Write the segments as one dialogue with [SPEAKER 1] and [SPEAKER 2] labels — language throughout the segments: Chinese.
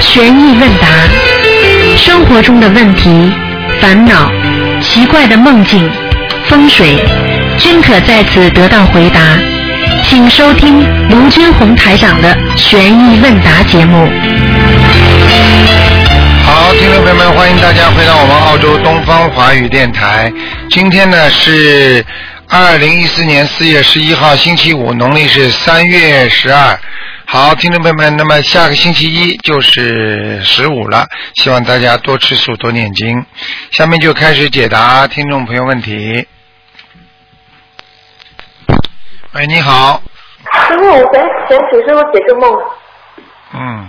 [SPEAKER 1] 悬疑问答，生活中的问题、烦恼、奇怪的梦境、风水，均可在此得到回答。请收听卢军红台长的悬疑问答节目。
[SPEAKER 2] 好，听众朋友们，欢迎大家回到我们澳洲东方华语电台。今天呢是二零一四年四月十一号，星期五，农历是三月十二。好，听众朋友们，那么下个星期一就是十五了，希望大家多吃素，多念经。下面就开始解答听众朋友问题。喂，你好，
[SPEAKER 3] 师傅，我想想请师傅解个梦。啊
[SPEAKER 2] 嗯，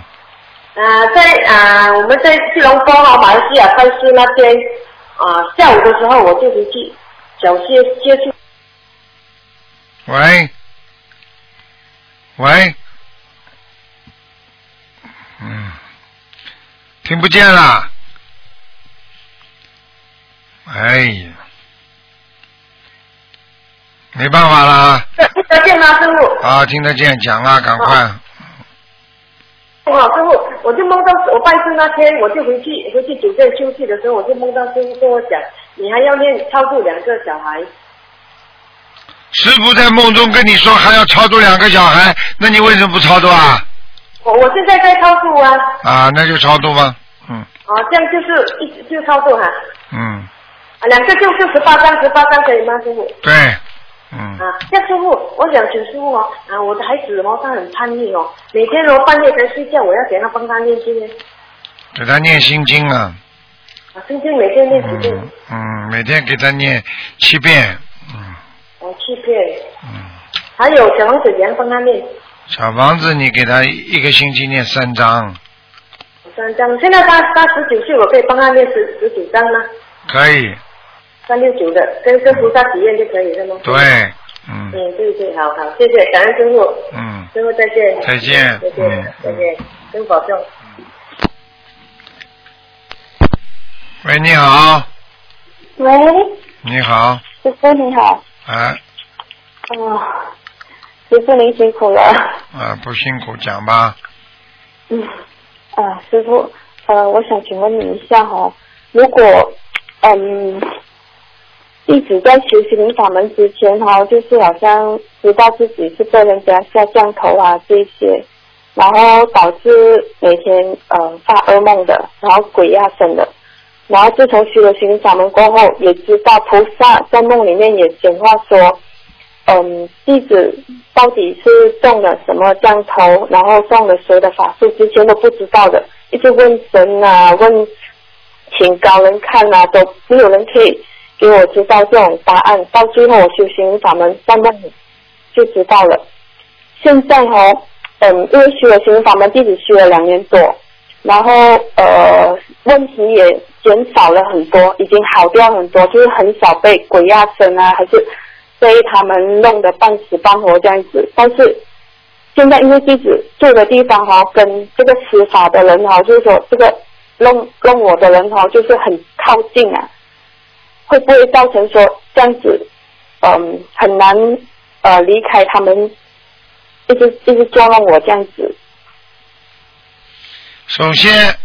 [SPEAKER 3] 呃，在呃我们在吉隆坡哈马来西亚快市那边，啊、下午的时候我就回去缴械接触，
[SPEAKER 2] 喂，喂，嗯，听不见啦，哎呀，没办法啦，
[SPEAKER 3] 听得见吗，师傅？
[SPEAKER 2] 啊，听得见，讲啊，赶快，
[SPEAKER 3] 哇，师傅，我就梦到我拜师那天，我就回去 回去酒店休息的时候，我就梦到师傅跟我讲，你还要念超度两个小孩。
[SPEAKER 2] 师傅在梦中跟你说还要超度两个小孩，那你为什么不超度啊？
[SPEAKER 3] 我我现在在超度啊，
[SPEAKER 2] 啊，那就超度吧，嗯
[SPEAKER 3] 啊，这样就是一就超度哈、啊，
[SPEAKER 2] 嗯，
[SPEAKER 3] 两个就是十八张，十八张可以吗，师傅？
[SPEAKER 2] 对，嗯
[SPEAKER 3] 啊，那师傅，我想请师傅哦，啊，我的孩子哦，他很叛逆哦，每天哦半夜才睡觉，我要怎样帮他念经呢？
[SPEAKER 2] 给他念心经啊，
[SPEAKER 3] 啊，今天每天念几遍？
[SPEAKER 2] 嗯嗯，每天给他念七遍，嗯
[SPEAKER 3] 我哦七遍。
[SPEAKER 2] 嗯，
[SPEAKER 3] 还有小王子怎样帮他念？
[SPEAKER 2] 小房子你给他一个星期念三章，
[SPEAKER 3] 三张，现在他他十九岁，我可以帮他念十十九张吗？
[SPEAKER 2] 可以，
[SPEAKER 3] 三六九的，跟跟菩萨许愿就可以了吗？
[SPEAKER 2] 对，嗯
[SPEAKER 3] 嗯，对对，好好，谢谢，感恩师傅，
[SPEAKER 2] 嗯，
[SPEAKER 3] 师傅再见。
[SPEAKER 2] 再见
[SPEAKER 3] 再
[SPEAKER 2] 嗯
[SPEAKER 3] 见，再见，师傅保重。
[SPEAKER 2] 喂，你好，
[SPEAKER 4] 喂，
[SPEAKER 2] 你好，
[SPEAKER 4] 师傅你好，
[SPEAKER 2] 啊
[SPEAKER 4] 哦，师傅您辛苦了，
[SPEAKER 2] 啊，不辛苦，讲吧，
[SPEAKER 4] 嗯，啊，师傅，呃，我想请问你一下哈、如果，嗯，一直在修心灵法门之前哈、就是好像知道自己是被人家下降头啊这一些，然后导致每天呃发噩梦的，然后鬼压身的。然后自从修了心灵法门过后，也知道菩萨在梦里面也讲话说，嗯，弟子到底是中了什么降头，然后中了谁的法术，之前都不知道的，一直问神啊，问请高人看啊，都没有人可以给我知道这种答案。到最后我修行法门，在梦里就知道了。现在哦，嗯，因为修了行法门，弟子修了两年多，然后呃，问题也减少了很多，已经好掉很多，就是很少被鬼压身啊，还是被他们弄得半死半活这样子。但是现在因为弟子住的地方哈、跟这个施法的人哈、就是说这个弄弄我的人哈、就是很靠近啊，会不会造成说这样子，嗯，很难呃离开他们，一直一直捉弄我这样子？
[SPEAKER 2] 首先，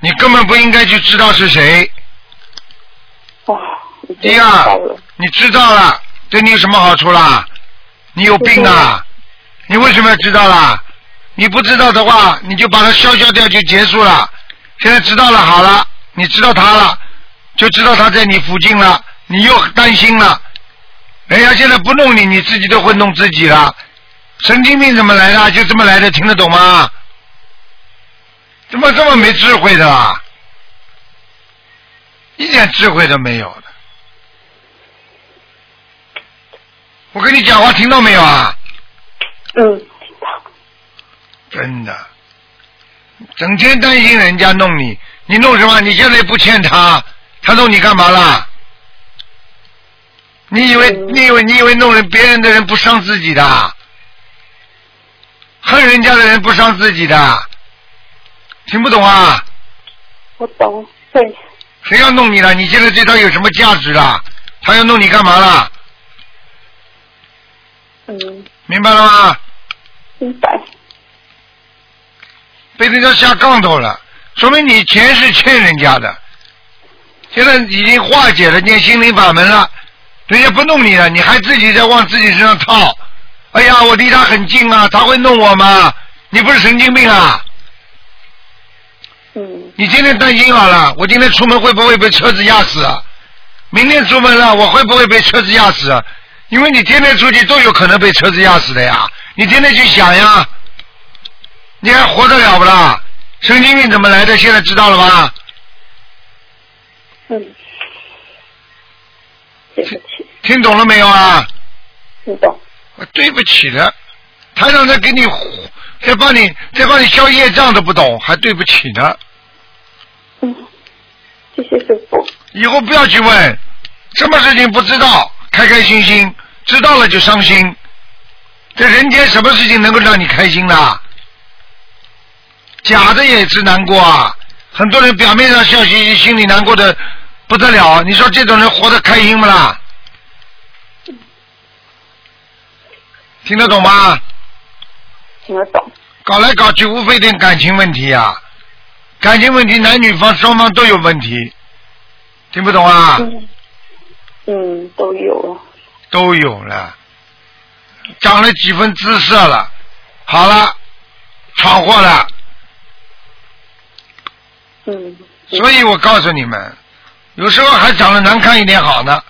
[SPEAKER 2] 你根本不应该去知道是谁，
[SPEAKER 4] 哇，已
[SPEAKER 2] 第
[SPEAKER 4] 经知道
[SPEAKER 2] 二
[SPEAKER 4] 了，
[SPEAKER 2] 你知道了，对你有什么好处啦？你有病啊！你为什么要知道啦？你不知道的话，你就把它消消掉就结束了。现在知道了，好了，你知道他了，就知道他在你附近了，你又担心了。人家现在不弄你，你自己都会弄自己了。神经病怎么来的？就这么来的，听得懂吗？怎么这么没智慧的啊？一点智慧都没有的。我跟你讲话听到没有啊？
[SPEAKER 4] 嗯，
[SPEAKER 2] 真的，整天担心人家弄你，你弄什么？你现在也不欠他，他弄你干嘛啦？你以为你以为你以为弄人别人的人不伤自己的，恨人家的人不伤自己的，听不懂啊？
[SPEAKER 4] 我懂，对，
[SPEAKER 2] 谁要弄你了？你现在对他有什么价值啦？他要弄你干嘛啦？
[SPEAKER 4] 嗯，
[SPEAKER 2] 明白了吗？
[SPEAKER 4] 明白，
[SPEAKER 2] 被人家下杠头了，说明你钱是欠人家的。现在已经化解了，念心灵法门了，人家不弄你了，你还自己在往自己身上套。哎呀，我离他很近啊，他会弄我吗？你不是神经病啊！
[SPEAKER 4] 嗯
[SPEAKER 2] 你今天担心好了，我今天出门会不会被车子压死啊？明天出门了，我会不会被车子压死啊？因为你天天出去都有可能被车子压死的呀，你天天去想呀，你还活得了不啦？神经病怎么来的？现在知道了吧？
[SPEAKER 4] 嗯，对不起，
[SPEAKER 2] 听懂了没有啊？
[SPEAKER 4] 你懂。
[SPEAKER 2] 我对不起了，台长在给你，在帮你，在帮你消业障都不懂，还对不起呢。
[SPEAKER 4] 嗯，谢谢师傅。
[SPEAKER 2] 以后不要去问，什么事情不知道，开开心心，知道了就伤心。这人间什么事情能够让你开心的？假的也是难过啊！很多人表面上笑嘻嘻，心里难过的不得了。啊你说这种人活得开心不啦？听得懂吗？
[SPEAKER 4] 听得懂。
[SPEAKER 2] 搞来搞去，无非点感情问题啊，感情问题男女方双方都有问题，听不懂啊？
[SPEAKER 4] 嗯，嗯，都有了。
[SPEAKER 2] 都有了，长了几分姿色了，好了，闯祸了。
[SPEAKER 4] 嗯，
[SPEAKER 2] 所以我告诉你们，有时候还长得难看一点好呢。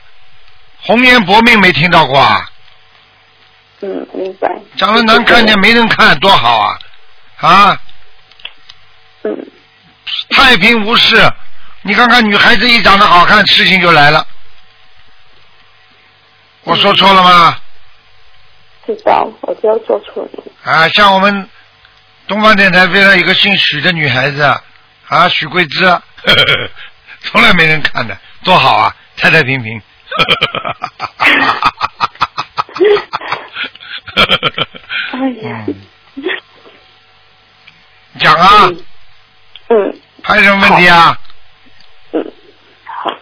[SPEAKER 2] 红颜薄命没听到过啊？
[SPEAKER 4] 嗯，明白。
[SPEAKER 2] 长得难看点没人看多好啊！啊，
[SPEAKER 4] 嗯，
[SPEAKER 2] 太平无事。你看看女孩子一长得好看，事情就来了。我说错了吗？
[SPEAKER 4] 知道，我知道做错了。
[SPEAKER 2] 啊，像我们东方电台飞了一个姓许的女孩子啊， 许桂芝，呵呵呵从来没人看的，多好啊，太太平平。
[SPEAKER 4] 哎呀，
[SPEAKER 2] 嗯， 讲啊，
[SPEAKER 4] 嗯
[SPEAKER 2] 还有什么问题啊？
[SPEAKER 4] 嗯，好，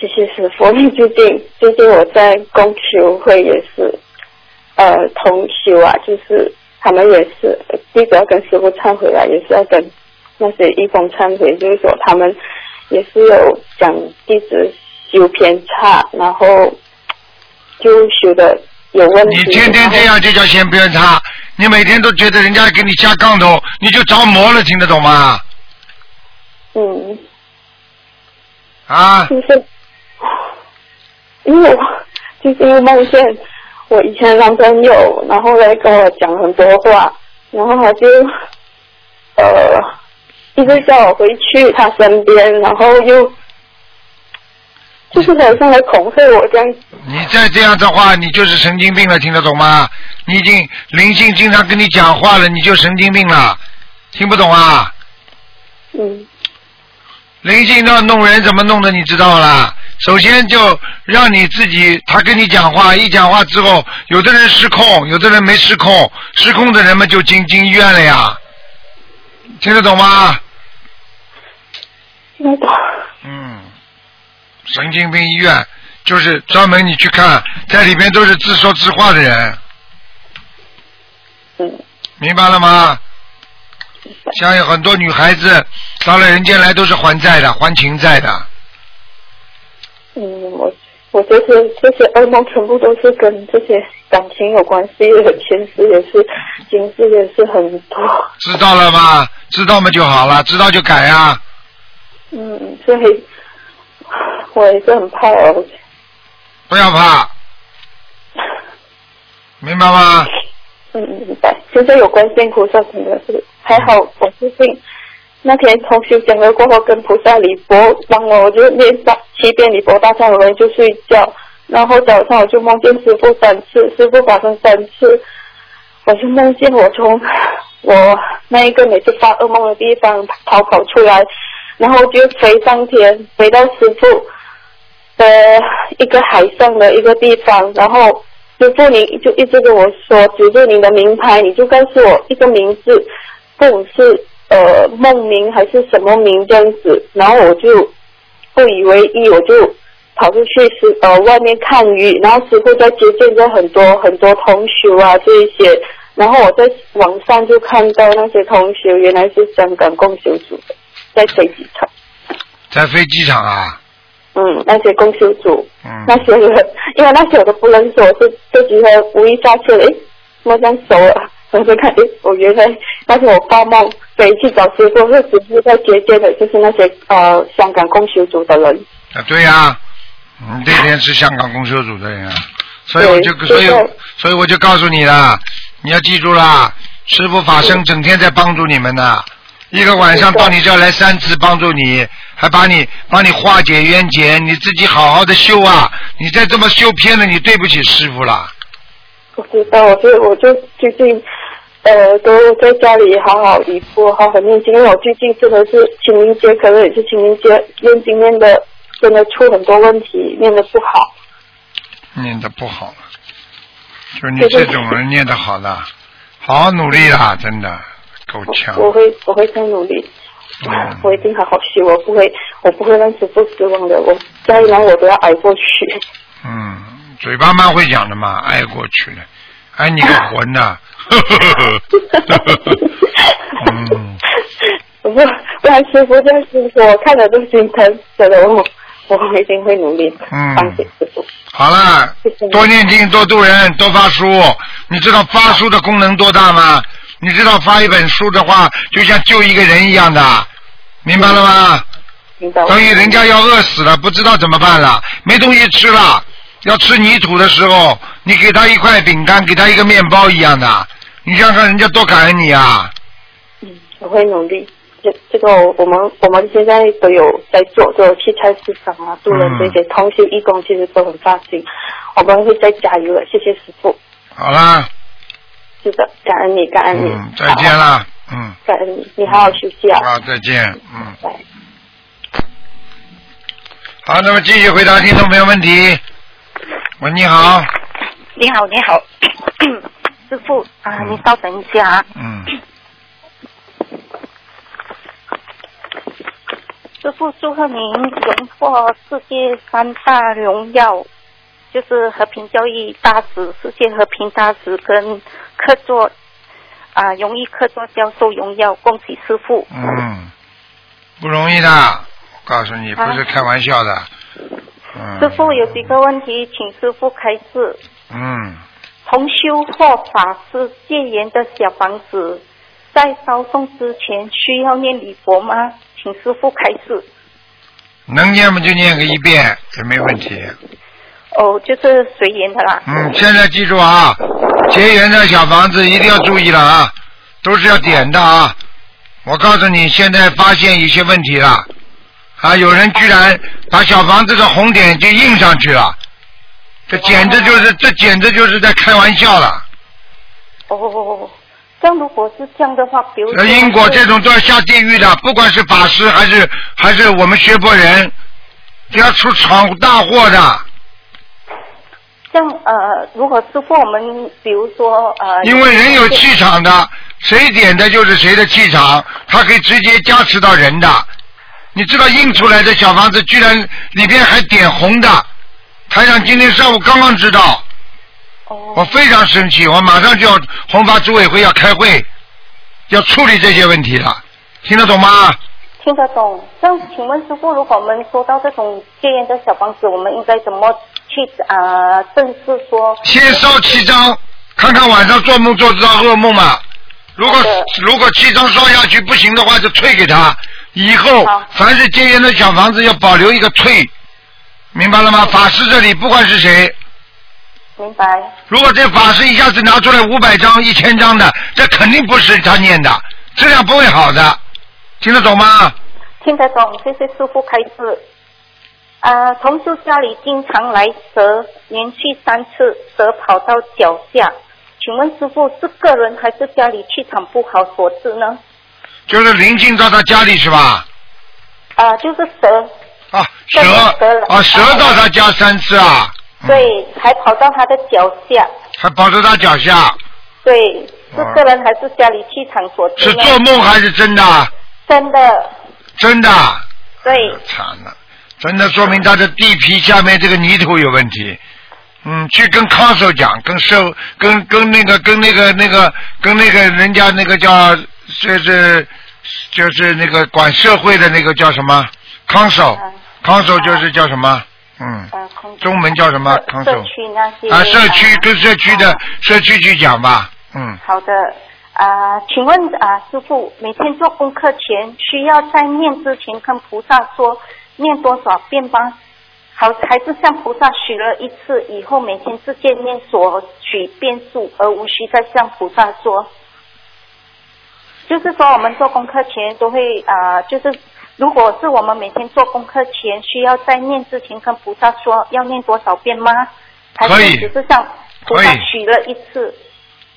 [SPEAKER 4] 谢谢师傅。因为最近最近我在供修会也是，呃，同修啊，就是他们也是呃弟子要跟师傅忏悔啊，也是要跟那些义工忏悔，就是说他们也是有讲弟子修偏差，然后就修的有问题。
[SPEAKER 2] 你天天这样就叫嫌别人差，你每天都觉得人家给你下杠头，你就着魔了，听得懂吗？
[SPEAKER 4] 然后。嗯。
[SPEAKER 2] 啊，
[SPEAKER 4] 就是，因为我就是因为梦见我以前男朋友，然后来跟我讲很多话，然后他就呃一直叫我回去他身边，然后又就是很像来恐吓我这样。
[SPEAKER 2] 你再这样的话，你就是神经病了，听得懂吗？你已经灵性经常跟你讲话了，你就神经病了，听不懂啊？
[SPEAKER 4] 嗯
[SPEAKER 2] 灵性要弄人怎么弄的，你知道啦？首先就让你自己，他跟你讲话，一讲话之后，有的人失控，有的人没失控，失控的人们就进进医院了呀，听得懂吗？
[SPEAKER 4] 那个
[SPEAKER 2] 嗯，神经病医院就是专门你去看，在里边都是自说自话的人，
[SPEAKER 4] 嗯
[SPEAKER 2] 明白了吗？像有很多女孩子到了人间来都是还债的，还情债的。
[SPEAKER 4] 嗯，我我这些这些噩梦全部都是跟这些感情有关系的，前世也是，今世也是很多。
[SPEAKER 2] 知道了吗？知道嘛就好了，知道就改啊。
[SPEAKER 4] 嗯，所以我也是很怕哦。
[SPEAKER 2] 不要怕，明白吗？
[SPEAKER 4] 嗯，明白。现在有关心菩萨真的是还好，我是信那天同修讲了过后，跟菩萨礼佛，帮我我就念到七遍礼佛大忏悔文就睡觉，然后早上我就梦见师傅三次，师傅发生三次，我就梦见我从我那一个每次发噩梦的地方逃跑出来，然后就飞上天，飞到师傅。的一个海上的一个地方，然后师傅你就一直跟我说，指着你的名牌，你就告诉我一个名字，不管是呃梦名还是什么名这样子，然后我就不以为意，我就跑出去是呃外面看鱼，然后师傅在接见着很多很多同学啊这一些，然后我在网上就看到那些同学原来是香港共修组的，在飞机场，
[SPEAKER 2] 在飞机场啊，
[SPEAKER 4] 嗯，那些供修组，
[SPEAKER 2] 嗯
[SPEAKER 4] 那，些人，因为那些我都不认识，我是这几天无意下去了，诶，怎么这样熟了？我就看，诶，我原来那天我发梦飞去找师傅，是师傅在接见的，就是那些呃香港供修组的人。
[SPEAKER 2] 啊对呀、你这边是香港公修组的人啊，所以我就
[SPEAKER 4] 对
[SPEAKER 2] 所以
[SPEAKER 4] 现在
[SPEAKER 2] 所以我就告诉你了，你要记住啦，师傅法
[SPEAKER 4] 嗯
[SPEAKER 2] 身整天在帮助你们呢，一个晚上到你这儿来三次帮助你，还把你帮你化解冤结，你自己好好的修啊，你再这么修偏了，你对不起师傅了。
[SPEAKER 4] 我知道，我就我就最近，呃，都在家里好好一步，好好念经，因为我最近真的是清明节，可能也是清明节念经念的，真的出很多问题，念的不好。
[SPEAKER 2] 念的不好了，就你这种人念的好的，好好努力啦，真的够呛。
[SPEAKER 4] 我会我会再努力，
[SPEAKER 2] 嗯
[SPEAKER 4] 我一定好好修，我不会我不会让师傅失望的，我再难我都要挨过去。
[SPEAKER 2] 嗯，嘴巴蛮会讲的嘛，挨过去了，挨你个魂呐、呵呵呵呵嗯，
[SPEAKER 4] 我不不然师傅这样师傅，我看了都心疼，真的我我一定会努力
[SPEAKER 2] 嗯
[SPEAKER 4] 帮谢师傅。
[SPEAKER 2] 好啦，多念经，多度人，多发书。你知道发书的功能多大吗？你知道发一本书的话，就像救一个人一样的，明白了吗？
[SPEAKER 4] 明白。
[SPEAKER 2] 等于人家要饿死了，不知道怎么办了，没东西吃了，要吃泥土的时候，你给他一块饼干，给他一个面包一样的，你想想人家多感恩你啊！
[SPEAKER 4] 嗯，我会努力。这这个我我们我们现在都有在做，都有去菜市场啊、渡
[SPEAKER 2] 嗯
[SPEAKER 4] 人这些同修义工，其实都很放心。我们会再加油的，谢谢师傅。
[SPEAKER 2] 好啦，
[SPEAKER 4] 是的，感恩你，感恩你。
[SPEAKER 2] 嗯，再见
[SPEAKER 4] 好，
[SPEAKER 2] 啦，嗯，
[SPEAKER 4] 感恩你，你好好休息啊。
[SPEAKER 2] 好，再见，嗯，
[SPEAKER 4] 拜。
[SPEAKER 2] 好，那么继续回答听众朋友问题。喂，你好，
[SPEAKER 5] 你好，你好， 师傅啊，
[SPEAKER 2] 嗯
[SPEAKER 5] 您稍等一下啊，
[SPEAKER 2] 嗯，
[SPEAKER 5] 师傅祝贺您荣获世界三大荣耀，就是和平教育大使、世界和平大使跟客座啊荣誉客座教授荣耀，恭喜师傅！
[SPEAKER 2] 嗯，不容易的，我告诉你，不是开玩笑的，嗯，
[SPEAKER 5] 师傅有几个问题，请师傅开示。
[SPEAKER 2] 嗯，
[SPEAKER 5] 同修或法师戒言的小房子，在烧送之前需要念礼佛吗？请师傅开示。
[SPEAKER 2] 能念嘛就念个一遍也没问题，
[SPEAKER 5] 哦，就是随缘的啦。
[SPEAKER 2] 嗯，现在记住啊，结缘的小房子一定要注意了啊，都是要点的啊。我告诉你，现在发现一些问题了，啊，有人居然把小房子的红点就印上去了，这简直就是这简直就是在开玩笑了。
[SPEAKER 5] 哦，这样如果是这样的话，比如说
[SPEAKER 2] 呃，因果这种都要下地狱的，不管是法师还是还是我们学佛人，都要出闯大祸的。
[SPEAKER 5] 这样呃，如果师傅我们比如说呃，
[SPEAKER 2] 因为人有气场的，谁点的就是谁的气场，它可以直接加持到人的。你知道印出来的小房子居然里边还点红的，台长今天上午刚刚知道，我
[SPEAKER 5] 哦
[SPEAKER 2] 非常生气，我马上就要红发组委会要开会，要处理这些问题了，听得懂吗？
[SPEAKER 5] 听得懂。这样请问师傅，如果我们收到这种戒烟的小房子，我们应该怎么去啊、呃、正式说？
[SPEAKER 2] 先烧七张，看看晚上做梦做得到噩梦嘛。如果
[SPEAKER 5] 好的
[SPEAKER 2] 如果七张烧下去不行的话，就退给他。以后
[SPEAKER 5] 好
[SPEAKER 2] 凡是戒烟的小房子要保留一个退，明白了吗？法师这里不管是谁，
[SPEAKER 5] 明白？
[SPEAKER 2] 如果这法师一下子拿出来五百张、一千张的，这肯定不是他念的，质量不会好的，听得懂吗？
[SPEAKER 5] 听得懂，谢谢师傅开示。呃，同事家里经常来蛇，连续三次蛇跑到脚下，请问师傅是个人还是家里气场不好所致呢？
[SPEAKER 2] 就是灵性到他家里是吧？
[SPEAKER 5] 啊、就是蛇，
[SPEAKER 2] 啊，蛇
[SPEAKER 5] 对对
[SPEAKER 2] 啊，蛇到他家三次啊，
[SPEAKER 5] 对，还跑到他的脚下，
[SPEAKER 2] 还跑到他脚下，
[SPEAKER 5] 对，是
[SPEAKER 2] 哦
[SPEAKER 5] 个人还是家里气场所致
[SPEAKER 2] 是
[SPEAKER 5] 呢？
[SPEAKER 2] 做梦还是真的啊？
[SPEAKER 5] 真的，
[SPEAKER 2] 真的啊，
[SPEAKER 5] 对
[SPEAKER 2] 哎，惨了，真的说明他的地皮下面这个泥土有问题。嗯，去跟康首讲，跟社，跟跟那个，跟那个那个，跟那个人家那个叫这这就是那个管社会的那个叫什么康守，
[SPEAKER 5] 啊
[SPEAKER 2] 康守就是叫什么？嗯，
[SPEAKER 5] 呃，空
[SPEAKER 2] 中文叫什么？康守
[SPEAKER 5] 社区那些
[SPEAKER 2] 啊，社区跟社区的
[SPEAKER 5] 啊
[SPEAKER 2] 社区去讲吧。嗯，
[SPEAKER 5] 好的，啊、请问啊、师傅，每天做功课前需要在念之前跟菩萨说念多少遍吗？好，还是向菩萨许了一次以后，每天直接念所许遍数，而无需再向菩萨说。就是说，我们做功课前都会啊、就是如果是我们每天做功课前需要在念之前跟菩萨说要念多少遍吗？还
[SPEAKER 2] 可以
[SPEAKER 5] 是只是向菩萨
[SPEAKER 2] 可以
[SPEAKER 5] 许了一次？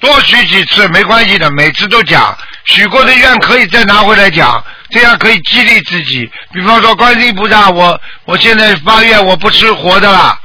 [SPEAKER 2] 多许几次没关系的，每次都讲，许过的愿可以再拿回来讲，这样可以激励自己。比方说，观世音菩萨，我我现在发愿我不吃活的啦，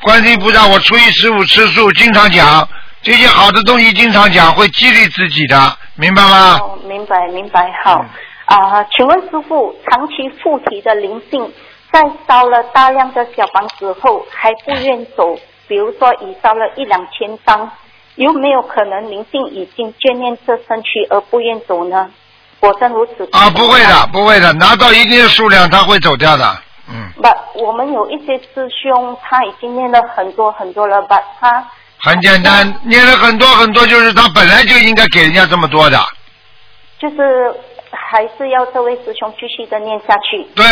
[SPEAKER 2] 观世音菩萨，我初一十五吃素，经常讲这些好的东西，经常讲会激励自己的，明白吗？
[SPEAKER 5] 哦，明白明白，好
[SPEAKER 2] 嗯。
[SPEAKER 5] 啊、请问师傅，长期附体的灵性，在烧了大量的小房子后，还不愿走，比如说已烧了一两千张，有没有可能灵性已经眷恋这身躯而不愿走呢？果真如此。
[SPEAKER 2] 啊，不会的，不会的，拿到一定的数量，他会走掉的。嗯，
[SPEAKER 5] 不，我们有一些师兄，他已经念了很多很多了吧？他
[SPEAKER 2] 很简单，念了很多很多，就是他本来就应该给人家这么多的。
[SPEAKER 5] 就是还是要这位师兄继续的念下去。
[SPEAKER 2] 对，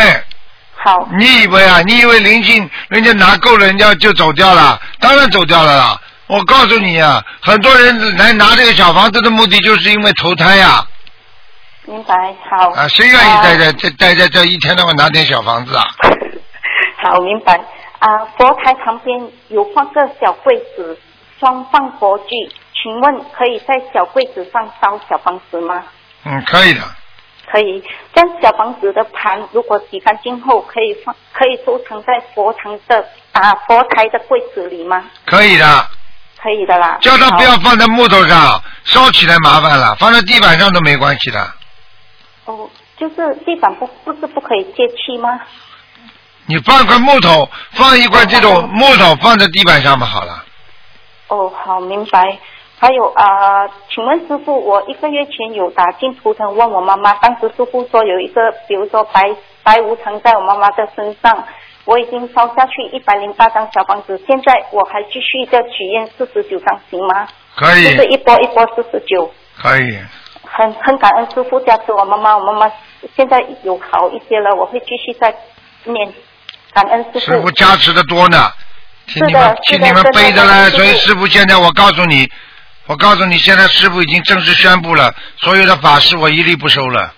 [SPEAKER 5] 好，
[SPEAKER 2] 你以为啊？你以为灵性人家拿够了，人家就走掉了？当然走掉了啦！我告诉你啊，很多人来拿这个小房子的目的，就是因为投胎呀、
[SPEAKER 5] 明白，好。
[SPEAKER 2] 啊！谁愿意
[SPEAKER 5] 啊
[SPEAKER 2] 待在这待在这一天到晚拿点小房子啊？
[SPEAKER 5] 好，明白。啊，佛台旁边有放个小柜子，装放佛具，请问可以在小柜子上烧小房子吗？
[SPEAKER 2] 嗯，可以的。
[SPEAKER 5] 可以，将小房子的盘如果洗干净后，可以放，可以收藏在佛堂的啊佛台的柜子里吗？
[SPEAKER 2] 可以的，
[SPEAKER 5] 可以的啦。
[SPEAKER 2] 叫他不
[SPEAKER 5] 好
[SPEAKER 2] 要放在木头上，烧起来麻烦了，放在地板上都没关系的。
[SPEAKER 5] 哦，就是地板不不是不可以接气吗？
[SPEAKER 2] 你放块木头，放一块这种木头放在地板上嘛，好了。
[SPEAKER 5] 哦，好，明白。还有啊、呃请问师傅，我一个月前有打进图腾问我妈妈，当时师傅说有一个，比如说白白无常在我妈妈的身上，我已经烧下去一百零八张小房子，现在我还继续的许愿四十九张，行吗？
[SPEAKER 2] 可以
[SPEAKER 5] 就，是一波一波四十九，
[SPEAKER 2] 可以，
[SPEAKER 5] 很很感恩师傅加持我妈妈，我妈妈现在有好一些了，我会继续再念，感恩师
[SPEAKER 2] 师
[SPEAKER 5] 傅
[SPEAKER 2] 傅。加持的多呢，听你
[SPEAKER 5] 是
[SPEAKER 2] 们
[SPEAKER 5] 的
[SPEAKER 2] 听
[SPEAKER 5] 是的
[SPEAKER 2] 你们背着嘞。
[SPEAKER 5] 真的
[SPEAKER 2] 所以
[SPEAKER 5] 师
[SPEAKER 2] 师傅现在我告诉你，我告诉你，现在师傅已经正式宣布了，所有的法师我一律不收了。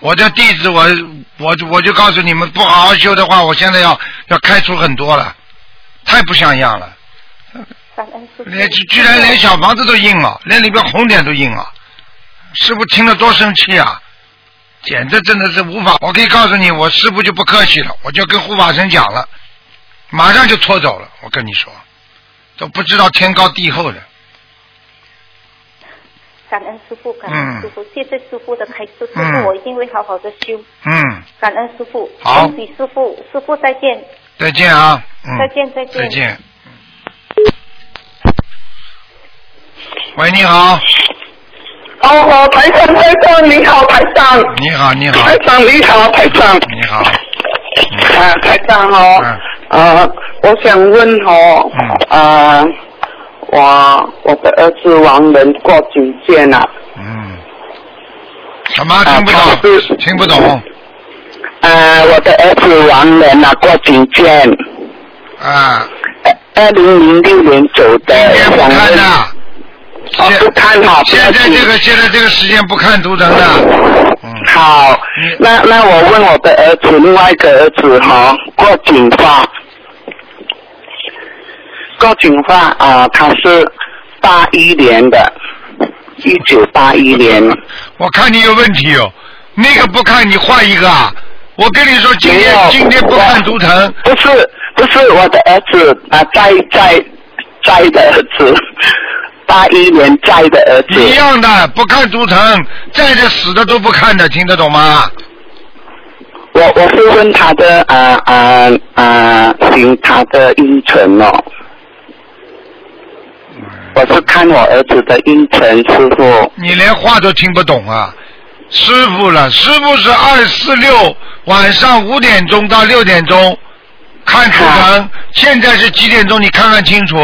[SPEAKER 2] 我的弟子我我就我就告诉你们，不好好修的话，我现在要要开除很多了，太不像样了。
[SPEAKER 5] 感恩师傅。
[SPEAKER 2] 连居居然连小房子都印了，连里边红点都印了，师傅听了多生气啊！简直真的是无法，我可以告诉你，我师傅就不客气了，我就跟护法神讲了，马上就拖走了。我跟你说，都不知道天高地厚的。
[SPEAKER 5] 感恩师傅，感恩师傅，谢谢师傅的开示，师
[SPEAKER 2] 嗯
[SPEAKER 5] 傅我一定会好好的修，
[SPEAKER 2] 嗯，
[SPEAKER 5] 感恩师傅，
[SPEAKER 2] 好
[SPEAKER 5] 恭喜师傅，师傅再见，
[SPEAKER 2] 再见啊！嗯，
[SPEAKER 5] 再见再见
[SPEAKER 2] 再见。喂，你好，
[SPEAKER 6] 哦，好，台长，台长，你好，台长，
[SPEAKER 2] 你好，你好
[SPEAKER 6] 台，长，你好，台长，
[SPEAKER 2] 你好，
[SPEAKER 6] 啊，台长哦
[SPEAKER 2] 嗯，
[SPEAKER 6] 呃，我想问哦
[SPEAKER 2] 嗯，
[SPEAKER 6] 呃，我我的儿子王仁过九届了，
[SPEAKER 2] 嗯，什么
[SPEAKER 6] 啊
[SPEAKER 2] 听不
[SPEAKER 6] 他是
[SPEAKER 2] 懂？听不懂。
[SPEAKER 6] 呃，我的儿子王仁啊过九届，
[SPEAKER 2] 啊，
[SPEAKER 6] 二零零六年走的
[SPEAKER 2] 今，天不
[SPEAKER 6] 想
[SPEAKER 2] 看
[SPEAKER 6] 问，
[SPEAKER 2] 的，
[SPEAKER 6] 哦，
[SPEAKER 2] 现
[SPEAKER 6] 不看好，
[SPEAKER 2] 现在
[SPEAKER 6] 不要
[SPEAKER 2] 这
[SPEAKER 6] 紧
[SPEAKER 2] 个现在这个时间不看图腾的，嗯，
[SPEAKER 6] 好
[SPEAKER 2] 嗯，
[SPEAKER 6] 那那我问我的儿子，另外一个儿子哈、郭景发，郭景发啊、他是八一年的，一九八一年，
[SPEAKER 2] 我看你有问题哦，那个不看你换一个啊，我跟你说，今
[SPEAKER 6] 没
[SPEAKER 2] 天
[SPEAKER 6] 有
[SPEAKER 2] 今天不看图腾，
[SPEAKER 6] 不是不是我的儿子啊、在在在的儿子，八一年在的儿子
[SPEAKER 2] 一，样的不看图腾，在的死的都不看的，听得懂吗？
[SPEAKER 6] 我我是问他的啊啊啊，行他的音程哦。我是看我儿子的音程，师傅。
[SPEAKER 2] 你连话都听不懂啊！师傅了，师傅是二四六晚上五点钟到六点钟看图腾，现在是几点钟？你看看清楚。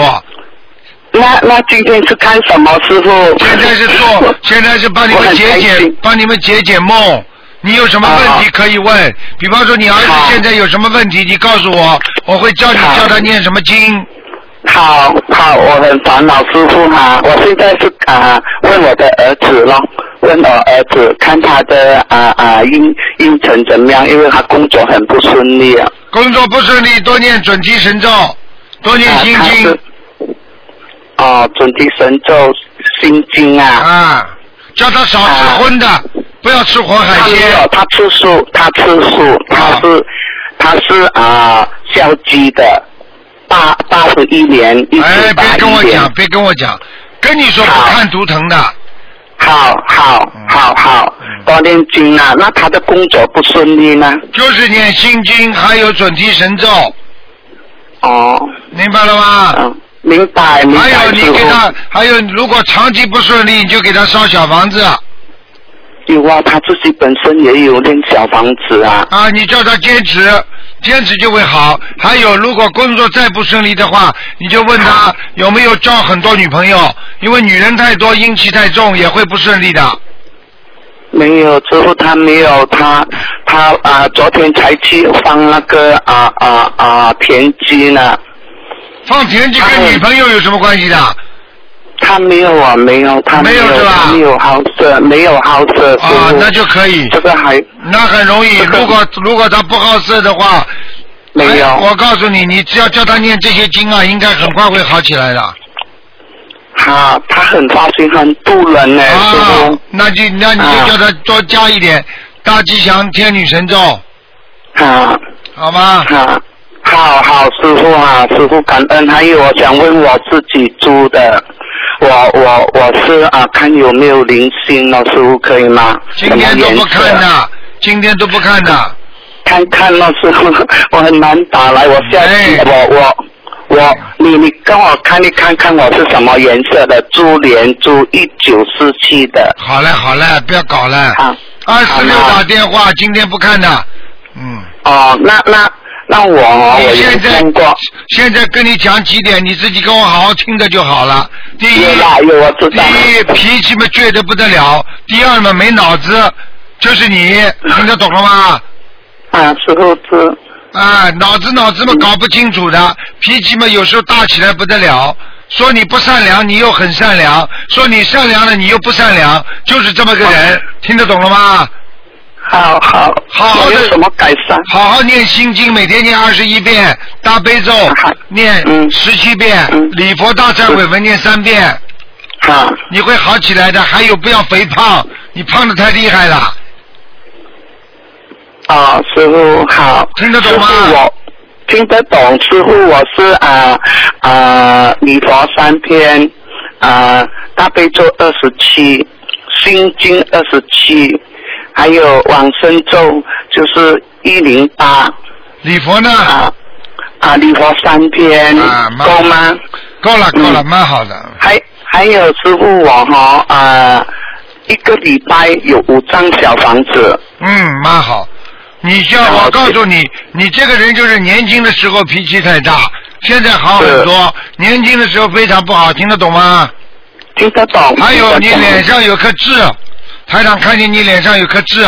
[SPEAKER 6] 那那今天是看什么师傅？
[SPEAKER 2] 现在是做，现在是帮你
[SPEAKER 6] 我
[SPEAKER 2] 们
[SPEAKER 6] 很
[SPEAKER 2] 解
[SPEAKER 6] 开
[SPEAKER 2] 解
[SPEAKER 6] 心，
[SPEAKER 2] 帮你们解解梦。你有什么问题
[SPEAKER 6] 啊
[SPEAKER 2] 可以问？比方说你儿子
[SPEAKER 6] 好
[SPEAKER 2] 现在有什么问题，你告诉我，我会教你
[SPEAKER 6] 好
[SPEAKER 2] 教他念什么经。
[SPEAKER 6] 好好，啊我很烦恼师傅哈、我现在是啊、问我的儿子咯，问我儿子看他的啊啊运运程怎么样，因为他工作很不顺利啊。
[SPEAKER 2] 工作不顺利，多念准提神咒，多念
[SPEAKER 6] 啊
[SPEAKER 2] 心
[SPEAKER 6] 他
[SPEAKER 2] 经
[SPEAKER 6] 是哦，准提神咒心经啊，
[SPEAKER 2] 啊，叫他少吃
[SPEAKER 6] 啊
[SPEAKER 2] 荤的，不要吃活海
[SPEAKER 6] 他没有
[SPEAKER 2] 鲜。哦
[SPEAKER 6] 他吃素，他吃素，他是、他是啊消极的，八八十一年一
[SPEAKER 2] 哎，
[SPEAKER 6] 九八
[SPEAKER 2] 别跟我
[SPEAKER 6] 一年
[SPEAKER 2] 讲，。别跟我讲，跟你说不
[SPEAKER 6] 好
[SPEAKER 2] 看图腾的，嗯
[SPEAKER 6] 好好好好，多念经啊。那他的工作不顺利呢？
[SPEAKER 2] 就是念心经，还有准提神咒，
[SPEAKER 6] 哦，
[SPEAKER 2] 明白了吗？
[SPEAKER 6] 嗯，明白明
[SPEAKER 2] 还有
[SPEAKER 6] 白，
[SPEAKER 2] 你
[SPEAKER 6] 师
[SPEAKER 2] 给他
[SPEAKER 6] 傅。，
[SPEAKER 2] 还有如果长期不顺利，你就给他烧小房子
[SPEAKER 6] 有啊，他自己本身也有练小房子啊。
[SPEAKER 2] 啊，你叫他坚持，坚持就会好。还有如果工作再不顺利的话，你就问他有没有交很多女朋友，因为女人太多，阴气太重，也会不顺利的。
[SPEAKER 6] 没有，师傅他没有，他他啊、昨天才去放那个啊啊啊田鸡呢，
[SPEAKER 2] 放田鸡跟
[SPEAKER 6] 哎
[SPEAKER 2] 女朋友有什么关系的？
[SPEAKER 6] 他没有啊，没有，他
[SPEAKER 2] 没有
[SPEAKER 6] 有，
[SPEAKER 2] 是吧
[SPEAKER 6] 他没有好色，没有好色，师
[SPEAKER 2] 啊
[SPEAKER 6] 傅，
[SPEAKER 2] 那就可以，
[SPEAKER 6] 这个还
[SPEAKER 2] 那很容易。
[SPEAKER 6] 这个
[SPEAKER 2] 如果如果他不好色的话，
[SPEAKER 6] 没有。
[SPEAKER 2] 哎我告诉你，你只要叫他念这些经啊，应该很快会好起来的。
[SPEAKER 6] 他他很花心，很渡人呢，师
[SPEAKER 2] 啊
[SPEAKER 6] 傅，
[SPEAKER 2] 那就那你就
[SPEAKER 6] 啊
[SPEAKER 2] 叫他多加一点大吉祥天女神咒，
[SPEAKER 6] 啊
[SPEAKER 2] 好吗？
[SPEAKER 6] 啊，好好师傅啊，师傅感恩。还有，我想问我自己租的，我我我是啊，看有没有零星哦，师傅可以吗？
[SPEAKER 2] 今天都不
[SPEAKER 6] 什么
[SPEAKER 2] 看
[SPEAKER 6] 颜色，
[SPEAKER 2] 的，今天都不看的，
[SPEAKER 6] 啊看看哦，师傅，我很难打来，我下次、
[SPEAKER 2] 哎
[SPEAKER 6] 我我。我，你你跟我看一看看我是什么颜色的珠帘珠一九四七的，
[SPEAKER 2] 好嘞好嘞，不要搞了。
[SPEAKER 6] 啊，
[SPEAKER 2] 二十六
[SPEAKER 6] 好
[SPEAKER 2] 打
[SPEAKER 6] 的
[SPEAKER 2] 电话，今天不看的，嗯。
[SPEAKER 6] 哦，那那那我哦我
[SPEAKER 2] 你
[SPEAKER 6] 有
[SPEAKER 2] 现在
[SPEAKER 6] 看过，
[SPEAKER 2] 现在跟你讲几点，你自己跟我好好听着就好了。第一，
[SPEAKER 6] 有啦有，我知
[SPEAKER 2] 第
[SPEAKER 6] 道。
[SPEAKER 2] 一脾气嘛倔得不得了，第二嘛没脑子，就是你，听得懂了吗？
[SPEAKER 6] 啊，师傅是
[SPEAKER 2] 啊，脑子脑子嘛
[SPEAKER 6] 嗯
[SPEAKER 2] 搞不清楚的，脾气嘛有时候大起来不得了。说你不善良，你又很善良；说你善良了，你又不善良，就是这么个人，听得懂了吗？
[SPEAKER 6] 好好
[SPEAKER 2] 好好
[SPEAKER 6] 我
[SPEAKER 2] 地
[SPEAKER 6] 有什么改善？
[SPEAKER 2] 好好念心经，每天念二十一遍，大悲咒
[SPEAKER 6] 啊好
[SPEAKER 2] 念
[SPEAKER 6] 嗯
[SPEAKER 2] 十七遍，
[SPEAKER 6] 嗯
[SPEAKER 2] 礼佛大忏悔文念三遍，
[SPEAKER 6] 啊，
[SPEAKER 2] 你会好起来的。还有不要肥胖，你胖的太厉害了。
[SPEAKER 6] 哦，师傅好，
[SPEAKER 2] 听得懂吗
[SPEAKER 6] 师傅我听得懂，师傅我是啊啊礼佛三篇，啊大悲咒二十七，心经二十七，还有往生咒就是一零八
[SPEAKER 2] 礼佛呢？
[SPEAKER 6] 啊啊礼佛三篇、
[SPEAKER 2] 啊蛮好
[SPEAKER 6] 够吗？
[SPEAKER 2] 够了，够了，
[SPEAKER 6] 嗯
[SPEAKER 2] 蛮好的。
[SPEAKER 6] 还还有师傅我哈啊、呃一个礼拜有五张小房子，
[SPEAKER 2] 嗯，蛮好。你叫
[SPEAKER 6] 好
[SPEAKER 2] 我
[SPEAKER 6] 谢谢
[SPEAKER 2] 告诉你，你这个人就是年轻的时候脾气太大，现在好
[SPEAKER 6] 是
[SPEAKER 2] 很多。年轻的时候非常不好，听得懂吗？
[SPEAKER 6] 听得懂？
[SPEAKER 2] 还有你
[SPEAKER 6] 听得懂
[SPEAKER 2] 脸上有颗痣，台长看见你脸上有颗痣，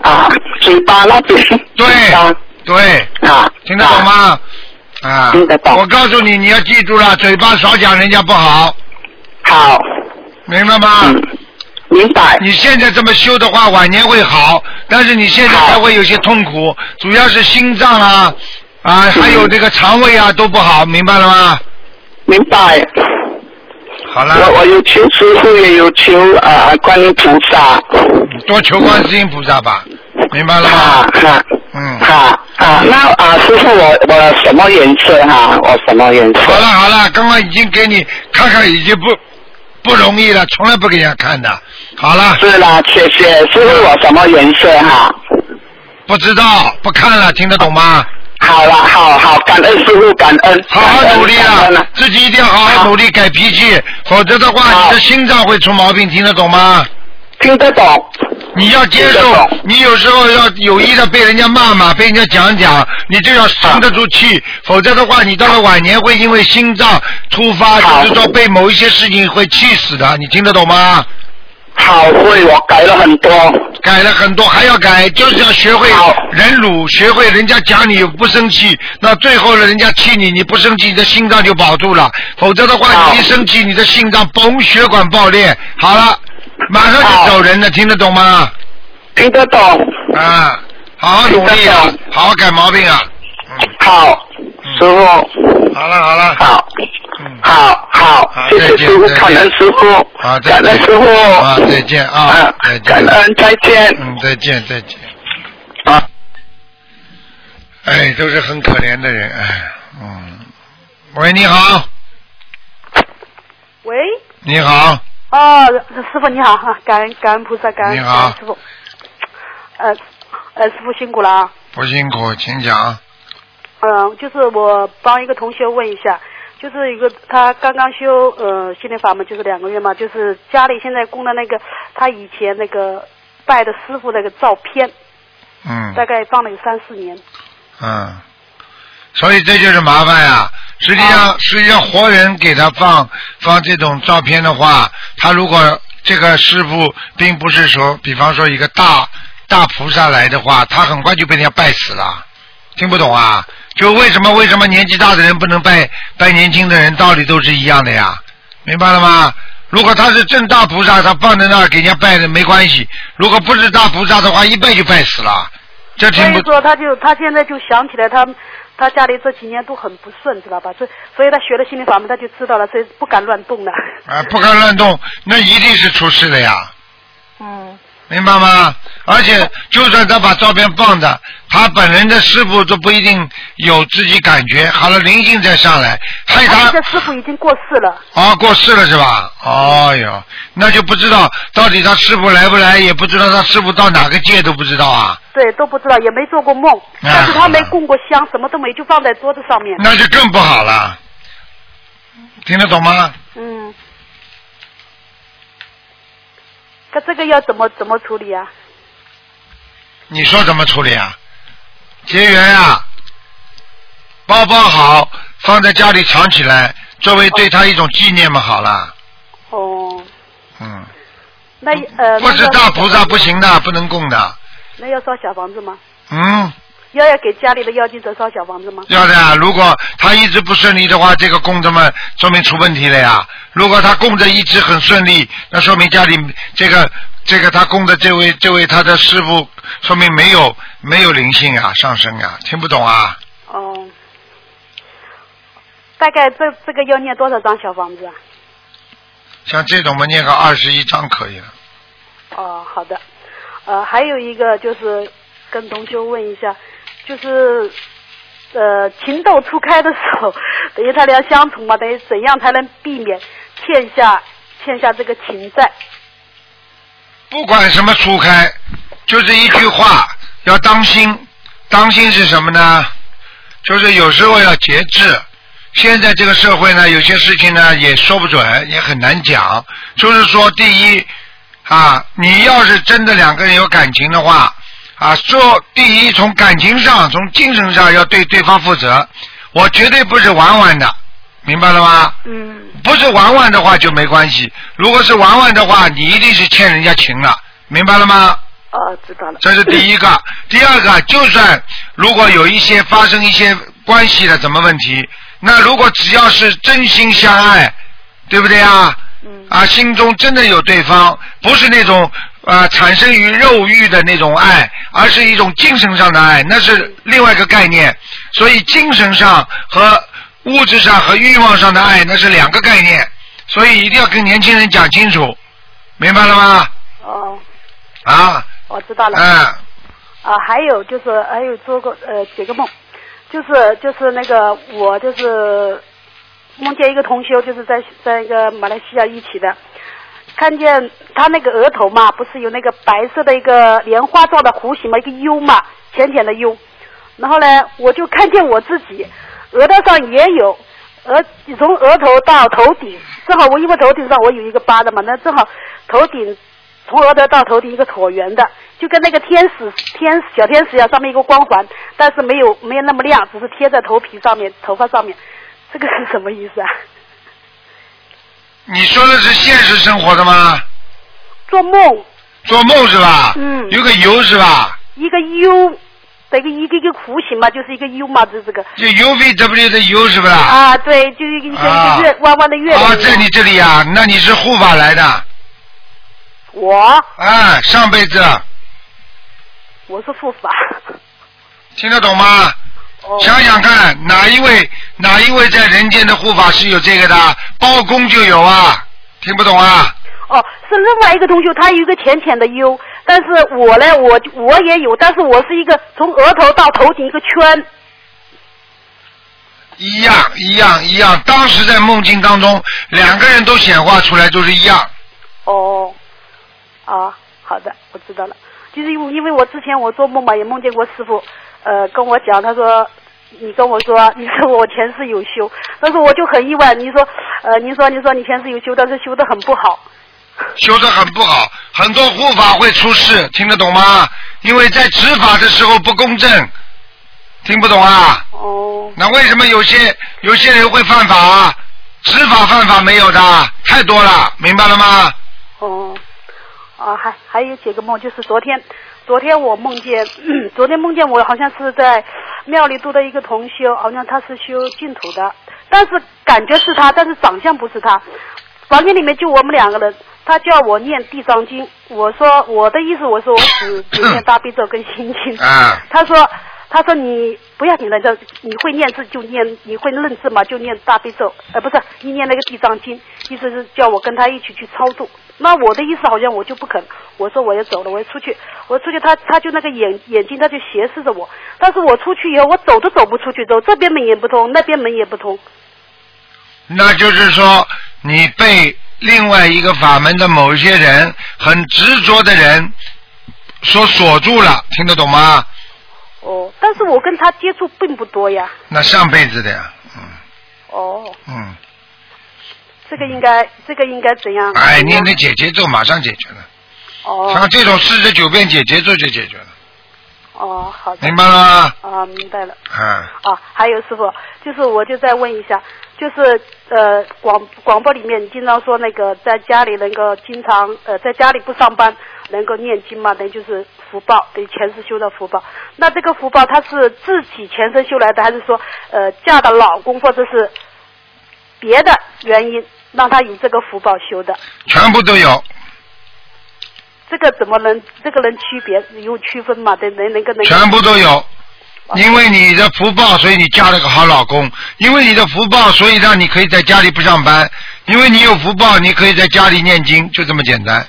[SPEAKER 6] 啊，嘴巴那边
[SPEAKER 2] 对
[SPEAKER 6] 嘴巴
[SPEAKER 2] 对，
[SPEAKER 6] 啊，
[SPEAKER 2] 听得懂
[SPEAKER 6] 啊？
[SPEAKER 2] 吗？啊，
[SPEAKER 6] 听得懂
[SPEAKER 2] 我告诉你，你要记住了，嘴巴少讲人家不好，
[SPEAKER 6] 好，
[SPEAKER 2] 明白吗？
[SPEAKER 6] 嗯，明白。
[SPEAKER 2] 你现在这么修的话，晚年会好，但是你现在还会有些痛苦，主要是心脏啊啊，
[SPEAKER 6] 嗯
[SPEAKER 2] 还有这个肠胃啊都不好，明白了吗？
[SPEAKER 6] 明白。
[SPEAKER 2] 好
[SPEAKER 6] 我
[SPEAKER 2] 了，
[SPEAKER 6] 我有求师傅，也有求啊、呃观音菩萨。
[SPEAKER 2] 多求观世音菩萨吧，明白了
[SPEAKER 6] 哈
[SPEAKER 2] 吗？
[SPEAKER 6] 哈。
[SPEAKER 2] 嗯
[SPEAKER 6] 哈啊，那啊，师傅我我什么颜色哈、我什么颜色？
[SPEAKER 2] 好了好了，刚刚已经给你看看，已经不不容易了，从来不给人家看的。好了，
[SPEAKER 6] 是啦，谢谢师傅，我什么颜色哈、
[SPEAKER 2] 不知道不看了，听得懂吗？
[SPEAKER 6] 好了，好好，感恩师傅，感恩，
[SPEAKER 2] 好好努力
[SPEAKER 6] 感恩啊
[SPEAKER 2] 了，自己一定要好好
[SPEAKER 6] 好
[SPEAKER 2] 努力改脾气，否则的话，
[SPEAKER 6] 好
[SPEAKER 2] 你的心脏会出毛病，听得懂吗？
[SPEAKER 6] 听得懂，
[SPEAKER 2] 你要接
[SPEAKER 6] 听得
[SPEAKER 2] 受
[SPEAKER 6] 懂，
[SPEAKER 2] 你有时候要有意的被人家骂骂，被人家讲讲，你就要沉得住气，否则的话，你到了晚年会因为心脏突发，
[SPEAKER 6] 好
[SPEAKER 2] 就是说被某一些事情会气死的，你听得懂吗？
[SPEAKER 6] 好会我改了很多，
[SPEAKER 2] 改了很多，还要改，就是要学会
[SPEAKER 6] 好
[SPEAKER 2] 忍辱，学会人家讲你不生气，那最后呢，人家气你，你不生气，你的心脏就保住了，否则的话，
[SPEAKER 6] 好
[SPEAKER 2] 你一生气，你的心脏嘣，血管爆裂，好了，马上就
[SPEAKER 6] 好
[SPEAKER 2] 走人了，听得懂吗？
[SPEAKER 6] 听得懂，
[SPEAKER 2] 啊，好好努力啊
[SPEAKER 6] 听得，
[SPEAKER 2] 好好改毛病啊，嗯
[SPEAKER 6] 好，师傅，
[SPEAKER 2] 好了好了，
[SPEAKER 6] 好
[SPEAKER 2] 嗯，
[SPEAKER 6] 好
[SPEAKER 2] 好
[SPEAKER 6] 好，谢
[SPEAKER 2] 啊再
[SPEAKER 6] 谢
[SPEAKER 2] 见
[SPEAKER 6] 师傅，
[SPEAKER 2] 再见
[SPEAKER 6] 感恩师傅，
[SPEAKER 2] 好再
[SPEAKER 6] 感恩
[SPEAKER 2] 见
[SPEAKER 6] 师傅，
[SPEAKER 2] 啊再见啊
[SPEAKER 6] 啊，
[SPEAKER 2] 再
[SPEAKER 6] 感
[SPEAKER 2] 见，
[SPEAKER 6] 恩再见，
[SPEAKER 2] 嗯再见再见，
[SPEAKER 6] 啊。
[SPEAKER 2] 哎都是很可怜的人，哎，嗯，喂你好，
[SPEAKER 7] 喂，
[SPEAKER 2] 你好，
[SPEAKER 7] 哦，师傅你好，哈，感恩感恩菩萨，感恩
[SPEAKER 2] 你好
[SPEAKER 7] 感恩师傅。呃，呃，师傅辛苦了啊。
[SPEAKER 2] 不辛苦，请讲。
[SPEAKER 7] 嗯、就是我帮一个同学问一下，就是一个他刚刚修呃心灵法门，就是两个月嘛，就是家里现在供的那个他以前那个拜的师傅那个照片，
[SPEAKER 2] 嗯
[SPEAKER 7] 大概放了有三四年。
[SPEAKER 2] 嗯，所以这就是麻烦呀、实际上，
[SPEAKER 7] 啊
[SPEAKER 2] 实际上活人给他放放这种照片的话，他如果这个师傅并不是说，比方说一个大大菩萨来的话，他很快就被人家拜死了。听不懂啊？就为什么为什么年纪大的人不能拜拜年轻的人，道理都是一样的呀。明白了吗？如果他是正大菩萨，他放在那儿给人家拜的没关系；如果不是大菩萨的话，一拜就拜死了。这
[SPEAKER 7] 所
[SPEAKER 2] 听不
[SPEAKER 7] 以说，他就他现在就想起来他，他家里这几年都很不顺，知道吧？所以所以他学了心灵法门，他就知道了，所以不敢乱动了。
[SPEAKER 2] 啊，不敢乱动，那一定是出事的呀，
[SPEAKER 7] 嗯，
[SPEAKER 2] 明白吗？而且就算他把照片放的，他本人的师傅都不一定有自己感觉，好了，灵性再上来，害
[SPEAKER 7] 他
[SPEAKER 2] 他
[SPEAKER 7] 啊这师傅已经过世了。
[SPEAKER 2] 啊过世了是吧？哦哟，那就不知道到底他师傅来不来，也不知道他师傅到哪个界都不知道啊，
[SPEAKER 7] 对，都不知道，也没做过梦，但是他没供过香，什么都没，就放在桌子上面。
[SPEAKER 2] 那就更不好了，听得懂吗？
[SPEAKER 7] 嗯，他这个要怎么怎么处理啊？
[SPEAKER 2] 你说怎么处理啊？结缘啊，包包好，放在家里藏起来，作为对他一种纪念嘛，好了。
[SPEAKER 7] 哦，
[SPEAKER 2] 嗯，
[SPEAKER 7] 那呃，
[SPEAKER 2] 不
[SPEAKER 7] 那
[SPEAKER 2] 是
[SPEAKER 7] 要
[SPEAKER 2] 大菩萨不行的，不能供的。
[SPEAKER 7] 那要烧小房子吗？
[SPEAKER 2] 嗯，
[SPEAKER 7] 要要给家里的妖精者烧小房子吗？
[SPEAKER 2] 要的呀。如果他一直不顺利的话，这个供着嘛，说明出问题了呀。如果他供着一直很顺利，那说明家里这个这个他供的这位这位他的师傅，说明没有没有灵性啊，上升啊，听不懂啊？
[SPEAKER 7] 哦，大概这这个要念多少张小房子啊？
[SPEAKER 2] 像这种嘛，念个二十一章可以了。
[SPEAKER 7] 哦，好的。呃，还有一个就是跟同学问一下，就是呃情窦初开的时候， 等于他俩相处嘛，等于怎样才能避免欠下欠下这个情债？
[SPEAKER 2] 不管什么初开，就是一句话，要当心。当心是什么呢？就是有时候要节制。现在这个社会呢，有些事情呢也说不准，也很难讲。就是说，第一啊，你要是真的两个人有感情的话，啊，说第一从感情上、从精神上要对对方负责。我绝对不是玩玩的，明白了吗？
[SPEAKER 7] 嗯，
[SPEAKER 2] 不是玩玩的话就没关系，如果是玩玩的话，你一定是欠人家情了，明白了吗？
[SPEAKER 7] 哦，知道了。
[SPEAKER 2] 这是第一 个，第二个，就算如果有一些发生一些关系的怎么问题，那如果只要是真心相爱，对不对啊？
[SPEAKER 7] 嗯
[SPEAKER 2] 啊，心中真的有对方，不是那种啊产生于肉欲的那种爱，而是一种精神上的爱，那是另外一个概念。所以精神上和物质上和欲望上的爱，那是两个概念。所以一定要跟年轻人讲清楚，明白了吗？
[SPEAKER 7] 哦，
[SPEAKER 2] 啊，
[SPEAKER 7] 我知道了。
[SPEAKER 2] 嗯。
[SPEAKER 7] 啊，还有就是还有做过呃几个梦，就是就是那个我就是梦见一个同修，就是在在一个马来西亚一起的，看见他那个额头嘛，不是有那个白色的一个莲花状的弧形嘛，一个 U 嘛，浅浅的 U，然后呢，我就看见我自己额头上也有。额从额头到头顶，正好我因为头顶上我有一个疤的嘛，那正好头顶从额头到头顶一个椭圆的，就跟那个天使天小天使一样，上面一个光环，但是没有没有那么亮，只是贴在头皮上面、头发上面，这个是什么意思啊？
[SPEAKER 2] 你说的是现实生活的吗？
[SPEAKER 7] 做梦
[SPEAKER 2] 做梦是吧？
[SPEAKER 7] 嗯
[SPEAKER 2] 有个油是吧？
[SPEAKER 7] 一个 U 的一个一个一个弧形嘛，就是一个 U 嘛，就是这个
[SPEAKER 2] 这 UVW 的油是不啦？
[SPEAKER 7] 啊，对，就是一个一
[SPEAKER 2] 啊
[SPEAKER 7] 个月弯弯的月亮
[SPEAKER 2] 啊，在你这里呀、那你是护法来的，
[SPEAKER 7] 我
[SPEAKER 2] 啊，上辈子
[SPEAKER 7] 我是护法，
[SPEAKER 2] 听得懂吗？
[SPEAKER 7] 哦，
[SPEAKER 2] 想想看，哪一位哪一位在人间的护法是有这个的？包公就有啊，听不懂啊？
[SPEAKER 7] 哦，是另外一个同学，他有一个浅浅的 U，但是我呢，我就我也有，但是我是一个从额头到头顶一个圈，
[SPEAKER 2] 一样一样一样，当时在梦境当中，两个人都显化出来，就是一样。
[SPEAKER 7] 哦，啊，好的，我知道了，就是因为因为我之前我做梦嘛，也梦见过师傅，呃，跟我讲，他说。你跟我说， 你说我前世有修，但是我就很意外。你说，呃，你说，你说你前世有修，但是修的很不好。
[SPEAKER 2] 修得很不好，很多护法会出事，听得懂吗？因为在执法的时候不公正，听不懂啊？
[SPEAKER 7] 哦，
[SPEAKER 2] 那为什么有些有些人会犯法啊？执法犯法没有的太多了，明白了吗？
[SPEAKER 7] 哦，啊，还还有几个梦，就是昨天，昨天我梦见，嗯昨天梦见我好像是在庙里度的一个同修，好像他是修净土的，但是感觉是他，但是长相不是他。房间里面就我们两个人，他叫我念地藏经，我说我的意思，我说我只只念大悲咒跟心经。
[SPEAKER 2] 啊，
[SPEAKER 7] 他说，他说你不要紧的，这你会念字就念，你会认字嘛就念大悲咒，呃，不是，你念那个地藏经，意思是叫我跟他一起去超度。那我的意思好像我就不肯，我说我要走了，我要出去，我出去他他就那个眼眼睛他就斜视着我，但是我出去以后我走都走不出去，走这边门也不通，那边门也不通，
[SPEAKER 2] 那就是说你被另外一个法门的某一些人很执着的人所锁住了，听得懂吗？
[SPEAKER 7] 哦，但是我跟他接触并不多呀，
[SPEAKER 2] 那上辈子的呀，
[SPEAKER 7] 哦，
[SPEAKER 2] 嗯，
[SPEAKER 7] 这个应该这个应该怎样？
[SPEAKER 2] 哎，念的解结咒马上解决了，
[SPEAKER 7] 哦
[SPEAKER 2] 像这种四十九遍解结咒就解决了，
[SPEAKER 7] 哦，好的
[SPEAKER 2] 明，白了吗？
[SPEAKER 7] 啊，明白了。
[SPEAKER 2] 啊，
[SPEAKER 7] 啊，还有师傅，就是我就再问一下，就是呃广广播里面你经常说那个在家里能够经常呃在家里不上班能够念经嘛，等于就是福报，等于前世修的福报。那这个福报它是自己前生修来的，还是说呃嫁的老公或者是别的原因让他有这个福报修的？
[SPEAKER 2] 全部都有，
[SPEAKER 7] 这个怎么能这个能区别有区分嘛？得能能够能够
[SPEAKER 2] 全部都有。因为你的福报，所以你嫁了个好老公；因为你的福报，所以让你可以在家里不上班；因为你有福报，你可以在家里念经，就这么简单，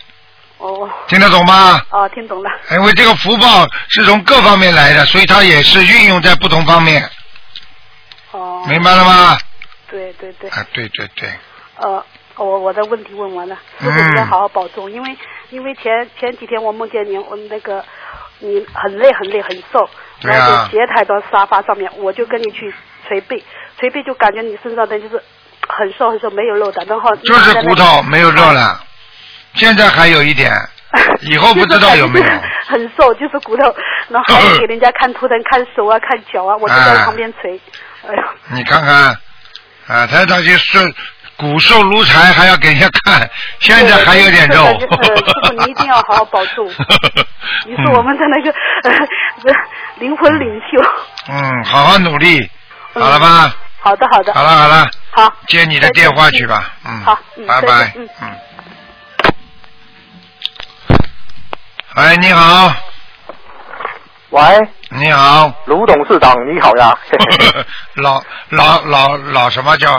[SPEAKER 7] 哦
[SPEAKER 2] 听得懂吗？
[SPEAKER 7] 哦，听懂了
[SPEAKER 2] 因为这个福报是从各方面来的，所以它也是运用在不同方面，
[SPEAKER 7] 哦，
[SPEAKER 2] 明白了吗？
[SPEAKER 7] 对对对。
[SPEAKER 2] 啊，对对对，
[SPEAKER 7] 呃，我我的问题问完了，师傅
[SPEAKER 2] 嗯
[SPEAKER 7] 你要好好保重，因为因为前前几天我梦见您，我那个你很累很累很瘦，
[SPEAKER 2] 对啊
[SPEAKER 7] 然后就斜躺到沙发上面，我就跟你去捶背，捶背就感觉你身上的就是很瘦很瘦，没有肉的，然后
[SPEAKER 2] 就是骨头没有肉，了，现在还有一 点，以
[SPEAKER 7] 啊
[SPEAKER 2] 后不知道有没有。
[SPEAKER 7] 很瘦，就是骨头，然后还给人家看图腾、看手啊、看脚啊，我就在旁边捶，哎呦，
[SPEAKER 2] 你看看，啊，台长就是骨瘦如柴，还要给人家看，现在还有点肉。
[SPEAKER 7] 对对对师傅你一定要好好保重你是我们的那个、呃 灵魂领袖。
[SPEAKER 2] 嗯。 嗯，好好努力，好了吧？
[SPEAKER 7] 好的，嗯好的，
[SPEAKER 2] 好了好了，
[SPEAKER 7] 好，
[SPEAKER 2] 接你的电话去吧。嗯，
[SPEAKER 7] 好嗯
[SPEAKER 2] 拜拜
[SPEAKER 7] 再。见
[SPEAKER 2] 嗯。哎，你好，
[SPEAKER 8] 喂，
[SPEAKER 2] 你好，
[SPEAKER 8] 卢董事长你好呀！
[SPEAKER 2] 老老老老什么叫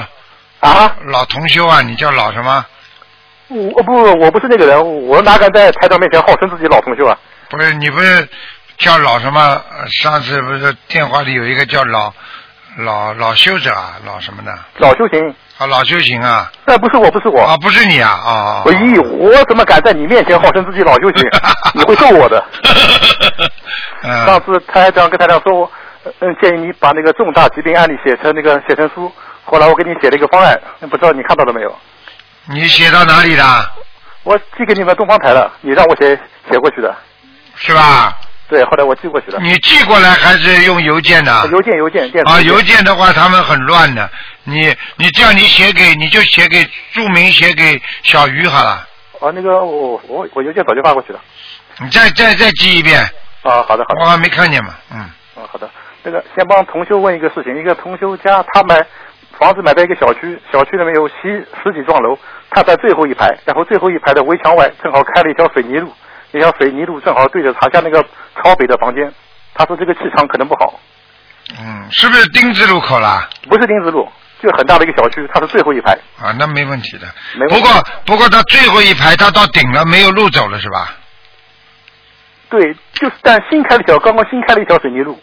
[SPEAKER 8] 啊，
[SPEAKER 2] 老同修啊？你叫老什么？
[SPEAKER 8] 我不，我不是那个人，我哪敢在台长面前号称自己老同修啊？
[SPEAKER 2] 不是你不是叫老什么？呃上次不是电话里有一个叫老老老修者啊，老什么的
[SPEAKER 8] 老修行，
[SPEAKER 2] 啊，老修行啊
[SPEAKER 8] 那不是我，不是我。
[SPEAKER 2] 啊，不是你啊啊！？
[SPEAKER 8] 我咦，我怎么敢在你面前号称自己老修行你会咒我的。上
[SPEAKER 2] 嗯，
[SPEAKER 8] 次台长跟台长说，我嗯，建议你把那个重大疾病案例写成那个写成书。后来我给你写了一个方案，不知道你看到了没有？
[SPEAKER 2] 你写到哪里了？
[SPEAKER 8] 我寄给你们东方台了，你让我写写过去的。
[SPEAKER 2] 是吧？
[SPEAKER 8] 对，后来我寄过去的。
[SPEAKER 2] 你寄过来还是用邮件呢？
[SPEAKER 8] 邮件邮件电子
[SPEAKER 2] 啊，邮件的话他们很乱的，你你叫你写给你就写给注明写给小鱼好了，
[SPEAKER 8] 啊，那个我我我邮件早就发过去了。
[SPEAKER 2] 你再再再寄一遍，
[SPEAKER 8] 啊，好的好的。
[SPEAKER 2] 我还没看见嘛，嗯，
[SPEAKER 8] 啊，好的。那个先帮同修问一个事情，一个同修家他买房子买在一个小区，小区里面有十十几幢楼，他在最后一排，然后最后一排的围墙外正好开了一条水泥路，那条水泥路正好对着他家那个朝北的房间。他说这个气场可能不好，
[SPEAKER 2] 嗯，是不是丁字路口啦？
[SPEAKER 8] 不是丁字路，就很大的一个小区，他是最后一排。
[SPEAKER 2] 啊，那没问题的。
[SPEAKER 8] 没问题
[SPEAKER 2] 不过不过他最后一排他到顶了，没有路走了是吧？
[SPEAKER 8] 对，就是但新开了一条，刚刚新开了一条水泥路，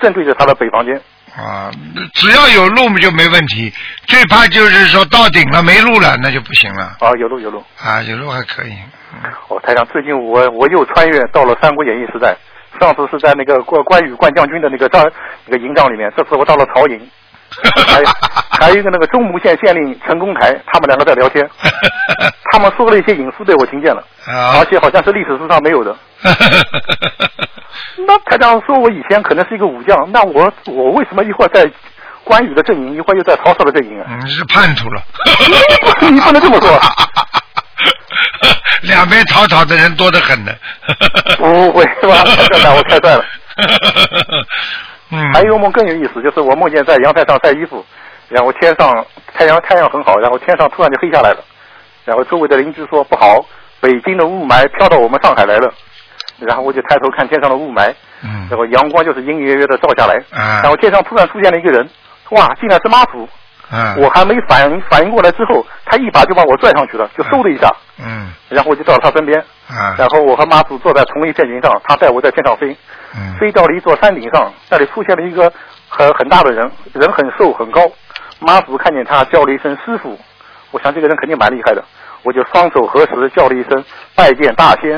[SPEAKER 8] 正对着他的北房间。
[SPEAKER 2] 啊，只要有路就没问题，最怕就是说到顶了没路了，那就不行了。
[SPEAKER 8] 啊，有路有路。
[SPEAKER 2] 啊，有路还可以，嗯
[SPEAKER 8] 哦，台长，最近我我又穿越到了《三国演义》时代，上次是在那个关关羽关将军的那个帐那个营帐里面，这次我到了曹营， 还有还有一个那个中牟县县令陈公台，他们两个在 聊天，他们说了一些隐私被我听见了，
[SPEAKER 2] 啊
[SPEAKER 8] 而，且好像是历史书上没 有的。那台长说我以前可能是一个武将，那我我为什么一会儿在关羽的阵营，一会儿又在曹操的阵营啊？
[SPEAKER 2] 嗯你是叛徒了，
[SPEAKER 8] 你不 能这么说，
[SPEAKER 2] 两边讨讨的人多得很呢。
[SPEAKER 8] 不会是吧？台长，我太帅了。
[SPEAKER 2] 嗯，
[SPEAKER 8] 还有一个梦更有意思，就是我梦见在阳台上晒衣服，然后天上太阳太阳很好，然后天上突然就黑下来了，然后周围的邻居说不好，北京的雾霾飘到我们上海来了，然后我就抬头看天上的雾霾，
[SPEAKER 2] 嗯
[SPEAKER 8] 然后阳光就是隐隐约约的照下来，
[SPEAKER 2] 啊
[SPEAKER 8] 然后天上突然出现了一个人，哇，竟然是妈祖，
[SPEAKER 2] 嗯
[SPEAKER 8] 我还没反应反应过来之后，他一把就把我拽上去了，就嗖的一下，
[SPEAKER 2] 嗯
[SPEAKER 8] 然后我就到了他身边，
[SPEAKER 2] 啊
[SPEAKER 8] 然后我和妈祖坐在同一阵营上，他带我在天上飞，
[SPEAKER 2] 嗯
[SPEAKER 8] 飞到了一座山顶上，那里出现了一个很很大的人，人很瘦很高。妈祖看见他叫了一声师傅，我想这个人肯定蛮厉害的，我就双手合十叫了一声拜见大仙，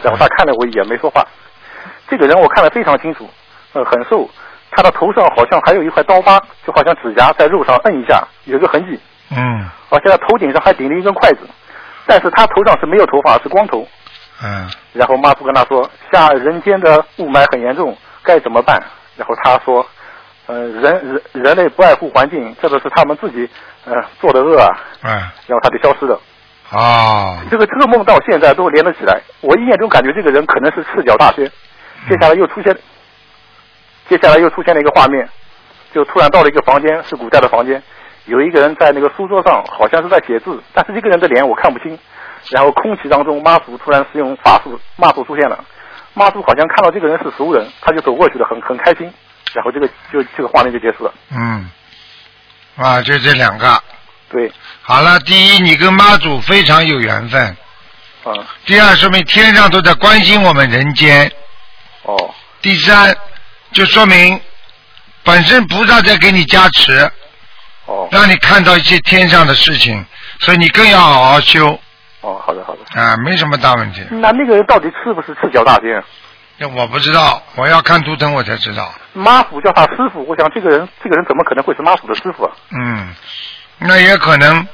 [SPEAKER 8] 然后他看了我一眼没说话。这个人我看得非常清楚，呃，很瘦，他的头上好像还有一块刀疤，就好像指甲在肉上摁一下有一个痕迹，
[SPEAKER 2] 嗯
[SPEAKER 8] 而且他头顶上还顶了一根筷子，但是他头上是没有头发，是光头。
[SPEAKER 2] 嗯，
[SPEAKER 8] 然后妈祖跟他说，下人间的雾霾很严重，该怎么办？然后他说，呃，人人人类不爱护环境，这个是他们自己呃做的恶啊。
[SPEAKER 2] 嗯，
[SPEAKER 8] 然后他就消失了。
[SPEAKER 2] 哦，
[SPEAKER 8] 这个这个梦到现在都连了起来，我一眼中感觉这个人可能是赤脚大仙。接下来又出现，接下来又出现了一个画面，就突然到了一个房间，是古代的房间，有一个人在那个书桌上，好像是在写字，但是这个人的脸我看不清。然后空气当中，妈祖突然使用法术，妈祖出现了。妈祖好像看到这个人是熟人，他就走过去了，很很开心。然后这个就这个画面就结束了。
[SPEAKER 2] 嗯，啊，就这两个。
[SPEAKER 8] 对，
[SPEAKER 2] 好了，第一，你跟妈祖非常有缘分；
[SPEAKER 8] 嗯，
[SPEAKER 2] 第二，说明天上都在关心我们人间；
[SPEAKER 8] 哦，
[SPEAKER 2] 第三，就说明本身菩萨在给你加持，
[SPEAKER 8] 哦，
[SPEAKER 2] 让你看到一些天上的事情，所以你更要好好修
[SPEAKER 8] 哦，好的好的。
[SPEAKER 2] 啊，没什么大问题。
[SPEAKER 8] 那那个人到底是不是赤脚大仙？
[SPEAKER 2] 那我不知道，我要看图腾我才知道。
[SPEAKER 8] 妈祖叫他师傅，我想这个人，这个人怎么可能会是妈祖的师傅啊？
[SPEAKER 2] 嗯，那也可能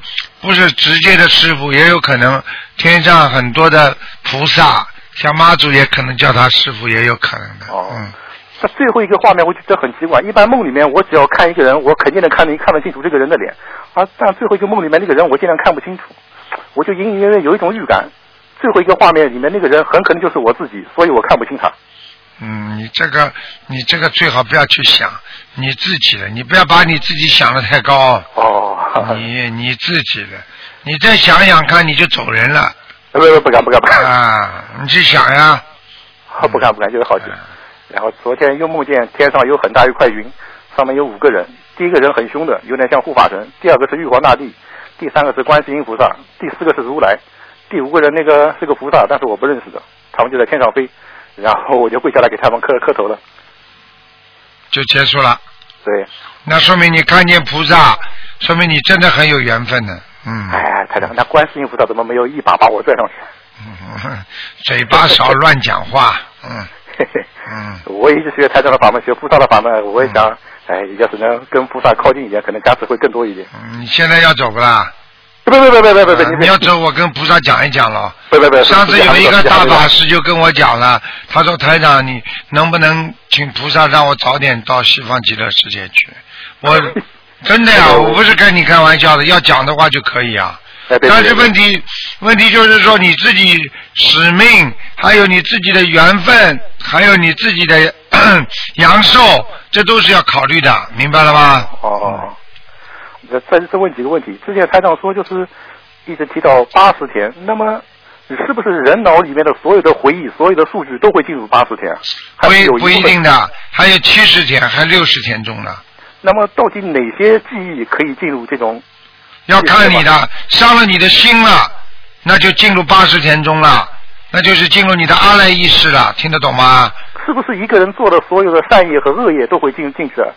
[SPEAKER 2] 不是直接的师傅，也有可能天上很多的菩萨，像妈祖也可能叫他师傅，也有可能的。
[SPEAKER 8] 哦
[SPEAKER 2] 嗯，
[SPEAKER 8] 那最后一个画面我就觉得很奇怪，一般梦里面我只要看一个人，我肯定能看得看得清楚这个人的脸，啊，但最后一个梦里面那个人我竟然看不清楚，我就隐隐约约有一种预感，最后一个画面里面那个人很可能就是我自己，所以我看不清他。
[SPEAKER 2] 嗯，你这个你这个最好不要去想你自己的，你不要把你自己想的太高，
[SPEAKER 8] 哦，哈 哈
[SPEAKER 2] 你你自己的，你再想想看你就走人了
[SPEAKER 8] 不不不敢不敢不敢，
[SPEAKER 2] 啊！你去想呀，
[SPEAKER 8] 不敢不敢，就是好
[SPEAKER 2] 嗯
[SPEAKER 8] 奇。然后昨天又梦见天上有很大一块云，上面有五个人，第一个人很凶的，有点像护法神；第二个是玉皇大帝，第三个是观世音菩萨，第四个是如来，第五个人那个是个菩萨，但是我不认识的，他们就在天上飞，然后我就跪下来给他们磕磕头了。
[SPEAKER 2] 就结束了。
[SPEAKER 8] 对，
[SPEAKER 2] 那说明你看见菩萨，说明你真的很有缘分的。嗯。
[SPEAKER 8] 哎，台长，那观世音菩萨怎么没有一把把我拽上去？
[SPEAKER 2] 嗯 嘴巴少乱讲话，嗯
[SPEAKER 8] 嘿嘿，
[SPEAKER 2] 嗯，
[SPEAKER 8] 我一直学台长的法门，学菩萨的法门，我也想，
[SPEAKER 2] 嗯
[SPEAKER 8] 哎，要是能跟菩萨靠近一点，可能加持会更多一点。
[SPEAKER 2] 嗯你现在要走不啦？
[SPEAKER 8] 不不不不不不不，
[SPEAKER 2] 啊
[SPEAKER 8] 你
[SPEAKER 2] 你要走，我跟菩萨讲一讲喽。
[SPEAKER 8] 不不不，
[SPEAKER 2] 上次有一个大法
[SPEAKER 8] 师，
[SPEAKER 2] 师就跟我讲了，他说台长，你能不能请菩萨让我早点到西方极乐世界去？ 我真的呀，我不是跟你开玩笑的，要讲的话就可以啊。
[SPEAKER 8] 哎对对对
[SPEAKER 2] 但是问题，问题就是说你自己使命，还有你自己的缘分，还有你自己的 阳寿，这都是要考虑的，明白了吗？
[SPEAKER 8] 哦哦哦，
[SPEAKER 2] 嗯
[SPEAKER 8] 那再再问几个问题。之前台长说就是一直提到八十天，那么是不是人脑里面的所有的回忆、所有的数据都会进入八十天？还
[SPEAKER 2] 不
[SPEAKER 8] 是
[SPEAKER 2] 一
[SPEAKER 8] 有
[SPEAKER 2] 不一
[SPEAKER 8] 部分
[SPEAKER 2] 定。的，还有七十天，还六十天中呢。
[SPEAKER 8] 那么到底哪些记忆可以进入这种？
[SPEAKER 2] 要看你的，伤了你的心了，那就进入八十田中了，那就是进入你的阿赖意识了，听得懂吗？
[SPEAKER 8] 是不是一个人做的所有的善业和恶业都会进进去啊的？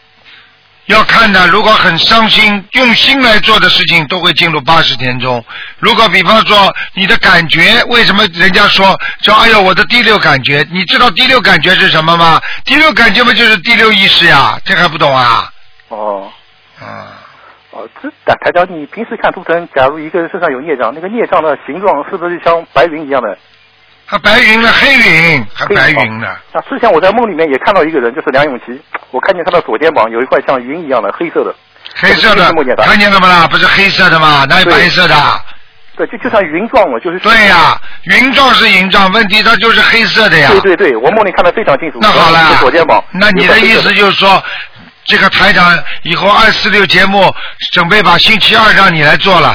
[SPEAKER 2] 要看的，如果很伤心，用心来做的事情都会进入八十田中。如果比方说你的感觉，为什么人家说说哎呦我的第六感觉？你知道第六感觉是什么吗？第六感觉嘛就是第六意识呀，这还不懂啊？
[SPEAKER 8] 哦
[SPEAKER 2] 嗯，
[SPEAKER 8] 哦，这台台长，你平时看图腾，假如一个人身上有孽障，那个孽障的形状是不是就像白云一样的？
[SPEAKER 2] 还白云了，黑云还
[SPEAKER 8] 黑云
[SPEAKER 2] 白云呢。
[SPEAKER 8] 那之前我在梦里面也看到一个人，就是梁咏琪，我看见他的左肩膀有一块像云一样的黑色的，
[SPEAKER 2] 黑色的
[SPEAKER 8] 这个梦见，的
[SPEAKER 2] 看见了吗？啦？不是黑色的吗？哪有
[SPEAKER 8] 对
[SPEAKER 2] 白色的啊？
[SPEAKER 8] 对，就就像云状嘛，就是
[SPEAKER 2] 对呀、云状是云状，问题它就是黑色的呀。
[SPEAKER 8] 对对对，我梦里看得非常清楚。
[SPEAKER 2] 那好
[SPEAKER 8] 然后
[SPEAKER 2] 了
[SPEAKER 8] 是，左肩膀。
[SPEAKER 2] 那你的意
[SPEAKER 8] 有一块黑色。
[SPEAKER 2] 思就是说，这个台长以后二四六节目准备把星期二让你来做了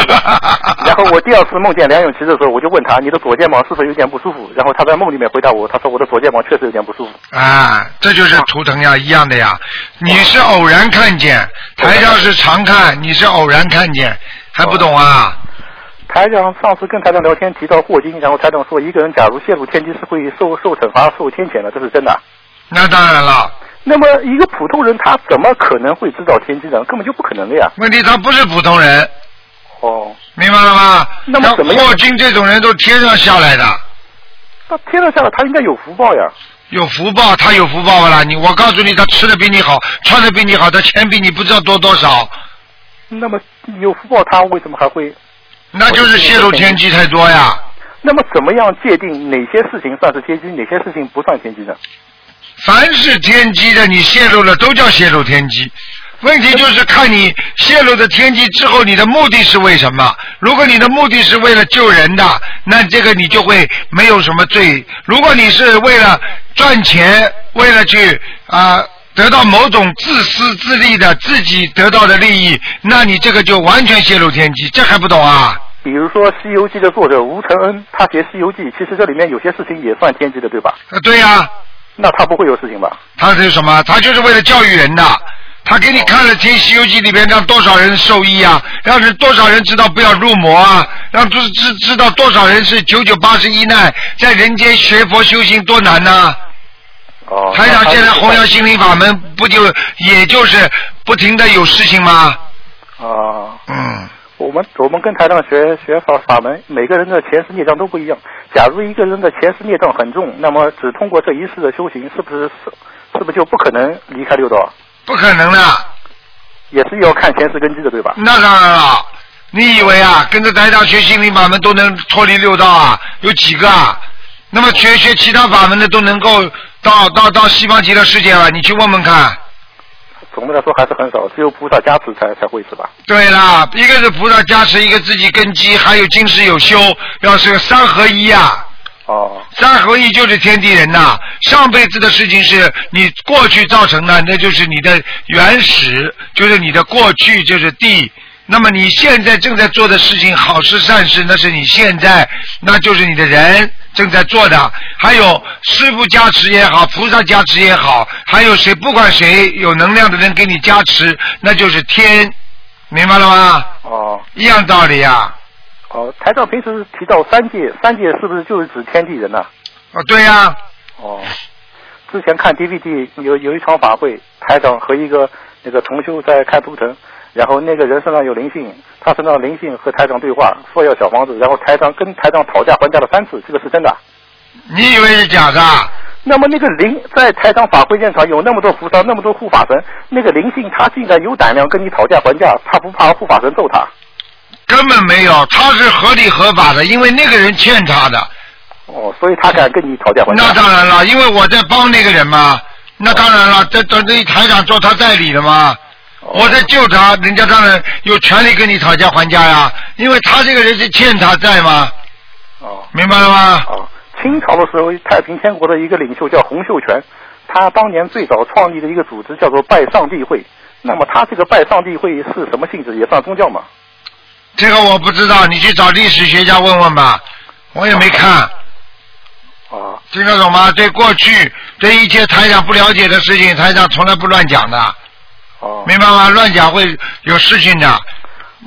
[SPEAKER 8] 然后我第二次梦见梁咏琪的时候，我就问他，你的左肩膀是否有点不舒服？然后他在梦里面回答我，他说我的左肩膀确实有点不舒服。
[SPEAKER 2] 啊，这就是图腾呀，一样的呀。你是偶然看
[SPEAKER 8] 啊
[SPEAKER 2] 见，台长是常看，你是偶然看见，还不懂啊？
[SPEAKER 8] 台长上次跟台长聊天提到霍金，然后台长说一个人假如泄露天机是会受受惩罚、受天谴的，这是真的。
[SPEAKER 2] 那当然了，
[SPEAKER 8] 那么一个普通人他怎么可能会知道天机呢？根本就不可能的呀。
[SPEAKER 2] 问题他不是普通人，
[SPEAKER 8] 哦，
[SPEAKER 2] 明白了吗？
[SPEAKER 8] 那么怎么样
[SPEAKER 2] 霍金这种人都天上下来的。
[SPEAKER 8] 那天上下来他应该有福报呀。
[SPEAKER 2] 有福报，他有福报不啦？你我告诉你，他吃的比你好，穿的比你好，他钱比你不知道多多少，
[SPEAKER 8] 那么有福报他为什么还会？
[SPEAKER 2] 那就是泄露天机太多呀。
[SPEAKER 8] 那么怎么样界定哪些事情算是天机，哪些事情不算天机呢？
[SPEAKER 2] 凡是天机的，你泄露了都叫泄露天机。问题就是看你泄露的天机之后，你的目的是为什么？如果你的目的是为了救人的，那这个你就会没有什么罪；如果你是为了赚钱，为了去啊、得到某种自私自利的自己得到的利益，那你这个就完全泄露天机，这还不懂啊？
[SPEAKER 8] 比如说《西游记》的作者吴承恩，他写《西游记》，其实这里面有些事情也算天机的，对吧？
[SPEAKER 2] 呃对呀、
[SPEAKER 8] 那他不会有事情吧？
[SPEAKER 2] 他是什么？他就是为了教育人的。他给你看了《听西游记》里边，让多少人受益啊，让人多少人知道不要入魔啊，让知知知道多少人是九九八十一难，在人间学佛修行多难呐、
[SPEAKER 8] 哦，
[SPEAKER 2] 台长
[SPEAKER 8] 那他
[SPEAKER 2] 现在弘扬心灵法门，不就也就是不停的有事情吗？
[SPEAKER 8] 啊，
[SPEAKER 2] 嗯，
[SPEAKER 8] 我们我们跟台长学学法法门，每个人的前世孽障都不一样。假如一个人的前世孽障很重，那么只通过这一世的修行，是不是是是不是就不可能离开六道啊？
[SPEAKER 2] 不可能的。
[SPEAKER 8] 也是要看前世根基的，对吧？
[SPEAKER 2] 那当然了，你以为啊，跟着台长学心灵法门都能脱离六道啊？有几个啊？那么学学其他法门的都能够到到到西方极乐世界了？你去问问看。
[SPEAKER 8] 总的来说还是很少，只有菩萨加持才才会是吧？
[SPEAKER 2] 对啦，一个是菩萨加持，一个自己根基，还有今世有修，要是三合一啊。
[SPEAKER 8] 哦，
[SPEAKER 2] 三合一就是天地人呐、上辈子的事情是你过去造成的，那就是你的原始，就是你的过去，就是地。那么你现在正在做的事情，好事善事，那是你现在，那就是你的人正在做的。还有师傅加持也好，菩萨加持也好，还有谁不管谁有能量的人给你加持，那就是天，明白了吗？
[SPEAKER 8] 哦。
[SPEAKER 2] 一样道理啊呀、
[SPEAKER 8] 哦，台长平时提到三界，三界是不是就是指天地人呐、
[SPEAKER 2] 哦，对呀、
[SPEAKER 8] 哦，之前看 DVD 有有一场法会，台长和一个那个同修在看图腾，然后那个人身上有灵性，他身上的灵性和台长对话，说要小房子，然后台长跟台长讨价还价了三次，这个是真的啊。
[SPEAKER 2] 你以为是假的啊？
[SPEAKER 8] 那么那个灵在台长法会现场有那么多菩萨，那么多护法神，那个灵性他竟然有胆量跟你讨价还价，他不怕护法神揍他？
[SPEAKER 2] 根本没有，他是合理合法的，因为那个人欠他的。
[SPEAKER 8] 哦，所以他敢跟你讨价还价。
[SPEAKER 2] 那当然了，因为我在帮那个人嘛。那当然了，这这这台长做他代理的嘛。我在救他，人家当然有权利跟你讨价还价呀，因为他这个人是欠他债嘛，
[SPEAKER 8] 哦
[SPEAKER 2] 明白了吗？
[SPEAKER 8] 哦，清朝的时候，太平天国的一个领袖叫洪秀全，他当年最早创立的一个组织叫做拜上帝会。那么他这个拜上帝会是什么性质？也算宗教嘛？
[SPEAKER 2] 这个我不知道，你去找历史学家问问吧，我也没看，
[SPEAKER 8] 啊，
[SPEAKER 2] 听得懂吗？对过去对一切台长不了解的事情，台长从来不乱讲的，
[SPEAKER 8] 哦，
[SPEAKER 2] 明白吗？乱讲会有事情的。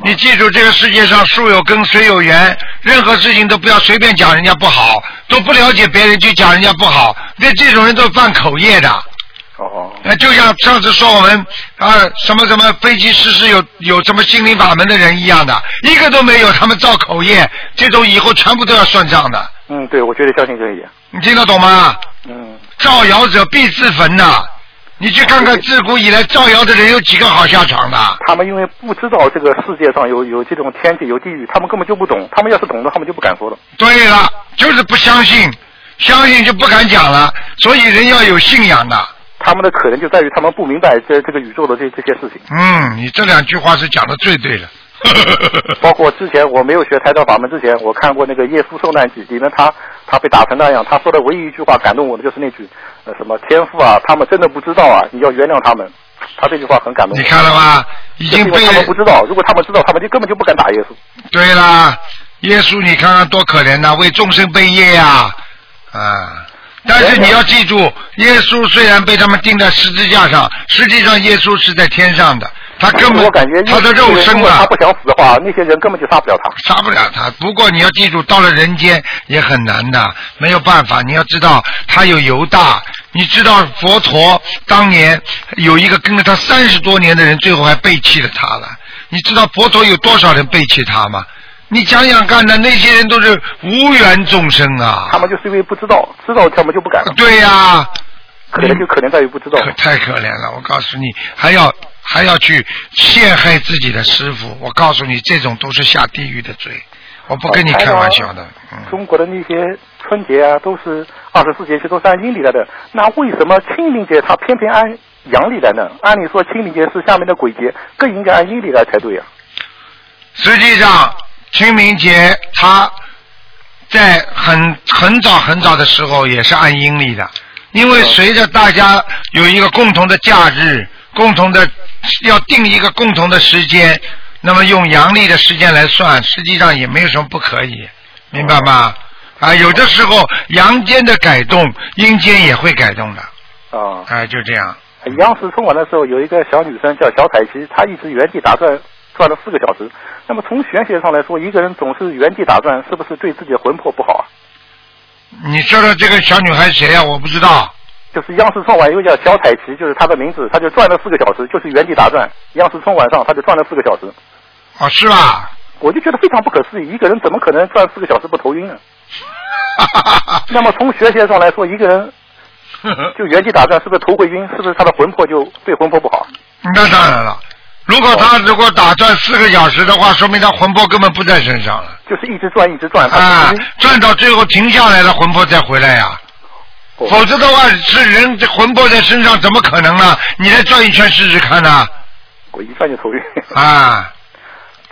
[SPEAKER 2] 你记住，这个世界上树有根，水有源，任何事情都不要随便讲人家不好，都不了解别人去讲人家不好，那这种人都犯口业的。
[SPEAKER 8] 哦，
[SPEAKER 2] 那就像上次说我们啊什么什么飞机失事有有什么心灵法门的人一样的，一个都没有，他们造口业，这种以后全部都要算账的，
[SPEAKER 8] 嗯，对，我觉得相信这一点。
[SPEAKER 2] 你听得懂吗？
[SPEAKER 8] 嗯，
[SPEAKER 2] 造谣者必自焚呐、你去看看自古以来造谣的人有几个好下场的？
[SPEAKER 8] 他们因为不知道这个世界上有有这种天地有地狱，他们根本就不懂。他们要是懂的，他们就不敢说了。
[SPEAKER 2] 对了，就是不相信，相信就不敢讲了，所以人要有信仰的。
[SPEAKER 8] 他们的可能就在于他们不明白这这个宇宙的这这些事情。
[SPEAKER 2] 嗯，你这两句话是讲的最对的。
[SPEAKER 8] 包括之前我没有学台长法门之前，我看过那个《耶稣受难记》，里面他他被打成那样，他说的唯一一句话感动我的就是那句，呃，什么天赋啊，他们真的不知道啊，你要原谅他们。他这句话很感动
[SPEAKER 2] 你
[SPEAKER 8] 我。
[SPEAKER 2] 看了吧？已
[SPEAKER 8] 就是
[SPEAKER 2] 经
[SPEAKER 8] 因为
[SPEAKER 2] 被
[SPEAKER 8] 他们不知道，如果他们知道，他们就根本就不敢打耶稣。
[SPEAKER 2] 对啦，耶稣你看看多可怜呐、为众生背业呀、啊，但是你要记住，耶稣虽然被他们钉在十字架上，实际上耶稣是在天上的，他根
[SPEAKER 8] 我感觉
[SPEAKER 2] 本他的肉身
[SPEAKER 8] 如果他
[SPEAKER 2] 啊
[SPEAKER 8] 不想死的话，那些人根本就杀不了他。
[SPEAKER 2] 杀不了他。不过你要记住，到了人间也很难的，没有办法。你要知道，他有犹大，你知道佛陀当年有一个跟了他三十多年的人，最后还背弃了他了。你知道佛陀有多少人背弃他吗？你想想看呢，那些人都是无缘众生啊
[SPEAKER 8] 他。们就是因为不知道，知道他们就不敢了。
[SPEAKER 2] 对呀、
[SPEAKER 8] 可能就可能在于不知道。
[SPEAKER 2] 嗯可太可怜了，我告诉你，还要还要去陷害自己的师傅，我告诉你，这种都是下地狱的罪，我不
[SPEAKER 8] 哦
[SPEAKER 2] 跟你开玩笑的。嗯，
[SPEAKER 8] 中国的那些春节啊，都是二十四节气，都是按阴历来的。那为什么清明节它偏偏按阳历来呢？按理说清明节是下面的鬼节，更应该按阴历来才对呀、啊
[SPEAKER 2] 实际上清明节它在很很早很早的时候也是按阴历的，因为随着大家有一个共同的假日，共同的要定一个共同的时间，那么用阳历的时间来算，实际上也没有什么不可以，明白吗？啊，有的时候阳间的改动，阴间也会改动的，
[SPEAKER 8] 啊。
[SPEAKER 2] 哎，就这样。
[SPEAKER 8] 央视春晚的时候，有一个小女生叫小彩旗，她一直原地打转，转了四个小时。那么从玄学上来说，一个人总是原地打转，是不是对自己的魂魄不好啊？
[SPEAKER 2] 你说的这个小女孩谁呀、我不知道。
[SPEAKER 8] 就是央视春晚有一个叫小彩旗，就是她的名字，她就转了四个小时，就是原地打转。央视春晚上，她就转了四个小时。
[SPEAKER 2] 哦，是吧？
[SPEAKER 8] 我就觉得非常不可思议，一个人怎么可能转四个小时不头晕呢？那么从学学上来说，一个人就原地打转，是不是头会晕？是不是他的魂魄就对魂魄不好？
[SPEAKER 2] 那当然了，如果他如果打转四个小时的话，说明他魂魄根本不在身上了
[SPEAKER 8] 就是一直转，一直转。他
[SPEAKER 2] 啊
[SPEAKER 8] 就是，
[SPEAKER 2] 转到最后停下来了，魂魄再回来呀、
[SPEAKER 8] 哦
[SPEAKER 2] 否则的话，是人这魂魄在身上，怎么可能呢？你再转一圈试试看呢、
[SPEAKER 8] 我一转就头晕。
[SPEAKER 2] 啊？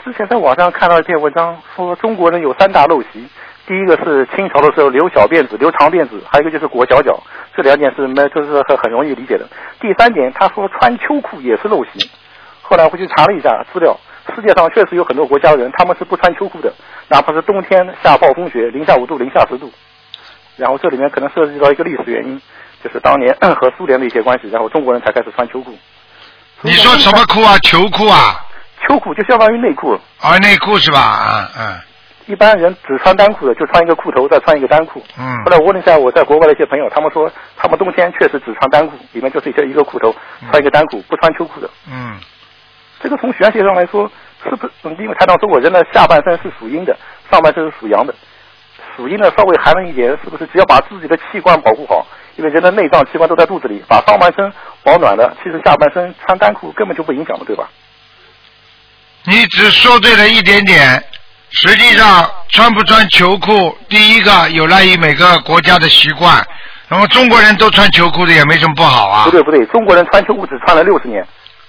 [SPEAKER 8] 之前在网上看到一篇文章，说中国人有三大陋习，第一个是清朝的时候留小辫子、留长辫子，还有一个就是裹小脚，这两点是没就是很很容易理解的。第三点，他说穿秋裤也是陋习。后来回去查了一下资料，世界上确实有很多国家的人他们是不穿秋裤的，哪怕是冬天下暴风雪，零下五度、零下十度。然后这里面可能涉及到一个历史原因，就是当年呃和苏联的一些关系，然后中国人才开始穿秋裤。
[SPEAKER 2] 你说什么裤啊？球裤啊？
[SPEAKER 8] 秋裤就相当于内裤，
[SPEAKER 2] 啊，内裤是吧？啊，嗯
[SPEAKER 8] 一般人只穿单裤的，就穿一个裤头，再穿一个单裤。
[SPEAKER 2] 嗯
[SPEAKER 8] 后来我问了一下我在国外的一些朋友，他们说他们冬天确实只穿单裤，里面就是一些一个裤头，穿一个单裤，不穿秋裤的。
[SPEAKER 2] 嗯，
[SPEAKER 8] 这个从玄学上来说，是不是？嗯因为台长说过，人的下半身是属阴的，上半身是属阳的。属阴的稍微寒冷一点，是不是只要把自己的器官保护好？因为人的内脏器官都在肚子里，把上半身保暖了，其实下半身穿单裤根本就不影响的，对吧？
[SPEAKER 2] 你只说对了一点点。实际上，穿不穿球裤，第一个有赖于每个国家的习惯。然后中国人都穿球裤的也没什么不好啊
[SPEAKER 8] 不。对不对，中国人穿秋裤只穿了六十年，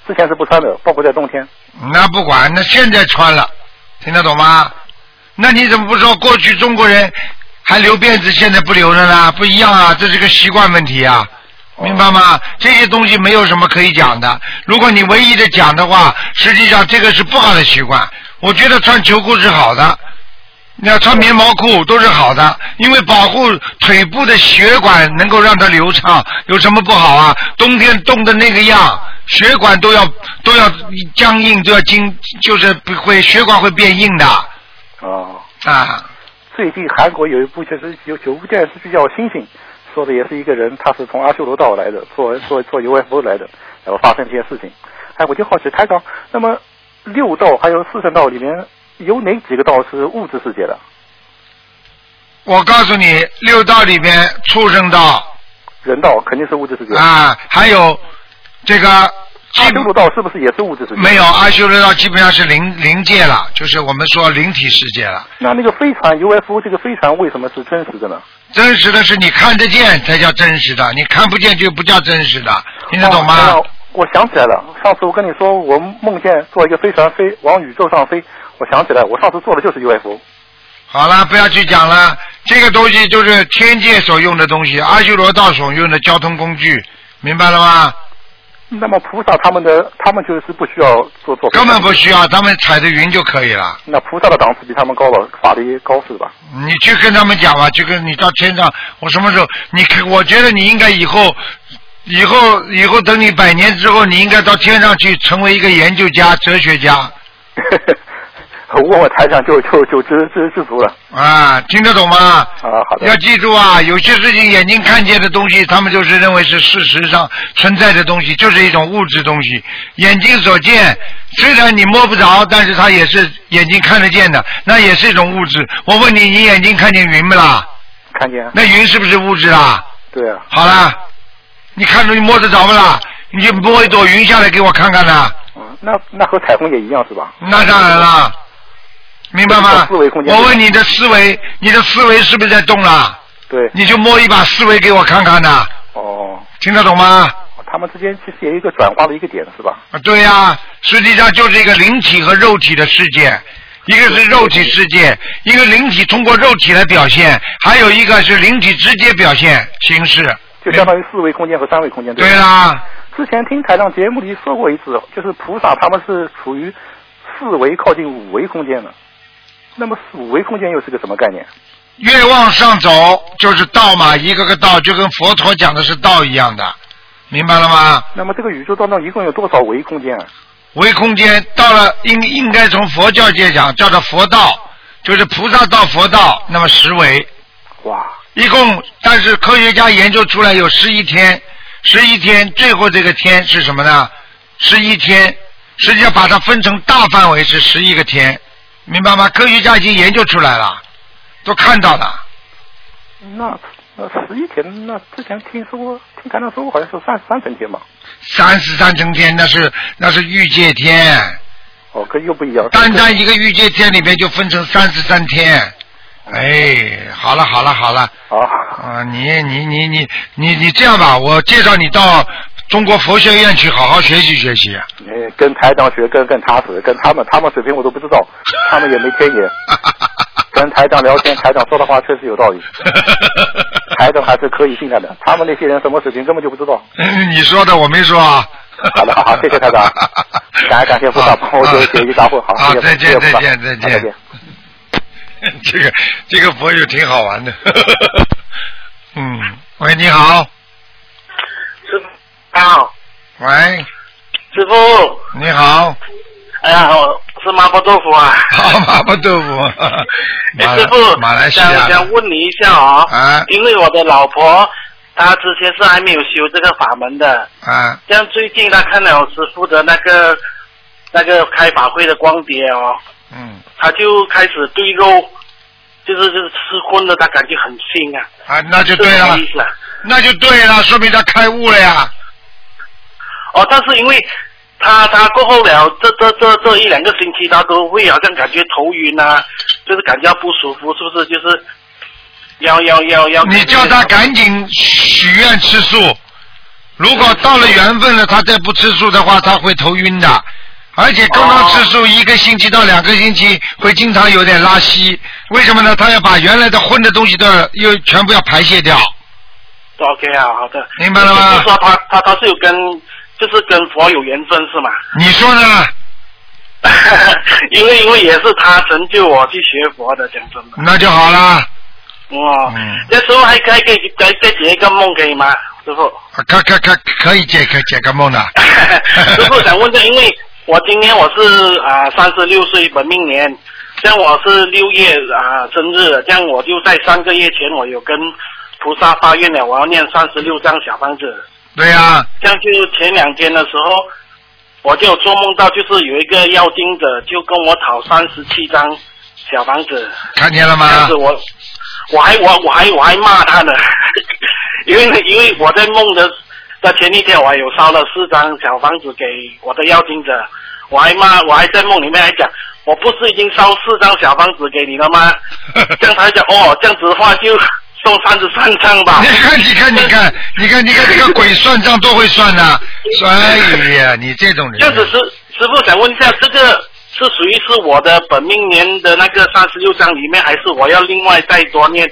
[SPEAKER 8] 之前是不穿的，包括在冬天。
[SPEAKER 2] 那不管，那现在穿了，听得懂吗？那你怎么不说过去中国人还留辫子，现在不留了呢？不一样啊，这是个习惯问题啊，明白吗？这些东西没有什么可以讲的。如果你唯一的讲的话，实际上这个是不好的习惯。我觉得穿球裤是好的，你要穿棉毛裤都是好的，因为保护腿部的血管能够让它流畅，有什么不好啊？冬天冻的那个样，血管都要都要僵硬，都要经，就是不会血管会变硬的
[SPEAKER 8] 哦，
[SPEAKER 2] 啊。
[SPEAKER 8] 最近韩国有一部就是有有部电视剧叫《星星》，说的也是一个人，他是从阿修罗道来的，做做做 UFO 来的，然后发生这些事情。哎，我就好奇台长，那么六道还有四圣道里面有哪几个道是物质世界的？
[SPEAKER 2] 我告诉你，六道里边畜生道
[SPEAKER 8] 人道肯定是物质世界，
[SPEAKER 2] 啊，还有这个
[SPEAKER 8] 阿修罗道是不是也是物质世界？
[SPEAKER 2] 没有阿修罗道，基本上是灵灵界了，就是我们说灵体世界了。
[SPEAKER 8] 那那个飞船 UFO 这个飞船为什么是真实的呢？
[SPEAKER 2] 真实的是你看得见才叫真实的，你看不见就不叫真实的，听得懂吗？
[SPEAKER 8] 哦我想起来了，上次我跟你说，我梦见坐一个飞船飞往宇宙上飞，我想起来，我上次做的就是 UFO。
[SPEAKER 2] 好了，不要去讲了，这个东西就是天界所用的东西，阿修罗道所用的交通工具，明白了吗？
[SPEAKER 8] 那么菩萨他们的，他们就是不需要做做。
[SPEAKER 2] 嗯根本不。需要，他们踩着云就可以了。
[SPEAKER 8] 那菩萨的档次比他们高了，法力高是吧？
[SPEAKER 2] 你去跟他们讲吧，就跟你到天上，我什么时候？你可我觉得你应该以后，以后以后等你百年之后，你应该到天上去成为一个研究家、哲学家
[SPEAKER 8] 问问台长就就就知知知足了。
[SPEAKER 2] 啊，听得懂吗？
[SPEAKER 8] 啊，好的
[SPEAKER 2] 要。记住啊，有些事情眼睛看见的东西，他们就是认为是事实上存在的东西，就是一种物质东西。眼睛所见，虽然你摸不着，但是它也是眼睛看得见的，那也是一种物质。我问你，你眼睛看见云不啦？
[SPEAKER 8] 看见。
[SPEAKER 2] 那云是不是物质啦？
[SPEAKER 8] 对啊。
[SPEAKER 2] 好啦，你看着你摸得着不啦？你就摸一朵云下来给我看看啦。
[SPEAKER 8] 嗯，那那和彩虹也一样是吧？
[SPEAKER 2] 那当然啦，明白吗？
[SPEAKER 8] 思维空间
[SPEAKER 2] 我问你的思维，你的思维是不是在动啦？
[SPEAKER 8] 对。
[SPEAKER 2] 你就摸一把思维给我看看呐，
[SPEAKER 8] 哦，
[SPEAKER 2] 听得懂吗？
[SPEAKER 8] 他们之间其实也有一个转化的一个点是吧？
[SPEAKER 2] 啊，对呀、实际上就是一个灵体和肉体的世界，一个是肉体世界，一个灵体通过肉体来表现，还有一个是灵体直接表现形式。
[SPEAKER 8] 就相当于四维空间和三维空间。
[SPEAKER 2] 对
[SPEAKER 8] 吧
[SPEAKER 2] 啦，
[SPEAKER 8] 之前听台上节目里说过一次，就是菩萨他们是处于四维靠近五维空间的。那么四五维空间又是个什么概念？
[SPEAKER 2] 越往上走就是道嘛，一个个道就跟佛陀讲的是道一样的，明白了吗？
[SPEAKER 8] 那么这个宇宙当中一共有多少维空间啊？
[SPEAKER 2] 为空间到了应应该从佛教界讲叫做佛道，就是菩萨道、佛道，那么十维，
[SPEAKER 8] 哇，
[SPEAKER 2] 一共，但是科学家研究出来有十一天，十一天，最后这个天是什么呢？十一天，实际上把它分成大范围是十一个天，明白吗？科学家已经研究出来了，都看到了。
[SPEAKER 8] 那那十一天，那之前听说过，听台上说过好像是三三层天吧？
[SPEAKER 2] 三十三层天，那是那是欲界天，
[SPEAKER 8] 哦，可又不一样。
[SPEAKER 2] 单单一个欲界天里面就分成三十三天。
[SPEAKER 8] 嗯
[SPEAKER 2] 哎，好了好了好了，
[SPEAKER 8] 啊，
[SPEAKER 2] 啊，你你你你你你这样吧，我介绍你到中国佛学院去好好学习学习。
[SPEAKER 8] 你哎跟台长学更更踏实，跟他们他们水平我都不知道，他们也没天 眼。跟台长聊天，台长说的话确实有 道理，台长还是可以信赖的。他们那些人什么水平根本就不知道。
[SPEAKER 2] 嗯你说的我没说啊。
[SPEAKER 8] 好的好谢谢 台长感恩感谢菩
[SPEAKER 2] 好
[SPEAKER 8] 萨帮我解
[SPEAKER 2] 好
[SPEAKER 8] 解疑答惑好
[SPEAKER 2] 好，
[SPEAKER 8] 谢谢
[SPEAKER 2] 啊再
[SPEAKER 8] 谢谢
[SPEAKER 2] 见
[SPEAKER 8] 菩
[SPEAKER 2] 再
[SPEAKER 8] 萨
[SPEAKER 2] 见再
[SPEAKER 8] 好再见
[SPEAKER 2] 见。 这个这个佛友挺好玩的。 嗯，喂，你好，
[SPEAKER 9] 师傅，好，
[SPEAKER 2] 喂，
[SPEAKER 9] 师傅，
[SPEAKER 2] 你好，哦
[SPEAKER 9] 哎呀，我是麻婆豆腐啊。
[SPEAKER 2] 好麻婆豆腐，马
[SPEAKER 9] 哎，师傅，
[SPEAKER 2] 马来西
[SPEAKER 9] 想
[SPEAKER 2] 亚
[SPEAKER 9] 想问你一下哦，
[SPEAKER 2] 啊
[SPEAKER 9] 因为我的老婆她之前是还没有修这个法门的，
[SPEAKER 2] 啊，
[SPEAKER 9] 像最近她看了我师傅的那个那个开法会的光碟哦，
[SPEAKER 2] 嗯
[SPEAKER 9] 她就开始对肉，就是就是吃荤的，她感觉很腥啊。
[SPEAKER 2] 啊，那就是对
[SPEAKER 9] 什
[SPEAKER 2] 了
[SPEAKER 9] 么意，思啊？
[SPEAKER 2] 那就对了，说明他开悟了呀。
[SPEAKER 9] 哦，但是因为他他过后了，这这这这一两个星期，他都会好像感觉头晕啊，就是感觉到不舒服，是不是？就是要要要要。
[SPEAKER 2] 你叫他赶紧许愿吃素。如果到了缘分了，他再不吃素的话，他会头晕的。而且刚刚吃素一个星期到两个星期，会经常有点拉稀。为什么呢？他要把原来的荤的东西都要又全部要排泄掉。
[SPEAKER 9] OK 啊，好的。
[SPEAKER 2] 明白了吗
[SPEAKER 9] 就是说他他他是有跟就是跟佛有缘分是吗？
[SPEAKER 2] 你说呢？
[SPEAKER 9] 因为因为也是他成就我去学佛的，讲真的。
[SPEAKER 2] 那就好啦。
[SPEAKER 9] 哇，
[SPEAKER 2] 嗯，
[SPEAKER 9] 那时候还可以给再再解一个梦可以吗，师傅？
[SPEAKER 2] 可可可可以解可解个梦的。
[SPEAKER 9] 师傅想问一下，因为我今年我是啊三十六岁本命年，像我是六月啊、生日，这样我就在三个月前我有跟菩萨发愿了，我要念三十六张小房子。
[SPEAKER 2] 对呀、
[SPEAKER 9] 这样就前两天的时候，我就有做梦到就是有一个要经者就跟我讨三十七张小房子，
[SPEAKER 2] 看见了
[SPEAKER 9] 这样
[SPEAKER 2] 吗
[SPEAKER 9] 子？我我还我我还我还骂他呢，因为因为我在梦的在前一天我还有烧了四张小房子给我的要经者，我还骂我还在梦里面还讲。我不是已经烧四张小房子给你了吗？这样他讲哦，这样子的话就送三十三张吧。
[SPEAKER 2] 你看，你看，你看，你看，你看，这个鬼算账都会算的。哎呀，你这种人，
[SPEAKER 9] 这样子师师傅想问一下，这个是属于是我的本命年的那个三十六章里面，还是我要另外再多念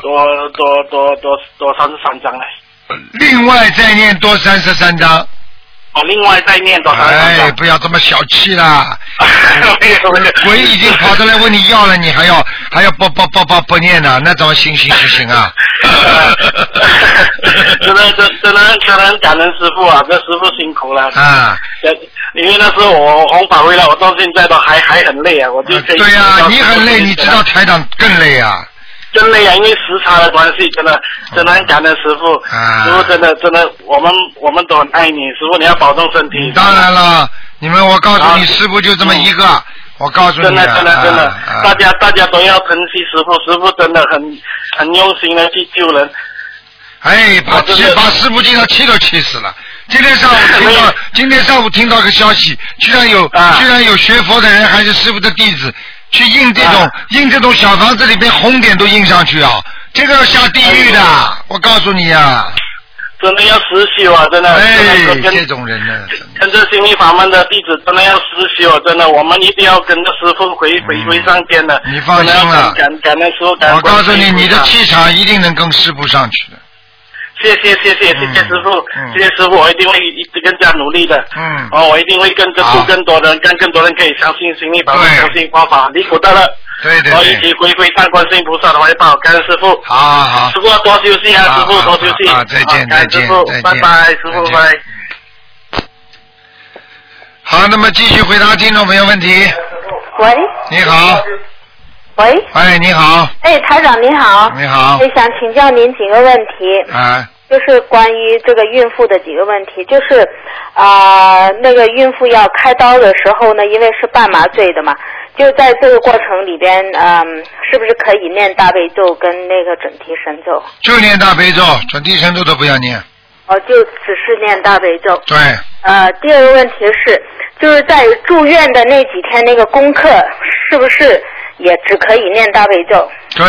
[SPEAKER 9] 多多多多多三十三章呢？
[SPEAKER 2] 另外再念多三十三章。
[SPEAKER 9] 我啊另外再 念多三十三
[SPEAKER 2] 哎，
[SPEAKER 9] 章。
[SPEAKER 2] 不要这么小气啦！
[SPEAKER 9] 哎没有没有
[SPEAKER 2] 鬼已经跑出来问你要了，你还要还要不不不不不念呢、那怎么行行行行 啊？
[SPEAKER 9] 真的真真的真的很感恩师傅啊，这师傅辛苦了。呃
[SPEAKER 2] 啊，
[SPEAKER 9] 因为那时候我红法回来，我到现在都还还很累啊，我就可以
[SPEAKER 2] 对呀、
[SPEAKER 9] 知道
[SPEAKER 2] 你很累，
[SPEAKER 9] 师傅
[SPEAKER 2] 你知道台长更累啊。
[SPEAKER 9] 真累啊，因为时差的关系，真的真的很感恩师傅。
[SPEAKER 2] 啊
[SPEAKER 9] 师傅真的真的，我们我们都很爱你，师傅你要保重身体。
[SPEAKER 2] 当然了，你们我告诉你，
[SPEAKER 9] 啊
[SPEAKER 2] 师傅就这么一个，我告诉你啊，
[SPEAKER 9] 真的真的真的，
[SPEAKER 2] 啊啊
[SPEAKER 9] 大家大家都要珍惜师傅，师傅真的很很用心的去救人。
[SPEAKER 2] 哎，把
[SPEAKER 9] 我真
[SPEAKER 2] 气
[SPEAKER 9] 的
[SPEAKER 2] 把师傅经常气都气死了。今天 上午听到，今天上午听到个消息，居然有、
[SPEAKER 9] 啊
[SPEAKER 2] 居然有学佛的人还是师傅的弟子，去印这种、
[SPEAKER 9] 啊
[SPEAKER 2] 印这种小房子里边红点都印上去啊，这个要下地狱的，
[SPEAKER 9] 哎
[SPEAKER 2] 我告诉你啊，
[SPEAKER 9] 真的要实修啊！真的，
[SPEAKER 2] 哎
[SPEAKER 9] 真，的
[SPEAKER 2] 这
[SPEAKER 9] 跟
[SPEAKER 2] 种人呢，真的
[SPEAKER 9] 跟着心灵法门的弟子真的要实修，啊真的，我们一定要跟着师傅回回
[SPEAKER 2] 嗯
[SPEAKER 9] 归上天的。
[SPEAKER 2] 你放心了
[SPEAKER 9] 真的要感感恩师傅，感恩
[SPEAKER 2] 我告诉你，
[SPEAKER 9] 观世音菩萨
[SPEAKER 2] 你的气场一定能跟师傅上去的。
[SPEAKER 9] 谢谢谢谢谢谢
[SPEAKER 2] 嗯
[SPEAKER 9] 师傅，
[SPEAKER 2] 嗯
[SPEAKER 9] 谢谢师傅，我一定会一直更加努力的。
[SPEAKER 2] 嗯
[SPEAKER 9] 哦，我一定会更接
[SPEAKER 2] 好
[SPEAKER 9] 触更多的人，让更多人可以相信心灵法门，
[SPEAKER 2] 对
[SPEAKER 9] 相信方法，离苦得乐。
[SPEAKER 2] 对对
[SPEAKER 9] 然后一
[SPEAKER 2] 对
[SPEAKER 9] 起，回归上观世音菩萨的怀抱，感恩师傅。
[SPEAKER 2] 好好好
[SPEAKER 9] 师。傅要多休息啊，
[SPEAKER 2] 好
[SPEAKER 9] 师傅
[SPEAKER 2] 好
[SPEAKER 9] 多休息。
[SPEAKER 2] 好好再见
[SPEAKER 9] 好感恩
[SPEAKER 2] 再见
[SPEAKER 9] 师傅
[SPEAKER 2] 再见
[SPEAKER 9] 拜拜，师傅
[SPEAKER 2] 再见
[SPEAKER 9] 拜拜。
[SPEAKER 2] 好，那么继续回答听众朋友问题。
[SPEAKER 10] 喂
[SPEAKER 2] 你好，
[SPEAKER 10] 喂，
[SPEAKER 2] 哎，你好，
[SPEAKER 10] 哎，台长您好，
[SPEAKER 2] 你好
[SPEAKER 10] 我，想请教您几个问题。
[SPEAKER 2] 啊，
[SPEAKER 10] 就是关于这个孕妇的几个问题，就是啊、呃那个孕妇要开刀的时候呢，因为是半麻醉的嘛，就在这个过程里边，嗯、是不是可以念大悲咒跟那个准提神咒？
[SPEAKER 2] 就念大悲咒，准提神咒都不要念。
[SPEAKER 10] 哦，就只是念大悲咒。
[SPEAKER 2] 对，
[SPEAKER 10] 呃，第二个问题是，就是在住院的那几天那个功课，是不是也只可以念大悲咒？
[SPEAKER 2] 对，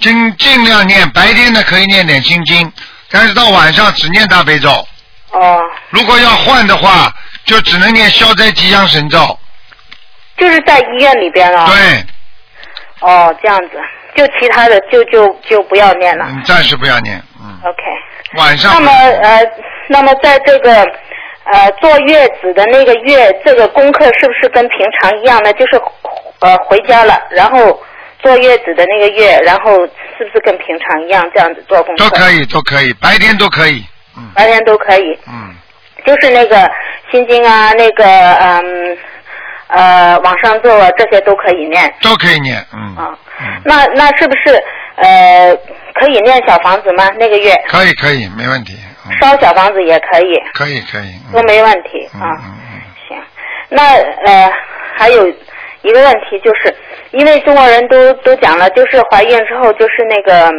[SPEAKER 2] 尽尽量念，白天呢可以念点心经，但是到晚上只念大悲咒。
[SPEAKER 10] 哦，
[SPEAKER 2] 如果要换的话，就只能念消灾吉祥神咒。
[SPEAKER 10] 就是在医院里边啊。。
[SPEAKER 2] 对，
[SPEAKER 10] 哦，这样子，就其他的就就就不要念了。
[SPEAKER 2] 嗯，暂时不要念，嗯，
[SPEAKER 10] OK，
[SPEAKER 2] 晚上
[SPEAKER 10] 那
[SPEAKER 2] 不
[SPEAKER 10] 么
[SPEAKER 2] 要念。
[SPEAKER 10] 呃，那么在这个呃坐月子的那个月，这个功课是不是跟平常一样呢？就是呃回家了，然后坐月子的那个月，然后是不是跟平常一样这样子做功课？
[SPEAKER 2] 都可，以，都可以，白天都可以，嗯
[SPEAKER 10] 白天都可以，
[SPEAKER 2] 嗯，
[SPEAKER 10] 就是那个心经啊，那个嗯呃往上做啊，这些都可以念
[SPEAKER 2] 都可以念，嗯
[SPEAKER 10] 啊。
[SPEAKER 2] 嗯，
[SPEAKER 10] 那那是不是呃可以念小房子吗？那个月
[SPEAKER 2] 可以可以，没问题，嗯，
[SPEAKER 10] 烧小房子也可以，
[SPEAKER 2] 可以可以，嗯
[SPEAKER 10] 都没问题
[SPEAKER 2] 嗯
[SPEAKER 10] 啊。
[SPEAKER 2] 嗯嗯，
[SPEAKER 10] 行，那呃，还有一个问题就是，因为中国人都都讲了，就是怀孕之后就是那个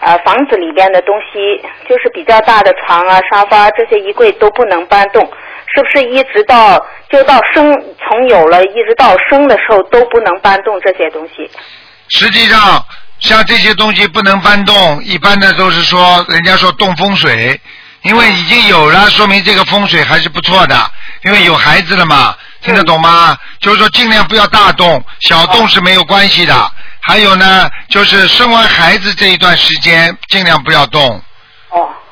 [SPEAKER 10] 呃房子里边的东西，就是比较大的床啊、沙发这些衣柜都不能搬动，是不是一直到就到生从有了一直到生的时候都不能搬动这些东西？
[SPEAKER 2] 实际上，像这些东西不能搬动，一般的都是说人家说动风水，因为已经有了，说明这个风水还是不错的，因为有孩子了嘛，听得懂吗？就是说尽量不要大动，小动是没有关系的。还有呢，就是生完孩子这一段时间，尽量不要动。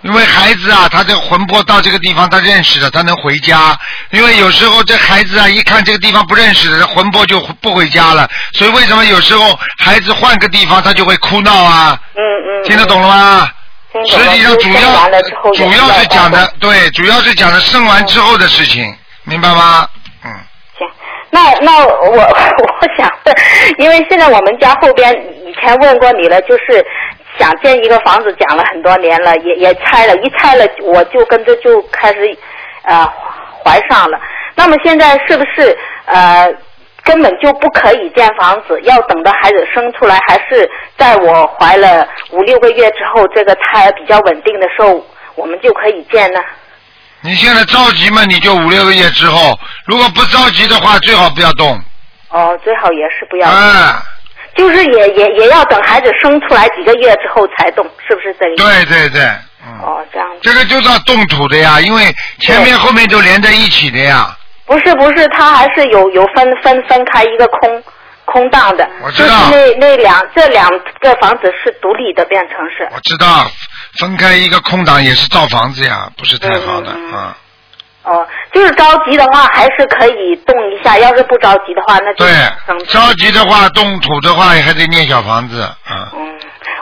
[SPEAKER 2] 因为孩子啊，他这个魂魄到这个地方，他认识的，他能回家。因为有时候这孩子啊，一看这个地方不认识的，他魂魄就不回家了。所以为什么有时候孩子换个地方，他就会哭闹啊？嗯嗯。听得懂了吗？
[SPEAKER 10] 懂了
[SPEAKER 2] 实际上主
[SPEAKER 10] 就是生完了之
[SPEAKER 2] 要
[SPEAKER 10] 后
[SPEAKER 2] 主要是讲的对，主要是讲的生完之后的事情，明白吗？
[SPEAKER 10] 那那我我想问，因为现在我们家后边以前问过你了，就是想建一个房子，讲了很多年了，也也拆了，一拆了我就跟着就开始呃怀上了。那么现在是不是呃根本就不可以建房子，要等到孩子生出来，还是在我怀了五六个月之后，这个胎儿比较稳定的时候，我们就可以建呢？
[SPEAKER 2] 你现在着急嘛，你就五六个月之后，如果不着急的话，最好不要动。
[SPEAKER 10] 哦，最好也是不要。
[SPEAKER 2] 嗯。
[SPEAKER 10] 就是也也也要等孩子生出来几个月之后才动，是不是这个意思？
[SPEAKER 2] 对对对，嗯。
[SPEAKER 10] 哦，这样。
[SPEAKER 2] 这个就是要动土的呀，因为前面后面都连在一起的呀。
[SPEAKER 10] 不是不是，它还是有有分分分开一个空空荡的，
[SPEAKER 2] 我知
[SPEAKER 10] 就是
[SPEAKER 2] 道
[SPEAKER 10] 那那两这两个房子是独立的，变成是。
[SPEAKER 2] 我知道，分开一个空档也是造房子呀，不是太好的啊。
[SPEAKER 10] 哦，就是着急的话还是可以动一下，要是不着急的话，那就
[SPEAKER 2] 对
[SPEAKER 10] 生不，
[SPEAKER 2] 着急的话，动土的话，还得念小房子啊。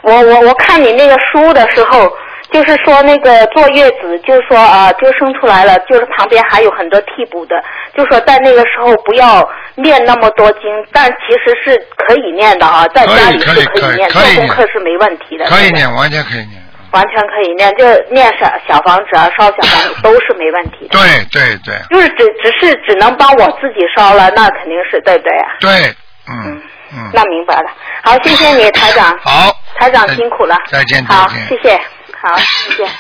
[SPEAKER 10] 我我我看你那个书的时候，就是说那个坐月子，就是说啊，就生出来了，就是旁边还有很多替补的，就说在那个时候不要念那么多经，但其实是可以念的啊，在家里是
[SPEAKER 2] 可以可以
[SPEAKER 10] 以念，
[SPEAKER 2] 可
[SPEAKER 10] 做
[SPEAKER 2] 以可以
[SPEAKER 10] 功
[SPEAKER 2] 念
[SPEAKER 10] 课是没问题的，
[SPEAKER 2] 可以念，完全可以念。
[SPEAKER 10] 完全可以念，就念小小房子啊，烧小房子都是没问题的，
[SPEAKER 2] 对对对
[SPEAKER 10] 就是只只是只能帮我自己烧了，那肯定是对不对啊？
[SPEAKER 2] 对，嗯嗯，
[SPEAKER 10] 那明白了，好，谢谢你台长，
[SPEAKER 2] 好，
[SPEAKER 10] 台长
[SPEAKER 2] 再
[SPEAKER 10] 辛苦了，
[SPEAKER 2] 再见再
[SPEAKER 10] 好，
[SPEAKER 2] 见
[SPEAKER 10] 谢谢，好，谢 谢。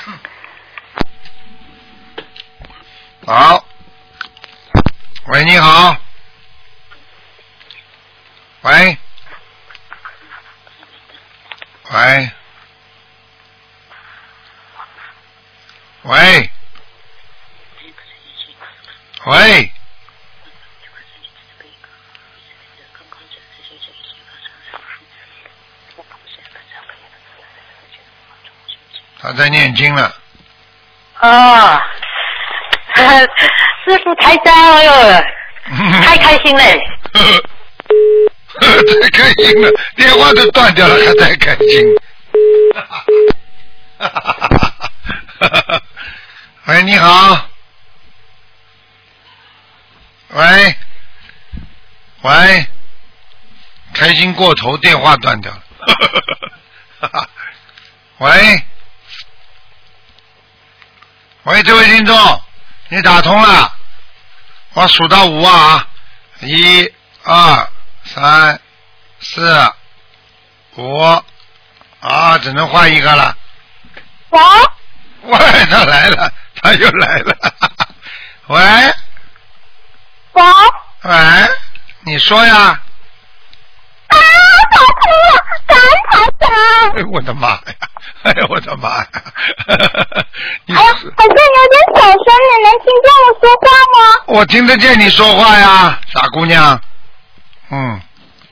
[SPEAKER 2] 好。喂，你好。喂。喂。喂。喂。他在念经了，
[SPEAKER 11] 哦，师傅台长，哎呦，太开心 了！
[SPEAKER 2] 太开心了，电话都断掉了，还太开心。 喂，你好。喂，喂，开心过头，电话断掉了。 喂，喂，这位听众，你打通了，我数到五啊，一、二、三、四、五，啊，只能换一个了。
[SPEAKER 11] 我
[SPEAKER 2] 喂，他来了，他又来了。 喂，
[SPEAKER 11] 我
[SPEAKER 2] 喂，你说呀？哎呦我的妈呀！哎呦我的妈呀！哎你
[SPEAKER 11] 好像有点小声，你能听见我说话吗？
[SPEAKER 2] 我听得见你说话呀，傻姑娘。嗯，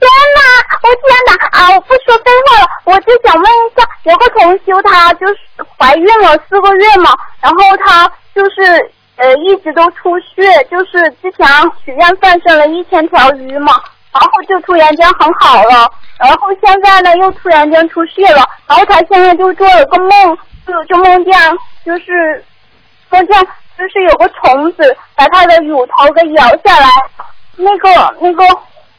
[SPEAKER 11] 天哪，我天哪啊！我不说废话了，我就想问一下，有个同修她就是怀孕了四个月嘛，然后她就是呃一直都出血，就是之前许愿放生了一千条鱼嘛，然后就突然间很好了，然后现在呢又突然间出血了，然后她现在就做了个梦，就就梦见就是梦见就是有个虫子把她的乳头给咬下来，那个那个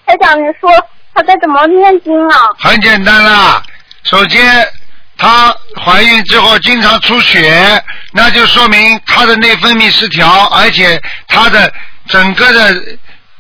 [SPEAKER 11] 台长你说她该怎么念经啊？
[SPEAKER 2] 很简单啦。首先，她怀孕之后经常出血，那就说明她的内分泌失调，而且她的整个的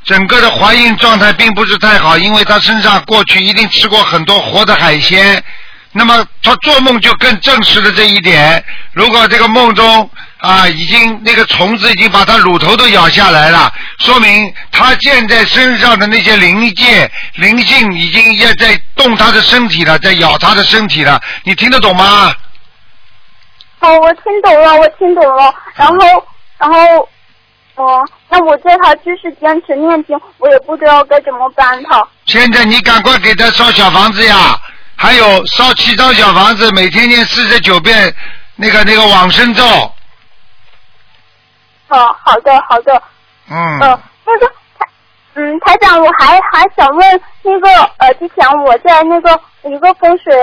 [SPEAKER 2] 整个的怀孕状态并不是太好，因为她身上过去一定吃过很多活的海鲜，那么他做梦就更证实了这一点。如果这个梦中啊，已经那个虫子已经把他乳头都咬下来了，说明他现在身上的那些灵界灵性已经也在动他的身体了，在咬他的身体了。你听得懂吗？
[SPEAKER 11] 哦，我听懂了，我听懂了。然后，然后，哦，那我对他就是坚持念经，我也不知道该怎么办他。
[SPEAKER 2] 现在你赶快给他烧小房子呀，还有烧七张小房子，每天念四十九遍那个那个往生咒。
[SPEAKER 11] 哦，好的，好的。
[SPEAKER 2] 嗯。
[SPEAKER 11] 呃，那个，台嗯，台长，我还还想问那个，呃，之前我在那个一个风水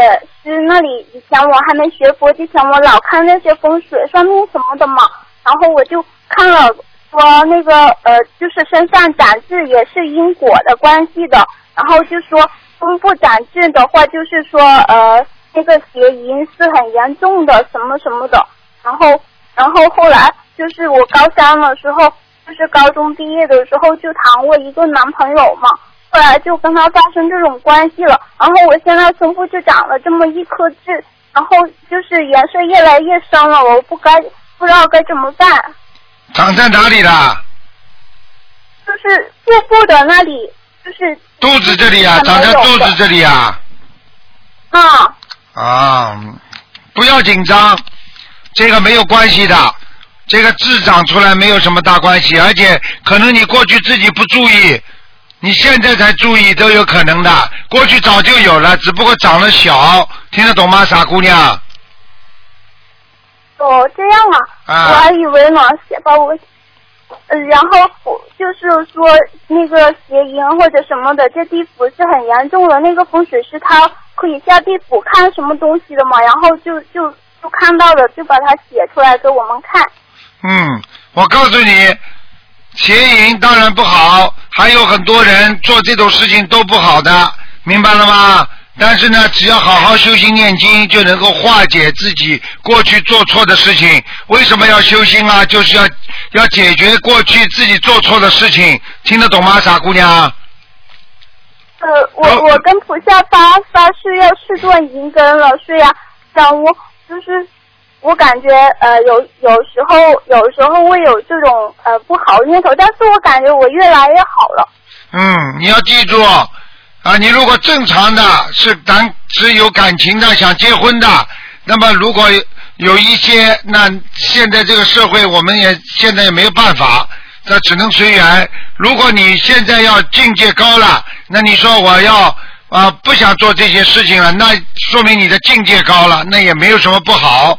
[SPEAKER 11] 师那里，以前我还没学佛之前，我老看那些风水算命什么的嘛，然后我就看了说那个，呃，就是身上长痣也是因果的关系的，然后就说风不长痣的话，就是说呃，那个邪淫是很严重的，什么什么的，然后然后后来就是我高三的时候，就是高中毕业的时候就谈过一个男朋友嘛，后来就跟他发生这种关系了。然后我现在胸部就长了这么一颗痣，然后就是颜色越来越深了，我不该不知道该怎么办，
[SPEAKER 2] 长在哪里啦？
[SPEAKER 11] 就是腹部的那里，就是
[SPEAKER 2] 肚子这里啊，长在肚子这里啊。
[SPEAKER 11] 啊，
[SPEAKER 2] 啊，不要紧张，这个没有关系的，这个痣长出来没有什么大关系，而且可能你过去自己不注意，你现在才注意都有可能的，过去早就有了，只不过长得小，听得懂吗，傻姑娘？
[SPEAKER 11] 哦，这样啊，
[SPEAKER 2] 啊
[SPEAKER 11] 我还以为呢，写把我，呃然后我就是说那个谐音或者什么的，这地府是很严重的。那个风水师他可以下地府看什么东西的嘛，然后就就就看到了，就把它写出来给我们看。
[SPEAKER 2] 嗯，我告诉你，邪淫当然不好，还有很多人做这种事情都不好的，明白了吗？但是呢，只要好好修心念经，就能够化解自己过去做错的事情。为什么要修心啊？就是要要解决过去自己做错的事情，听得懂吗，傻姑娘？
[SPEAKER 11] 呃，我我跟菩萨发发誓要誓断银根了，是呀，但我就是我感觉呃有有时候有时候会有这种呃不好的念头，但是我感觉我越来越好了。
[SPEAKER 2] 嗯，你要记住啊，你如果正常的是咱是有感情的，想结婚的，那么如果有一些，那现在这个社会我们也现在也没有办法，那只能随缘。如果你现在要境界高了，那你说我要啊不想做这些事情了，那说明你的境界高了，那也没有什么不好。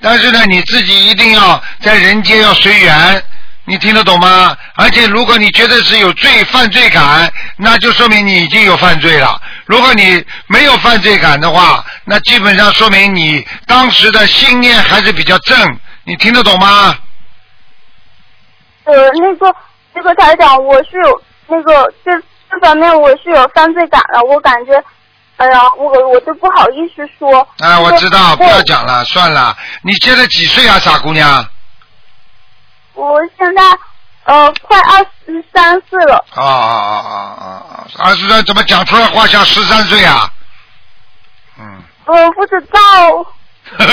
[SPEAKER 2] 但是呢，你自己一定要在人间要随缘，你听得懂吗？而且如果你觉得是有罪犯罪感，那就说明你已经有犯罪了。如果你没有犯罪感的话，那基本上说明你当时的心念还是比较正。你听得懂吗？
[SPEAKER 11] 呃，那个那个台长，我是有那个这这方面我是有犯罪感了，我感觉，哎呀，我我都不好意思说。
[SPEAKER 2] 啊，我知道，不
[SPEAKER 11] 对
[SPEAKER 2] 要讲了，算了。你现在几岁啊，傻姑娘？
[SPEAKER 11] 我现在呃快二十三岁了，
[SPEAKER 2] 啊啊啊啊啊啊！二十三怎么讲出来话像十三岁啊？
[SPEAKER 11] 我呃不知道。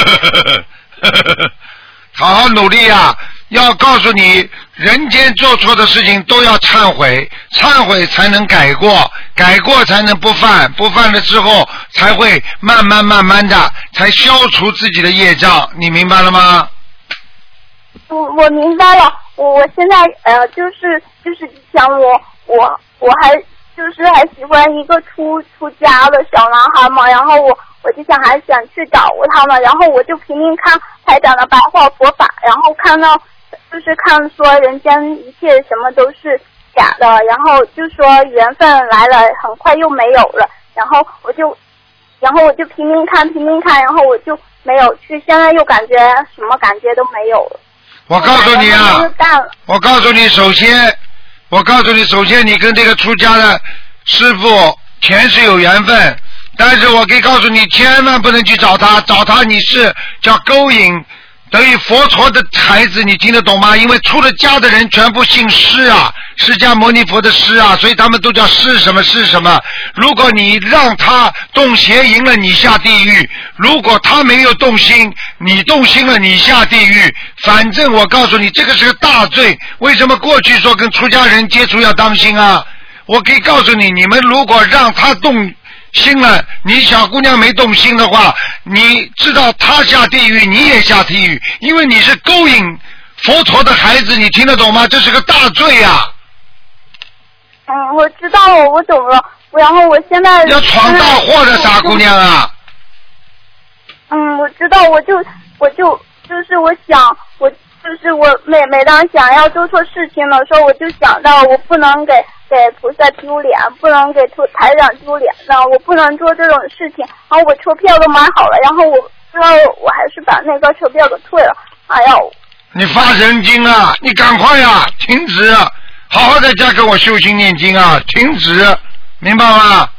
[SPEAKER 2] 好好努力啊！要告诉你，人间做错的事情都要忏悔，忏悔才能改过，改过才能不犯，不犯了之后才会慢慢慢慢的才消除自己的业障，你明白了吗？
[SPEAKER 11] 我我明白了，我我现在呃就是就是以前我我我还就是还喜欢一个出出家的小男孩嘛，然后我我之前还想去找过他嘛，然后我就拼命看台长的白话佛法，然后看到就是看说人间一切什么都是假的，然后就说缘分来了很快又没有了，然后我就然后我就拼命看拼命看，然后我就没有去，现在又感觉什么感觉都没有了。
[SPEAKER 2] 我告诉你啊，
[SPEAKER 11] 就干了。
[SPEAKER 2] 我告诉你，首先，我告诉你，首先你跟这个出家的师傅前世有缘分，但是我可以告诉你，千万不能去找他，找他你是叫勾引等于佛陀的孩子，你听得懂吗？因为出了家的人全部姓释啊，释迦牟尼佛的释啊，所以他们都叫释什么释什么。如果你让他动邪淫了，你下地狱；如果他没有动心，你动心了，你下地狱。反正我告诉你，这个是个大罪。为什么过去说跟出家人接触要当心啊？我可以告诉你，你们如果让他动心了，你小姑娘没动心的话，你知道她下地狱，你也下地狱，因为你是勾引佛陀的孩子，你听得懂吗？这是个大罪啊呀、
[SPEAKER 11] 嗯，我知道了，我懂了。然后我现在
[SPEAKER 2] 要闯大祸的傻姑娘啊！
[SPEAKER 11] 嗯，我知道，我就我就就是我想，我就是我每每当想要做错事情的时候，我就想到我不能给给菩萨丢脸，不能给图台长丢脸那我不能做这种事情。然后我车票都买好了，然后我最后我还是把那个车票给退了。哎呀，
[SPEAKER 2] 你发神经啊！你赶快啊，停止啊！好好在家给我修心念经啊！停止，明白吗？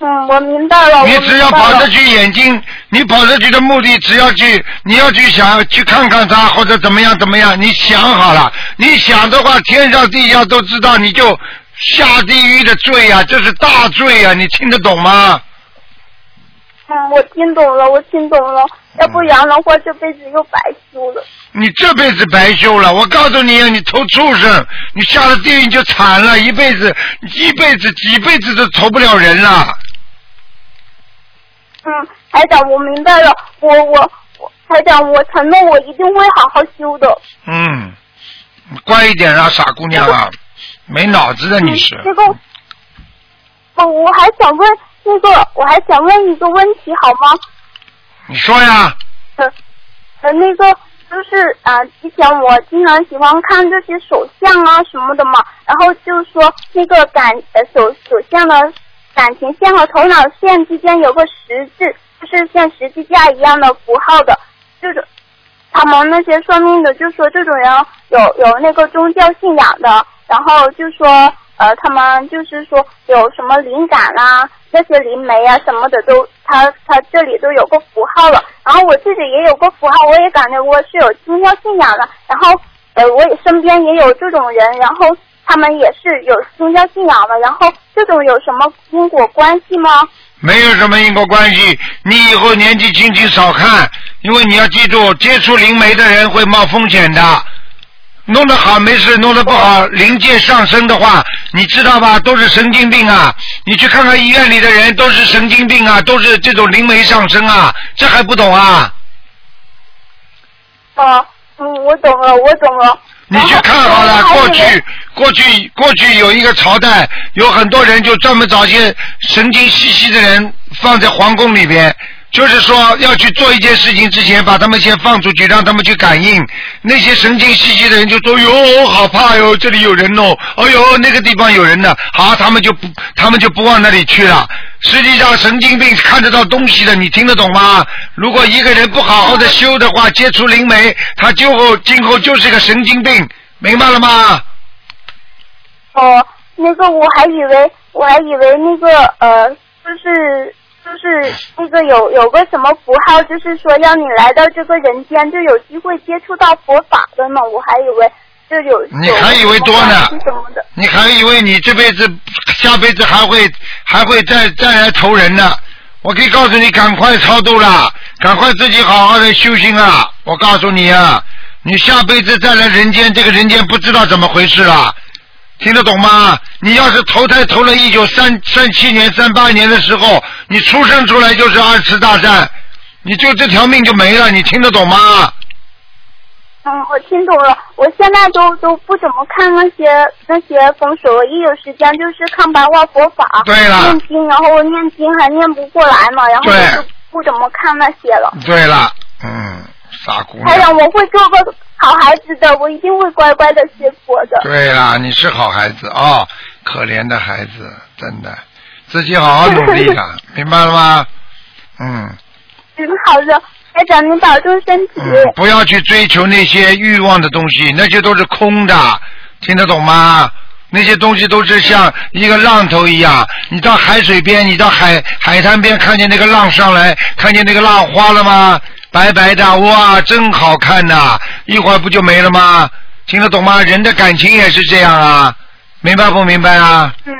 [SPEAKER 11] 嗯，我明白了。
[SPEAKER 2] 你
[SPEAKER 11] 我
[SPEAKER 2] 只要
[SPEAKER 11] 明白
[SPEAKER 2] 跑
[SPEAKER 11] 了
[SPEAKER 2] 着去眼睛，你跑着去的目的，只要去，你要去想去看看他或者怎么样怎么样，你想好了，你想的话，天上地下都知道，你就下地狱的罪呀、这是大罪啊呀、你听得懂吗？
[SPEAKER 11] 嗯，我听懂了，我听懂了。要不然的话，这辈子又白修了。
[SPEAKER 2] 你这辈子白修了，我告诉你，你投畜生，你下了地狱你就惨了，一辈子一辈子几辈子都投不了人了。
[SPEAKER 11] 嗯，台长，我明白了，我我我，台长，我承诺我一定会好好修的。
[SPEAKER 2] 嗯，你乖一点啊，傻姑娘啊，没脑子的你是。
[SPEAKER 11] 这个，我我还想问那个，我还想问一个问题，好吗？
[SPEAKER 2] 你说呀，
[SPEAKER 11] 呃，那个就是呃，之前我经常喜欢看这些手相啊什么的嘛，然后就是说那个感呃手手相的感情线和头脑线之间有个十字，就是像十字架一样的符号的，这种他们那些算命的就说这种人有有那个宗教信仰的，然后就说呃他们就是说有什么灵感啦、那些灵媒啊什么的都，他他这里都有个符号了。然后我自己也有个符号，我也感觉我是有宗教信仰的。然后呃我也身边也有这种人，然后他们也是有宗教信仰的。然后这种有什么因果关系吗？
[SPEAKER 2] 没有什么因果关系。你以后年纪轻轻少看，因为你要记住，接触灵媒的人会冒风险的。弄得好没事，弄得不好灵界上升的话，你知道吧？都是神经病啊！你去看看医院里的人都是神经病啊，都是这种灵媒上升啊，这还不懂啊？
[SPEAKER 11] 啊，嗯，我懂了，我懂了。
[SPEAKER 2] 你去看好了，过去过去过去有一个朝代，有很多人就专门找一些神经兮兮的人放在皇宫里边，就是说要去做一件事情之前，把他们先放出去，让他们去感应。那些神经兮兮的人就说：“哟，好怕哟，这里有人哦，哎呦，那个地方有人呢。”好，他们就不，他们就不往那里去了。实际上，神经病看得到东西的，你听得懂吗？如果一个人不好好的修的话，接触灵媒，他今后今后就是个神经病，明白了吗？
[SPEAKER 11] 哦，那个我还以为我还以为那个呃，就是就是那个有有个什么符号，就是说让你来到这个人间就有机会接触到佛法的呢，我还以为就有
[SPEAKER 2] 你还以为多呢
[SPEAKER 11] 有什么关系什么的，
[SPEAKER 2] 你还以为你这辈子、下辈子还会还会再再来投人呢？我可以告诉你，赶快超度啦，赶快自己好好的修行啊！我告诉你啊，你下辈子再来人间，这个人间不知道怎么回事了。听得懂吗？你要是投胎投了一九三三七年、三八年的时候，你出生出来就是二次大战，你就这条命就没了，你听得懂吗？
[SPEAKER 11] 嗯，我听懂了。我现在都都不怎么看那些那些风水，我一有时间就是看白话佛法，
[SPEAKER 2] 对了
[SPEAKER 11] 念经，然后念经还念不过来嘛，然后
[SPEAKER 2] 对
[SPEAKER 11] 我就不怎么看那些了。
[SPEAKER 2] 对了，嗯，傻姑
[SPEAKER 11] 台长，
[SPEAKER 2] 娘。
[SPEAKER 11] 我会做个好孩子的，我一定会乖乖的学佛的。
[SPEAKER 2] 对了，你是好孩子啊、可怜的孩子，真的，自己好好努力了，明白了吗？嗯。
[SPEAKER 11] 嗯，好的，台长，您保重身体。
[SPEAKER 2] 嗯，不要去追求那些欲望的东西，那些都是空的，听得懂吗？那些东西都是像一个浪头一样，你到海水边，你到海海滩边看见那个浪上来，看见那个浪花了吗？白白的，哇，真好看呐、一会儿不就没了吗？听得懂吗？人的感情也是这样啊，明白不明白啊？
[SPEAKER 11] 嗯。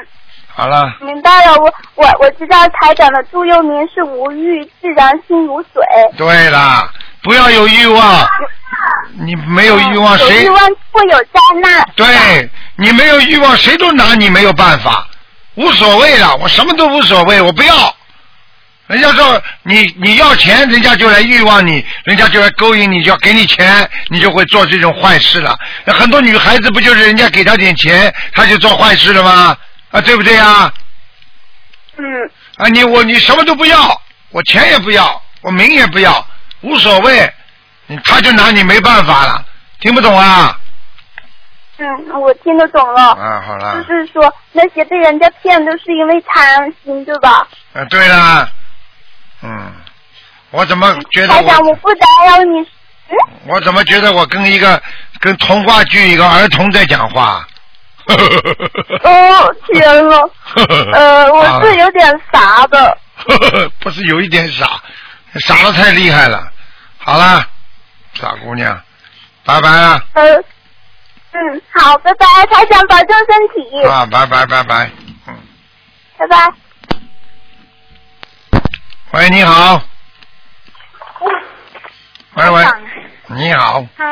[SPEAKER 2] 好了，
[SPEAKER 11] 明白了，我我我知道台长的祝佑您是无欲，自然心如水。
[SPEAKER 2] 对啦，不要有欲望，你没有欲望，
[SPEAKER 11] 嗯哦有
[SPEAKER 2] 谁
[SPEAKER 11] 欲望会有灾难。
[SPEAKER 2] 对你没有欲望，谁都拿你没有办法，无所谓了，我什么都无所谓，我不要。人家说你你要钱，人家就来欲望你，人家就来勾引你，就要给你钱，你就会做这种坏事了。那很多女孩子不就是人家给她点钱，她就做坏事了吗？啊，对不对啊？
[SPEAKER 11] 嗯。
[SPEAKER 2] 啊，你我你什么都不要，我钱也不要，我名也不要，无所谓，你他就拿你没办法了，听不懂啊？
[SPEAKER 11] 嗯，我听得懂了，
[SPEAKER 2] 啊，好了。
[SPEAKER 11] 就是说那些被人家骗都是因为贪心，对吧？
[SPEAKER 2] 啊，对啦，嗯，我怎么觉得
[SPEAKER 11] 台长，
[SPEAKER 2] 我
[SPEAKER 11] 我不打扰你。
[SPEAKER 2] 我怎么觉得我跟一个跟童话剧一个儿童在讲话？
[SPEAKER 11] 哦，天呐，
[SPEAKER 2] 啊
[SPEAKER 11] 呃，我是有点傻的。
[SPEAKER 2] 不是有一点傻，傻的太厉害了。好啦，傻姑娘，拜拜啊！
[SPEAKER 11] 呃，嗯，好，拜拜，台长，保重身体，
[SPEAKER 2] 啊，拜拜拜拜。
[SPEAKER 11] 拜拜。
[SPEAKER 2] 喂，你好。喂喂，你好，
[SPEAKER 12] 啊，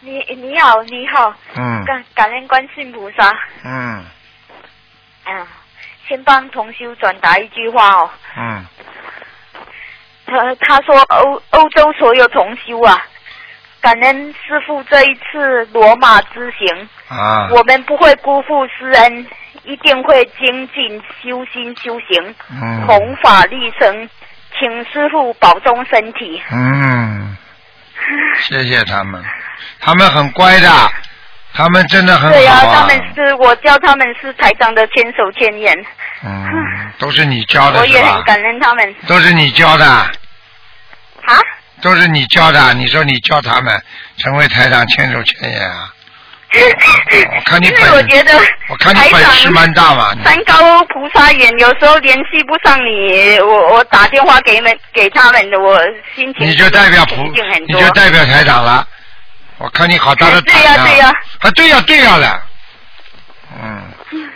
[SPEAKER 12] 你你好，你好，
[SPEAKER 2] 嗯
[SPEAKER 12] 感感恩观世音菩萨，
[SPEAKER 2] 嗯
[SPEAKER 12] 啊，先帮同修转达一句话哦，
[SPEAKER 2] 嗯
[SPEAKER 12] 他他说欧欧洲所有同修啊，感恩师傅这一次罗马之行，
[SPEAKER 2] 啊，
[SPEAKER 12] 我们不会辜负师恩，一定会精进修心修行，
[SPEAKER 2] 嗯
[SPEAKER 12] 弘法利生，请师傅保重身体。
[SPEAKER 2] 嗯，谢谢他们，他们很乖的，他们真的很
[SPEAKER 12] 对
[SPEAKER 2] 好啊
[SPEAKER 12] 他们是我教他们是台长的千手千眼，
[SPEAKER 2] 嗯，都是你教
[SPEAKER 12] 我
[SPEAKER 2] 的是
[SPEAKER 12] 也
[SPEAKER 2] 吧
[SPEAKER 12] 很？感恩他们。
[SPEAKER 2] 都是你教的。啊？都是你教的，你说你教他们成为台长千手千眼啊？我看你
[SPEAKER 12] 因为
[SPEAKER 2] 本，
[SPEAKER 12] 我觉得
[SPEAKER 2] 我看你
[SPEAKER 12] 台
[SPEAKER 2] 本
[SPEAKER 12] 长
[SPEAKER 2] 事蛮大嘛，你
[SPEAKER 12] 山高菩萨远，有时候联系不上你，我我打电话给们给他们，我心情
[SPEAKER 2] 你就代表
[SPEAKER 12] 平
[SPEAKER 2] 普
[SPEAKER 12] 静很，
[SPEAKER 2] 你
[SPEAKER 12] 多。哎
[SPEAKER 2] 就代表台长了。我看你好大的胆
[SPEAKER 12] 对呀对呀
[SPEAKER 2] 啊，对呀对呀了。嗯，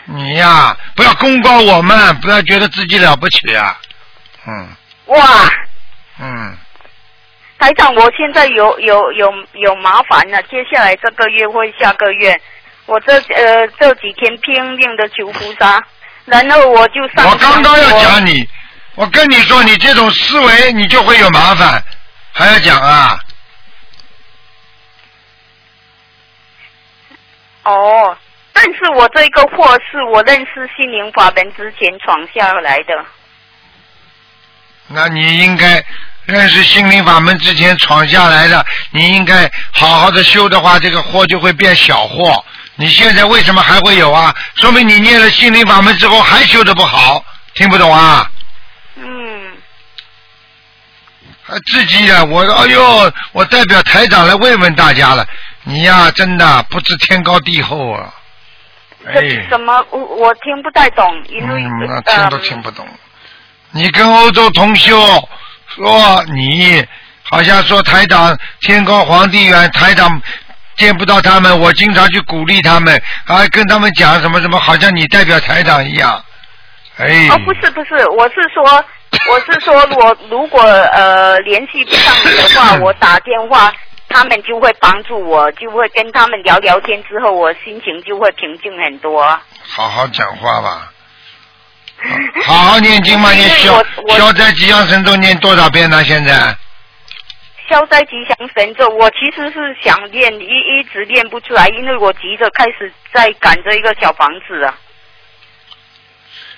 [SPEAKER 2] 你呀、不要功高我慢，不要觉得自己了不起啊。嗯
[SPEAKER 12] 哇，
[SPEAKER 2] 嗯，
[SPEAKER 12] 台长，我现在有有有有麻烦了，接下来这个月或下个月，我这呃这几天拼命的求菩萨，然后我就上
[SPEAKER 2] 我刚刚要讲你，我跟你说，你这种思维你就会有麻烦，还要讲啊？
[SPEAKER 12] 哦，但是我这个货是我认识心灵法门之前闯下来的。
[SPEAKER 2] 那你应该认识心灵法门之前闯下来的，你应该好好的修的话，这个祸就会变小祸。你现在为什么还会有啊？说明你念了心灵法门之后还修的不好，听不懂啊？
[SPEAKER 12] 嗯，
[SPEAKER 2] 还啊自己呀、我哎呦，我代表台长来慰问大家了。你呀、真的不知天高地厚啊！
[SPEAKER 12] 这
[SPEAKER 2] 哎，
[SPEAKER 12] 什么我我听不太懂，因为、
[SPEAKER 2] 嗯，那听
[SPEAKER 12] 呃
[SPEAKER 2] 都听不懂。你跟欧洲同修说你好像说台长天高皇帝远，台长见不到他们，我经常去鼓励他们，还跟他们讲什么什么，好像你代表台长一样。哎，
[SPEAKER 12] 哦不是不是，我是说 我是说我如果呃联系不上你的话，我打电话。他们就会帮助我，就会跟他们聊聊天，之后我心情就会平静很多。
[SPEAKER 2] 好好讲话吧， 好好念经嘛，
[SPEAKER 12] 因
[SPEAKER 2] 念
[SPEAKER 12] 为
[SPEAKER 2] 消
[SPEAKER 12] 我我
[SPEAKER 2] 消灾吉祥神咒念多少遍呢？现在
[SPEAKER 12] 消灾吉祥神咒，我其实是想练，一一直练不出来，因为我急着开始在赶着一个小房子啊。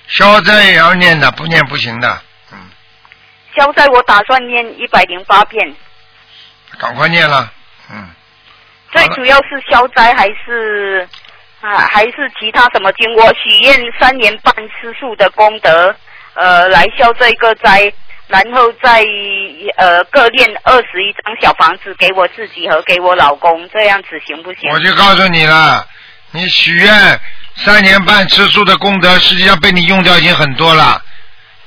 [SPEAKER 2] 消灾也要念的，不念不行的，
[SPEAKER 12] 消灾我打算念一百零八遍，
[SPEAKER 2] 赶快念了。
[SPEAKER 12] 最主要是消灾还是啊还是其他什么经？我许愿三年半吃素的功德，呃，来消这个灾，然后再呃各练二十一张小房子给我自己和给我老公，这样子行不行？
[SPEAKER 2] 我就告诉你了，你许愿三年半吃素的功德，实际上被你用掉已经很多了。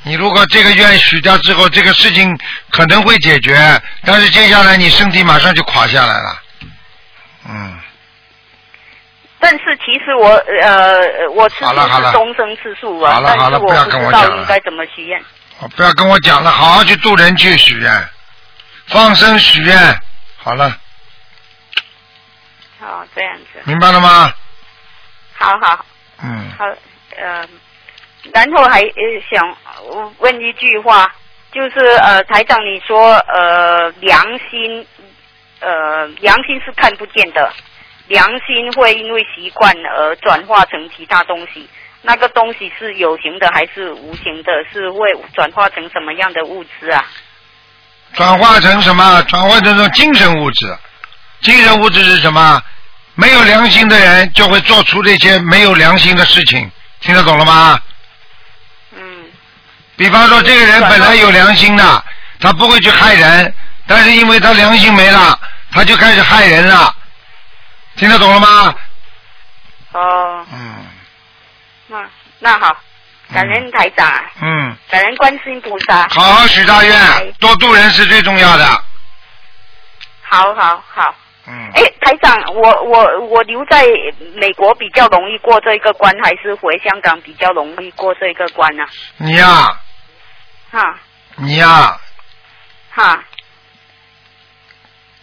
[SPEAKER 2] 你如果这个愿许掉之后，这个事情可能会解决，但是接下来你身体马上就垮下来了。嗯，
[SPEAKER 12] 但是其实我呃我吃素
[SPEAKER 2] 好了好了
[SPEAKER 12] 是终身吃素啊
[SPEAKER 2] 好，了
[SPEAKER 12] 但
[SPEAKER 2] 好
[SPEAKER 12] 是
[SPEAKER 2] 了
[SPEAKER 12] 我
[SPEAKER 2] 不要跟我
[SPEAKER 12] 知
[SPEAKER 2] 讲
[SPEAKER 12] 道
[SPEAKER 2] 了
[SPEAKER 12] 应该怎么许愿。
[SPEAKER 2] 我不要跟我讲了，好好去度人去许愿，放生许愿，好了，
[SPEAKER 12] 哦，这样子，
[SPEAKER 2] 明白了吗？
[SPEAKER 12] 好好
[SPEAKER 2] 嗯，
[SPEAKER 12] 好，呃，然后还呃想问一句话，就是呃台长你说呃良心，呃良心是看不见的，良心会因为习惯而转化成其他东西。那个东西是有形的还是无形的？是会转化成什么样的物质啊？
[SPEAKER 2] 转化成什么？转化成这种精神物质。精神物质是什么？没有良心的人就会做出这些没有良心的事情，听得懂了吗？嗯。比方说，这个人本来有良心的，他不会去害人，但是因为他良心没了，他就开始害人了，听得懂了吗？
[SPEAKER 12] 哦，
[SPEAKER 2] 嗯
[SPEAKER 12] 那那好，感恩台长啊，
[SPEAKER 2] 嗯，
[SPEAKER 12] 感恩观世音菩萨。哎
[SPEAKER 2] 好好许大愿，多度人是最重要的。
[SPEAKER 12] 好好好。
[SPEAKER 2] 嗯。
[SPEAKER 12] 哎，台长，我我我留在美国比较容易过这一个关，还是回香港比较容易过这一个关呢、
[SPEAKER 2] 你呀、
[SPEAKER 12] 哈
[SPEAKER 2] 你呀、
[SPEAKER 12] 哈，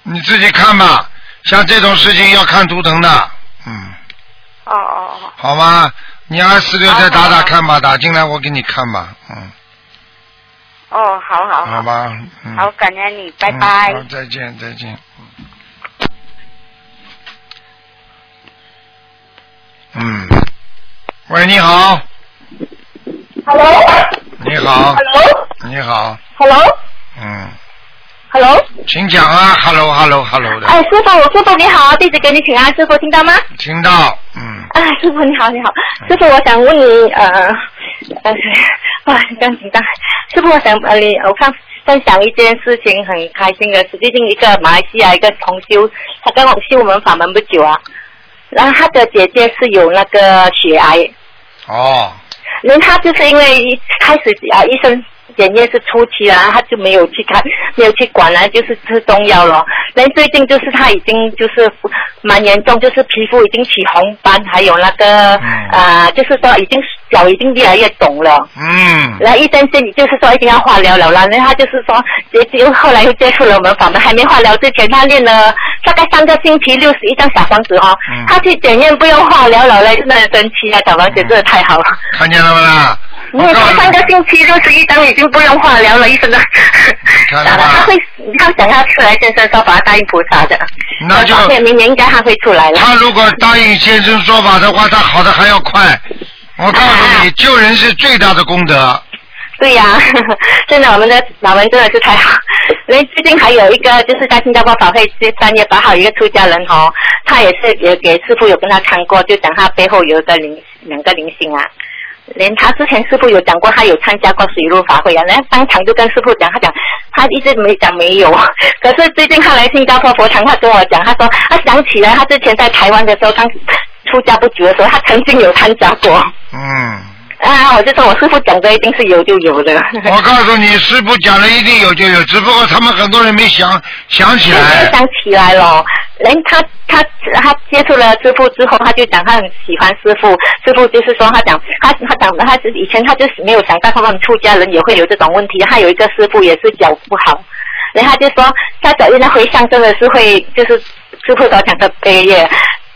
[SPEAKER 2] 你自己看吧。像这种事情要看图腾的。嗯
[SPEAKER 12] 哦哦哦，
[SPEAKER 2] 好吗？你二四六再打打看吧，打进来我给你看吧，嗯，
[SPEAKER 12] 哦，好好好，
[SPEAKER 2] 好吧，嗯，
[SPEAKER 12] 好，感恩你，拜拜。
[SPEAKER 2] 嗯好，再见，再见。嗯，喂，你好，
[SPEAKER 13] Hello，
[SPEAKER 2] 你好
[SPEAKER 13] Hello？
[SPEAKER 2] 你好，
[SPEAKER 13] Hello，
[SPEAKER 2] 嗯，
[SPEAKER 13] Hello，
[SPEAKER 2] 请讲啊，hello hello hello 的，
[SPEAKER 13] 哎，师傅，师傅你好，弟子给你请安，师傅听到吗？
[SPEAKER 2] 听到，
[SPEAKER 13] 哎，师傅你好，你好，师傅，我想问你，呃，呃，哇，这样紧张，师傅，我想呃，你我看分享一件事情，很开心的是，最近一个马来西亚一个同修，他刚好修我们法门不久啊，然后他的姐姐是有那个血癌，
[SPEAKER 2] 哦，
[SPEAKER 13] 然后他就是因为一开始啊，医生检验是初期啊，他就没有去看，没有去管啊，就是吃中药了。然后最近就是他已经就是蛮严重，就是皮肤已经起红斑，还有那个啊、呃就是说已经脚已经越来越肿了。
[SPEAKER 2] 嗯，
[SPEAKER 13] 然后医生建议就是说一定要化疗了啦，然后他就是说，接就后来又接触了我们法门，还没化疗之前，他练了大概三个星期六十一张小房子哦，他去检验不用化疗了嘞，真的很神奇啊，小房子真的太好了。
[SPEAKER 2] 看见了不啦？
[SPEAKER 13] 因为他上个星期六十一张已经不用化疗了，医生的。
[SPEAKER 2] 看
[SPEAKER 13] 到他会，他想要出来健身说法答应菩萨的。
[SPEAKER 2] 那就
[SPEAKER 13] 而且明年应该他会出来了。
[SPEAKER 2] 他如果答应先生说法的话，他好的还要快。我告诉你，救人是最大的功德。
[SPEAKER 13] 对呀、 真的，我们的老门真的是太好。 因为最近还有一个，就是在新加坡法会，是三月八号有一个出家人哦，他也是有给师傅有跟他看过，就讲他背后有一个灵两个灵性啊。连他之前师傅有讲过，他有参加过水陆法会啊，然后当场就跟师傅讲，他讲他一直没讲没有， 可是最近他来新加坡佛堂，他跟我讲，他说他想起来他之前在台湾的时候，刚出家不久的时候，他曾经有参加过。
[SPEAKER 2] 嗯，
[SPEAKER 13] 啊，我就说我师傅讲的一定是有就有的。
[SPEAKER 2] 我告诉你，师傅讲了一定有就有，只不过他们很多人没想想起来。
[SPEAKER 13] 想起来了，人他他他接触了师傅之后，他就讲他很喜欢师傅，师傅就是说他讲他他讲他是以前他就是没有想到他们出家人也会有这种问题，他有一个师傅也是脚不好，然后他就说他走运他回向真的是会就是师傅所讲的悲业。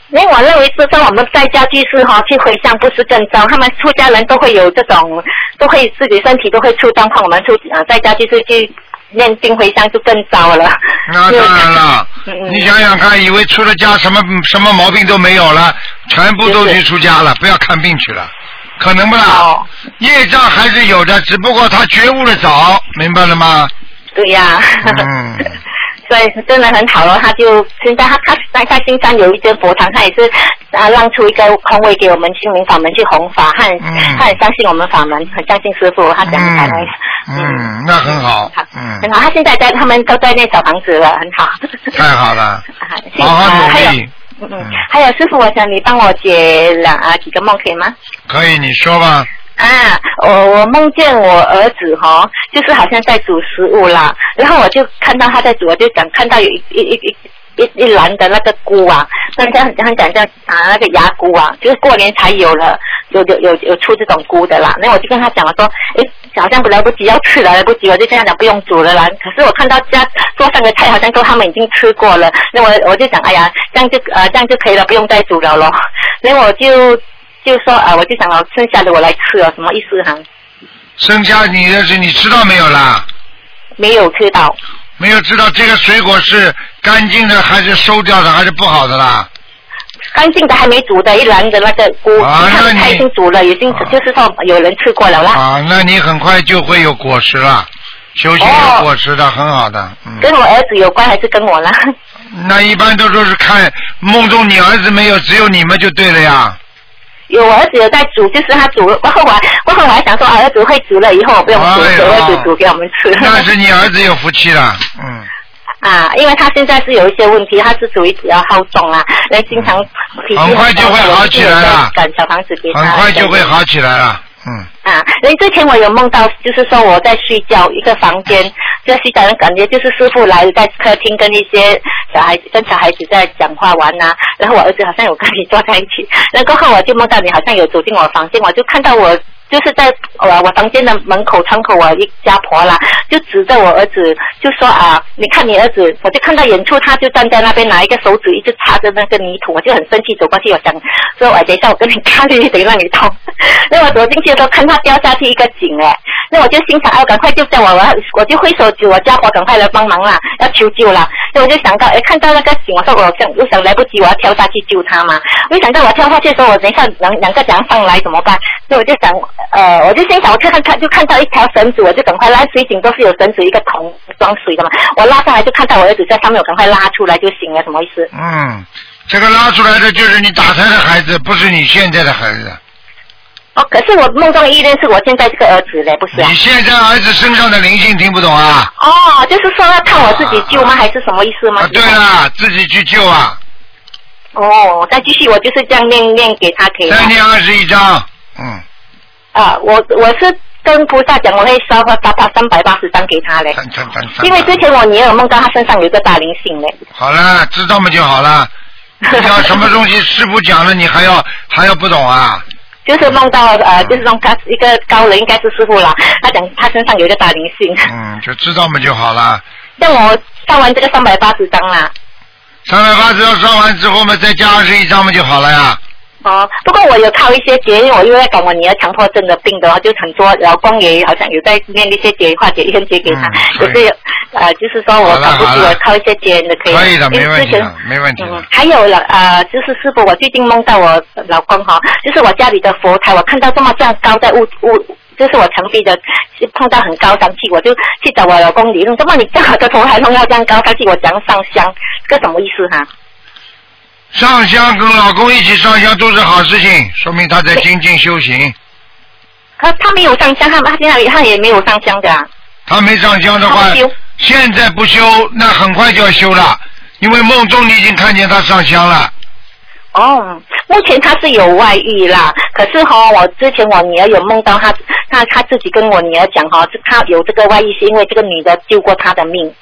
[SPEAKER 13] 因为我认为，是说我们在家居士哈、去回向不是更糟，他们出家人都会有这种，都会自己身体都会出状况，我们出啊在家居士去念经回向就更糟了。
[SPEAKER 2] 那当然了，你想想看，以为出了家什么什么毛病都没有了，全部都去出家了，不要看病去了，可能不啦？业障还是有的，只不过他觉悟的早，明白了吗？
[SPEAKER 13] 对呀、
[SPEAKER 2] 嗯，
[SPEAKER 13] 所以真的很好了。哦他就现在他他在在新山有一间佛堂，他也是啊让出一个空位给我们心灵法门去弘法，他很、他很相信我们法门，很相信师傅，他讲台湾、
[SPEAKER 2] 嗯，那很好，嗯，
[SPEAKER 13] 很好。他现在在他们都在那小房子了，很好。
[SPEAKER 2] 太好了，
[SPEAKER 13] 谢谢
[SPEAKER 2] 哦好好
[SPEAKER 13] 还有
[SPEAKER 2] 努力，
[SPEAKER 13] 啊嗯，还有师傅，我想你帮我解两啊几个梦可以吗？
[SPEAKER 2] 可以，你说吧，
[SPEAKER 13] 啊，我我梦见我儿子哈、就是好像在煮食物啦，然后我就看到他在煮，我就想看到有一一一一一一篮的那个菇啊，那这样很想这样啊那个牙菇啊，就是过年才有了，有有有有出这种菇的啦。那我就跟他讲我说，诶，好像来不及要吃了，来不及，我就跟他讲不用煮了啦。可是我看到家桌上的菜好像都他们已经吃过了，那我我就想，哎呀，这样就呃这样就可以了，不用再煮了咯。那我就就说啊、我就想了，剩下的我来吃啊了，什么意思哈、
[SPEAKER 2] 剩下你的是你知道没有啦？
[SPEAKER 13] 没有吃到。
[SPEAKER 2] 没有知道这个水果是干净的还是馊掉的还是不好的啦？
[SPEAKER 13] 干净的还没煮的一篮的那个菇，
[SPEAKER 2] 啊
[SPEAKER 13] 你
[SPEAKER 2] 那
[SPEAKER 13] 看
[SPEAKER 2] 你
[SPEAKER 13] 它已经煮了，已经、就是说有人吃过了啦。
[SPEAKER 2] 啊，那你很快就会有果实了，修行有果实的，很好的，嗯。
[SPEAKER 13] 跟我儿子有关还是跟我啦？
[SPEAKER 2] 那一般都说是看梦中你儿子没有，只有你们就对了呀。
[SPEAKER 13] 有我儿子有在煮，就是他煮，然后我还然后我还想说，啊儿子会煮了以后，我不用煮，
[SPEAKER 2] 哎
[SPEAKER 13] 给
[SPEAKER 2] 呀
[SPEAKER 13] 我儿子煮给我们吃。
[SPEAKER 2] 哎那是你儿子有福气了， 嗯，
[SPEAKER 13] 啊，因为他现在是有一些问题，他是属于比较好动啊，那经常脾气
[SPEAKER 2] 嗯很快就会好起来了
[SPEAKER 13] 赶小房子给他，
[SPEAKER 2] 很快就会好起来了，嗯。
[SPEAKER 13] 啊，因为之前我有梦到，就是说我在睡觉，一个房间在睡觉，感觉就是师傅来在客厅跟一些小孩子跟小孩子在讲话玩呐、然后我儿子好像有跟你坐在一起， 那过后我就梦到你好像有走进我房间，我就看到我。就是在我我房间的门口窗口，我一家婆啦，就指着我儿子，就说啊，你看你儿子，我就看到远处他就站在那边，拿一个手指一直插着那个泥土，我就很生气走过去，我想说，哎，等一下我跟你咖喱，等让你痛。那我走进去的时候，看他掉下去一个井哎，那我就心想，哎、我赶快救救我，我我就挥手指我家婆赶快来帮忙啦，要求救啦。那我就想到，哎，看到那个井，我说我想我想来不及，我要跳下去救他嘛。没想到我跳下去的时候，我等一下两两个桨上来怎么办？所以我就想，呃，我就心想，我看看看就看到一条绳子，我就赶快拉，水井都是有绳子一个桶装水的嘛，我拉上来就看到我儿子在上面，我赶快拉出来就行了，什么意思？
[SPEAKER 2] 嗯，这个拉出来的就是你打胎的孩子，不是你现在的孩子。
[SPEAKER 13] 哦，可是我梦中的依恋是我现在这个儿子嘞，不是啊？
[SPEAKER 2] 你现在儿子身上的灵性听不懂啊？
[SPEAKER 13] 哦，就是说要看我自己救吗？还是什么意思吗？
[SPEAKER 2] 对啦，自己去救啊！
[SPEAKER 13] 哦，再继续，我就是这样念念给他可以吗？
[SPEAKER 2] 再念二十一章，嗯，
[SPEAKER 13] 啊，我我是跟菩萨讲，我会烧发八八三百八十张给他嘞，
[SPEAKER 2] 三三三三。
[SPEAKER 13] 因为之前我女儿梦到她身上有一个大灵性嘞。
[SPEAKER 2] 好了，知道嘛就好了。你要什么东西，师傅讲了，你还要还要不懂啊？
[SPEAKER 13] 就是梦到
[SPEAKER 2] 嗯
[SPEAKER 13] 呃，就是梦到一个高人，应该是师傅啦。他讲他身上有一个大灵性，
[SPEAKER 2] 嗯，就知道嘛就好了。
[SPEAKER 13] 像我烧完这个三百八十张啊啦。
[SPEAKER 2] 三百八十张烧完之后嘛，再加二十一张嘛就好了呀。
[SPEAKER 13] 哦，不过我有靠一些节，因为我又在赶我女儿强迫症的病的话，就很多老公也好像有在念一些节化解一些节给她，可是呃，就是说我
[SPEAKER 2] 嗯好了
[SPEAKER 13] 赶不
[SPEAKER 2] 好
[SPEAKER 13] 及，
[SPEAKER 2] 了
[SPEAKER 13] 我靠一些节的可以。
[SPEAKER 2] 可以的，
[SPEAKER 13] 因
[SPEAKER 2] 没
[SPEAKER 13] 为
[SPEAKER 2] 问
[SPEAKER 13] 之
[SPEAKER 2] 题
[SPEAKER 13] 前
[SPEAKER 2] 的，没问题的。
[SPEAKER 13] 还有了呃，就是师傅，我最近梦到我老公哈、就是我家里的佛台，我看到这么这样高在屋屋，就是我墙壁的是碰到很高上去，我就去找我老公理论，怎么你这样的头还弄到这样高上去，我怎样上香？这个什么意思哈、
[SPEAKER 2] 上香跟老公一起上香都是好事情，说明他在精进修行。
[SPEAKER 13] 他他没有上香，他他现在他也没有上香的啊。
[SPEAKER 2] 他没上香的话，现在不修，那很快就要修了，因为梦中你已经看见他上香了。
[SPEAKER 13] 哦，目前他是有外遇啦，可是哈、我之前我女儿有梦到他，他他自己跟我女儿讲哈、是他有这个外遇是因为这个女的救过他的命。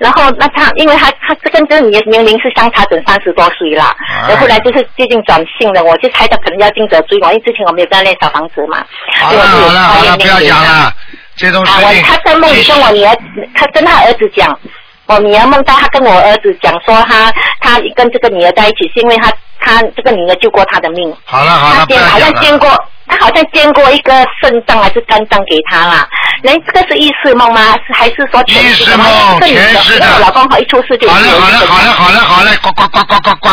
[SPEAKER 13] 然后，那他因为他他这跟这个年年龄是相差整三十多岁啦，
[SPEAKER 2] 哎
[SPEAKER 13] 然后后来就是最近转性了，我就猜到可能要尽责追我，因为之前我没有跟他练小房子嘛，
[SPEAKER 2] 好
[SPEAKER 13] 所以
[SPEAKER 2] 了
[SPEAKER 13] 我就
[SPEAKER 2] 好了
[SPEAKER 13] 有发
[SPEAKER 2] 好了，
[SPEAKER 13] 愿
[SPEAKER 2] 不
[SPEAKER 13] 念
[SPEAKER 2] 要
[SPEAKER 13] 给
[SPEAKER 2] 讲
[SPEAKER 13] 他
[SPEAKER 2] 了，这种事
[SPEAKER 13] 啊，我
[SPEAKER 2] 情。
[SPEAKER 13] 他在梦里跟我女儿，他跟他儿子讲，我女儿梦到他跟我儿子讲说他他跟这个女儿在一起是因为他他这个女儿救过他的命，
[SPEAKER 2] 好了好了，
[SPEAKER 13] 他
[SPEAKER 2] 啊不
[SPEAKER 13] 见
[SPEAKER 2] 要
[SPEAKER 13] 好
[SPEAKER 2] 讲
[SPEAKER 13] 像见
[SPEAKER 2] 了。
[SPEAKER 13] 过他好像见过一个肾脏还是肝脏给他啦。那这个是意识梦吗？是还是说前世的吗？这个女
[SPEAKER 2] 前世的
[SPEAKER 13] 因为我老公好一出世就
[SPEAKER 2] 好了好了好了好了好了，呱呱呱呱呱呱，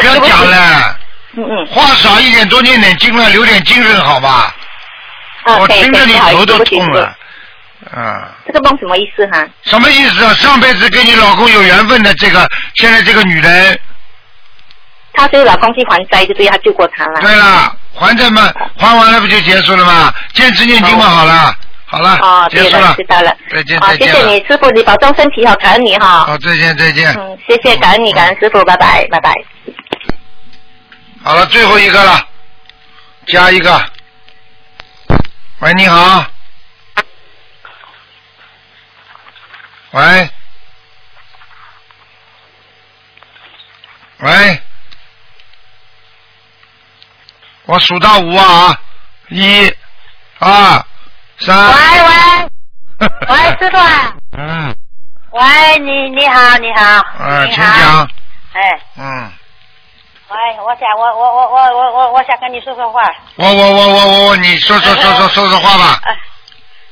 [SPEAKER 2] 不要讲了。
[SPEAKER 13] 嗯嗯。
[SPEAKER 2] 话少一点，多念点经了，留点精神好吧？
[SPEAKER 13] 啊
[SPEAKER 2] 我
[SPEAKER 13] 对
[SPEAKER 2] 听着
[SPEAKER 13] 对
[SPEAKER 2] 你
[SPEAKER 13] 不好意
[SPEAKER 2] 头都
[SPEAKER 13] 思对不起
[SPEAKER 2] 痛了。嗯。
[SPEAKER 13] 这个梦什么意思哈？
[SPEAKER 2] 什么意思啊？上辈子跟你老公有缘分的这个，现在这个女人，
[SPEAKER 13] 她所以老公去还债，就对她救过他啦。
[SPEAKER 2] 对了，还债嘛，还完了不就结束了吗？坚持念经嘛，好了，好了，
[SPEAKER 13] 哦，
[SPEAKER 2] 结
[SPEAKER 13] 对
[SPEAKER 2] 束了
[SPEAKER 13] 了，知，道了。
[SPEAKER 2] 再见
[SPEAKER 13] 啊，
[SPEAKER 2] 再
[SPEAKER 13] 谢
[SPEAKER 2] 见
[SPEAKER 13] 谢
[SPEAKER 2] 了
[SPEAKER 13] 你，师傅，你保重身体哈，感恩你哈。
[SPEAKER 2] 好，再见再见，
[SPEAKER 13] 嗯，谢谢，感恩你，感恩师傅，拜拜，拜拜。
[SPEAKER 2] 好了，最后一个了，加一个。喂，你好。喂。喂。我数到五啊，一、二、三。 喂喂。
[SPEAKER 14] 喂，师傅啊！
[SPEAKER 2] 嗯
[SPEAKER 14] 喂，你你好，你好。
[SPEAKER 2] 啊，
[SPEAKER 14] 你
[SPEAKER 2] 请
[SPEAKER 14] 好。
[SPEAKER 2] 讲。
[SPEAKER 14] 哎，
[SPEAKER 2] 嗯，
[SPEAKER 14] 喂，我想我我我我我我我想跟你说说话。
[SPEAKER 2] 我我我我我我，你说说说说说说话吧，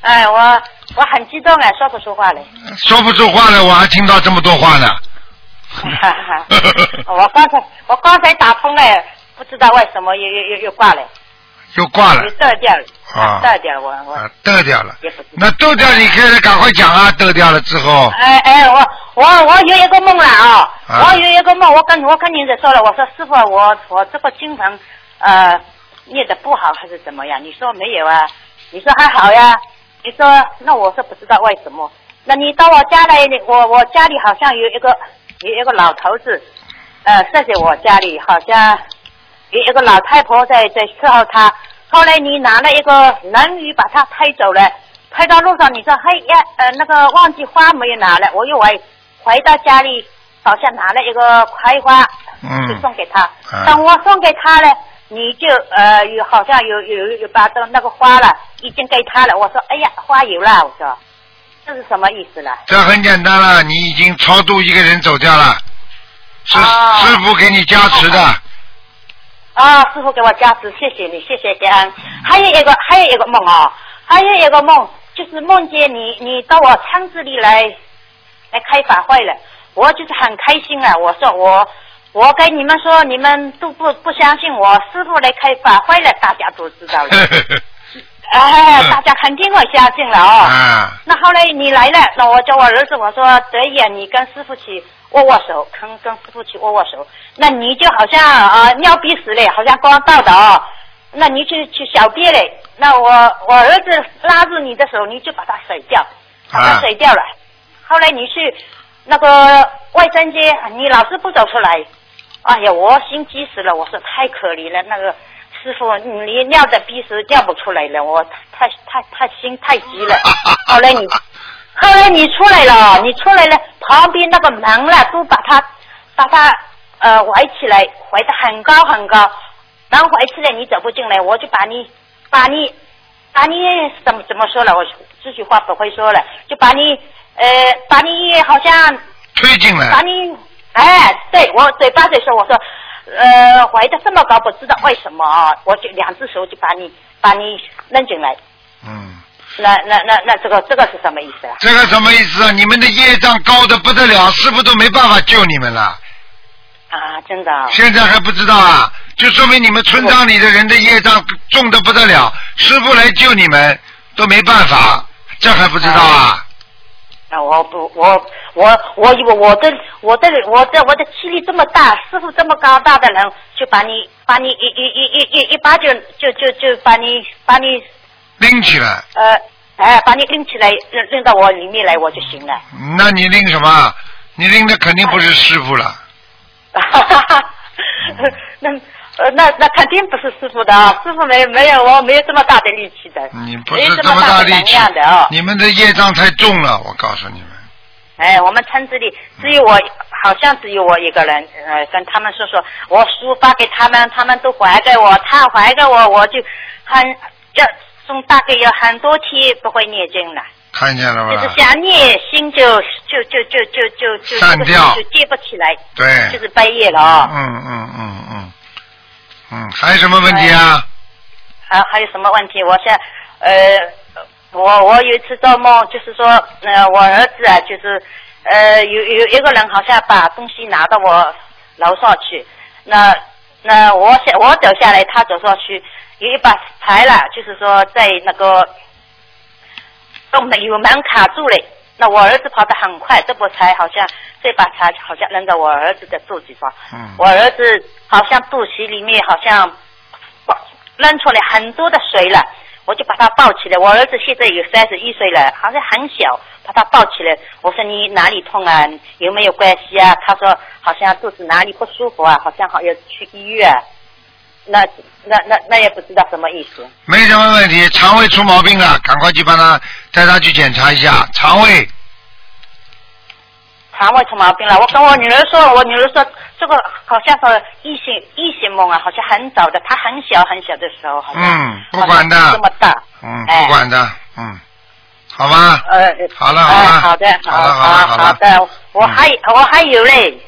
[SPEAKER 14] 哎，我我很激动啊，说不出话 来。
[SPEAKER 2] 说不出话来，我还听到这么多话呢。
[SPEAKER 14] 哈哈，我刚才我刚才打通了，不知道为什么又又又又挂了，
[SPEAKER 2] 又挂了
[SPEAKER 14] 又断掉了，
[SPEAKER 2] 啊
[SPEAKER 14] 断掉了我我。
[SPEAKER 2] 啊，得掉了
[SPEAKER 14] 也不知。
[SPEAKER 2] 那得掉，你可以赶快讲啊，得掉了之后，
[SPEAKER 14] 哎哎，我我我有一个梦了啊、
[SPEAKER 2] 啊
[SPEAKER 14] 我有一个梦，我跟我跟您说了，我说师傅，我我这个经常呃念的不好还是怎么样？你说没有啊？你说还好呀？你说那我是不知道为什么。那你到我家来，你我我家里好像有一个有一个老头子，呃，谢谢我家里好像有一个老太婆在在伺候他。后来你拿了一个人鱼把他推走了，推到路上你说嘿呀呃那个忘记花没有拿了，我又回回到家里好像拿了一个葵花就
[SPEAKER 15] 嗯
[SPEAKER 14] 送给他。
[SPEAKER 15] 啊
[SPEAKER 14] 等我送给他了，你就呃有好像有有有把这那个花了已经给他了。我说哎呀花有了，我说这是什么意思了？
[SPEAKER 2] 这很简单了，你已经超度一个人走掉了，是师傅给你加持的，
[SPEAKER 14] 啊，师傅给我加持，谢谢你，谢谢感恩。还有一个，还有一个梦啊、还有一个梦就是梦见你，你到我村子里来来开法会了，我就是很开心啊。我说我我跟你们说，你们都不不相信我，师傅来开法会了，大家都知道了，哎，大家肯定会相信了哦。
[SPEAKER 2] 啊，
[SPEAKER 14] 那后来你来了，那我叫我儿子，我说德爷，你跟师傅去握握手，跟跟师傅去握握手。那你就好像啊、呃尿憋死了，好像光倒的哦。那你去去小便嘞，那我我儿子拉住你的手，你就把它甩掉，把它
[SPEAKER 15] 啊
[SPEAKER 14] 甩掉了。后来你去那个卫生间，啊你老是不走出来，哎呀，我心急死了，我说太可怜了，那个师傅你尿的逼死尿不出来了，我太太太心太急了。后来你，后来你出来了，你出来了，旁边那个门了都把它把它呃围起来，围得很高很高，然后围起来你走不进来，我就把你把你把你怎么怎么说了，我这句话不会说了，就把你呃把你好像
[SPEAKER 2] 推进来
[SPEAKER 14] 把你哎，对我嘴巴在说，我说，呃，怀的这么高，不知道为什么啊，我就两只手就把你把你扔进来，
[SPEAKER 2] 嗯，
[SPEAKER 14] 那那那那这个这个是什么意思啊？
[SPEAKER 2] 这个什么意思啊？你们的业障高的不得了，师傅都没办法救你们了，
[SPEAKER 14] 啊，真的啊、
[SPEAKER 2] 现在还不知道啊，就说明你们村庄里的人的业障重的不得了，师傅来救你们都没办法，这还不知道啊？
[SPEAKER 14] 那我不我我我以为我的我的我的我的气力这么大，师傅这么高大的人，就把你把你一一一一一一巴就就就就把你把你
[SPEAKER 2] 拎起来，
[SPEAKER 14] 呃哎把你拎起来扔扔到我里面来我就行了。
[SPEAKER 2] 那你拎什么？你拎的肯定不是师傅了。
[SPEAKER 14] 那呃，那那肯定不是师傅的啊，师傅没没有我没有这么大的力气的，
[SPEAKER 2] 你不
[SPEAKER 14] 没
[SPEAKER 2] 是
[SPEAKER 14] 有
[SPEAKER 2] 么
[SPEAKER 14] 么
[SPEAKER 2] 大
[SPEAKER 14] 的
[SPEAKER 2] 力
[SPEAKER 14] 能
[SPEAKER 2] 气
[SPEAKER 14] 量的啊。
[SPEAKER 2] 你们的业障太重了，我告诉你们，
[SPEAKER 14] 哎，我们村子里只有我，好像只有我一个人，呃，跟他们说说，我书发给他们，他们都还给我，他还给我，我就很这从大概有很多天不会念经了，
[SPEAKER 2] 看见了
[SPEAKER 14] 就
[SPEAKER 2] 吧？
[SPEAKER 14] 是想念心就就就就就就就
[SPEAKER 2] 散掉
[SPEAKER 14] 就接不起来，
[SPEAKER 2] 对
[SPEAKER 14] 就是半夜了啊、
[SPEAKER 2] 嗯嗯嗯嗯嗯，还有什么问题啊？
[SPEAKER 14] 还还有什么问题？我现呃，我我有一次做梦，就是说，呃，我儿子啊，就是呃，有有一个人好像把东西拿到我楼上去，那那我下我走下来，他走上去，有一把牌了，就是说在那个洞的有门卡住了。那我儿子跑得很快，这把柴好像这把柴好像扔到我儿子的肚子上，
[SPEAKER 2] 嗯
[SPEAKER 14] 我儿子好像肚脐里面好像扔出来很多的水了，我就把他抱起来。我儿子现在有三十一岁了，好像很小，把他抱起来。我说你哪里痛啊？有没有关系啊？他说好像肚子哪里不舒服啊，好像好要去医院。那那那那也不知道什么意思。
[SPEAKER 2] 没什么问题，肠胃出毛病了，赶快去帮他带他去检查一下肠胃。
[SPEAKER 14] 肠胃出毛病了，我跟我女儿说，我女儿说这个好像和异性异性梦啊，好像很早的，她很小很小的时候，好像
[SPEAKER 2] 嗯，不管
[SPEAKER 14] 好像这
[SPEAKER 2] 的，
[SPEAKER 14] 么大，
[SPEAKER 2] 嗯，不管的，嗯，好吧，
[SPEAKER 14] 呃，
[SPEAKER 2] 啊好了
[SPEAKER 14] 哎
[SPEAKER 2] 好了
[SPEAKER 14] 好的，好
[SPEAKER 2] 好了好了嗯
[SPEAKER 14] 好
[SPEAKER 2] 好了
[SPEAKER 14] 的，我还我还有嘞，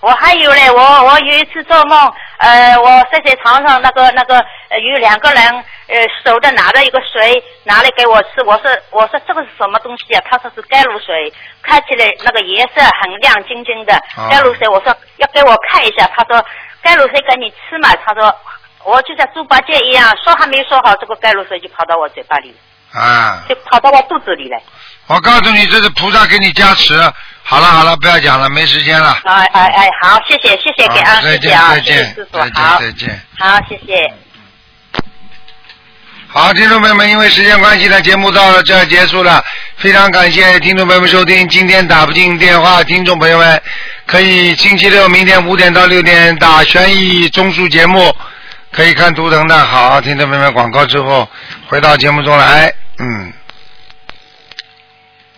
[SPEAKER 14] 我还有嘞，我我有一次做梦，呃，我睡在床上，那个那个、呃有两个人，呃，手的拿着一个水，拿来给我吃，我说我说这个是什么东西啊？他说是甘露水，看起来那个颜色很亮晶晶的
[SPEAKER 15] 哦，
[SPEAKER 2] 啊
[SPEAKER 14] 甘露水，我说要给我看一下，他说甘露水给你吃嘛，他说。我就像猪八戒一样，说还没说好，这个甘露水就跑到我嘴巴里，
[SPEAKER 2] 啊，
[SPEAKER 14] 就跑到我肚子里了。
[SPEAKER 2] 我告诉你，这是菩萨给你加持。好了好了，不要讲了，没时间了。
[SPEAKER 14] 哎哎哎，好，谢谢谢谢给啊，
[SPEAKER 2] 好再
[SPEAKER 14] 谢谢
[SPEAKER 2] 见
[SPEAKER 14] 啊，
[SPEAKER 2] 再
[SPEAKER 14] 谢谢
[SPEAKER 2] 见
[SPEAKER 14] 师傅，
[SPEAKER 2] 再见
[SPEAKER 14] 好，
[SPEAKER 2] 再见。
[SPEAKER 14] 好，谢谢。
[SPEAKER 2] 好，听众朋友们，因为时间关系呢，节目到了这儿结束了。非常感谢听众朋友们收听，今天打不进电话，听众朋友们可以星期六明天五点到六点打悬疑综述节目，可以看图腾的。好，听众朋友们，广告之后回到节目中来，嗯。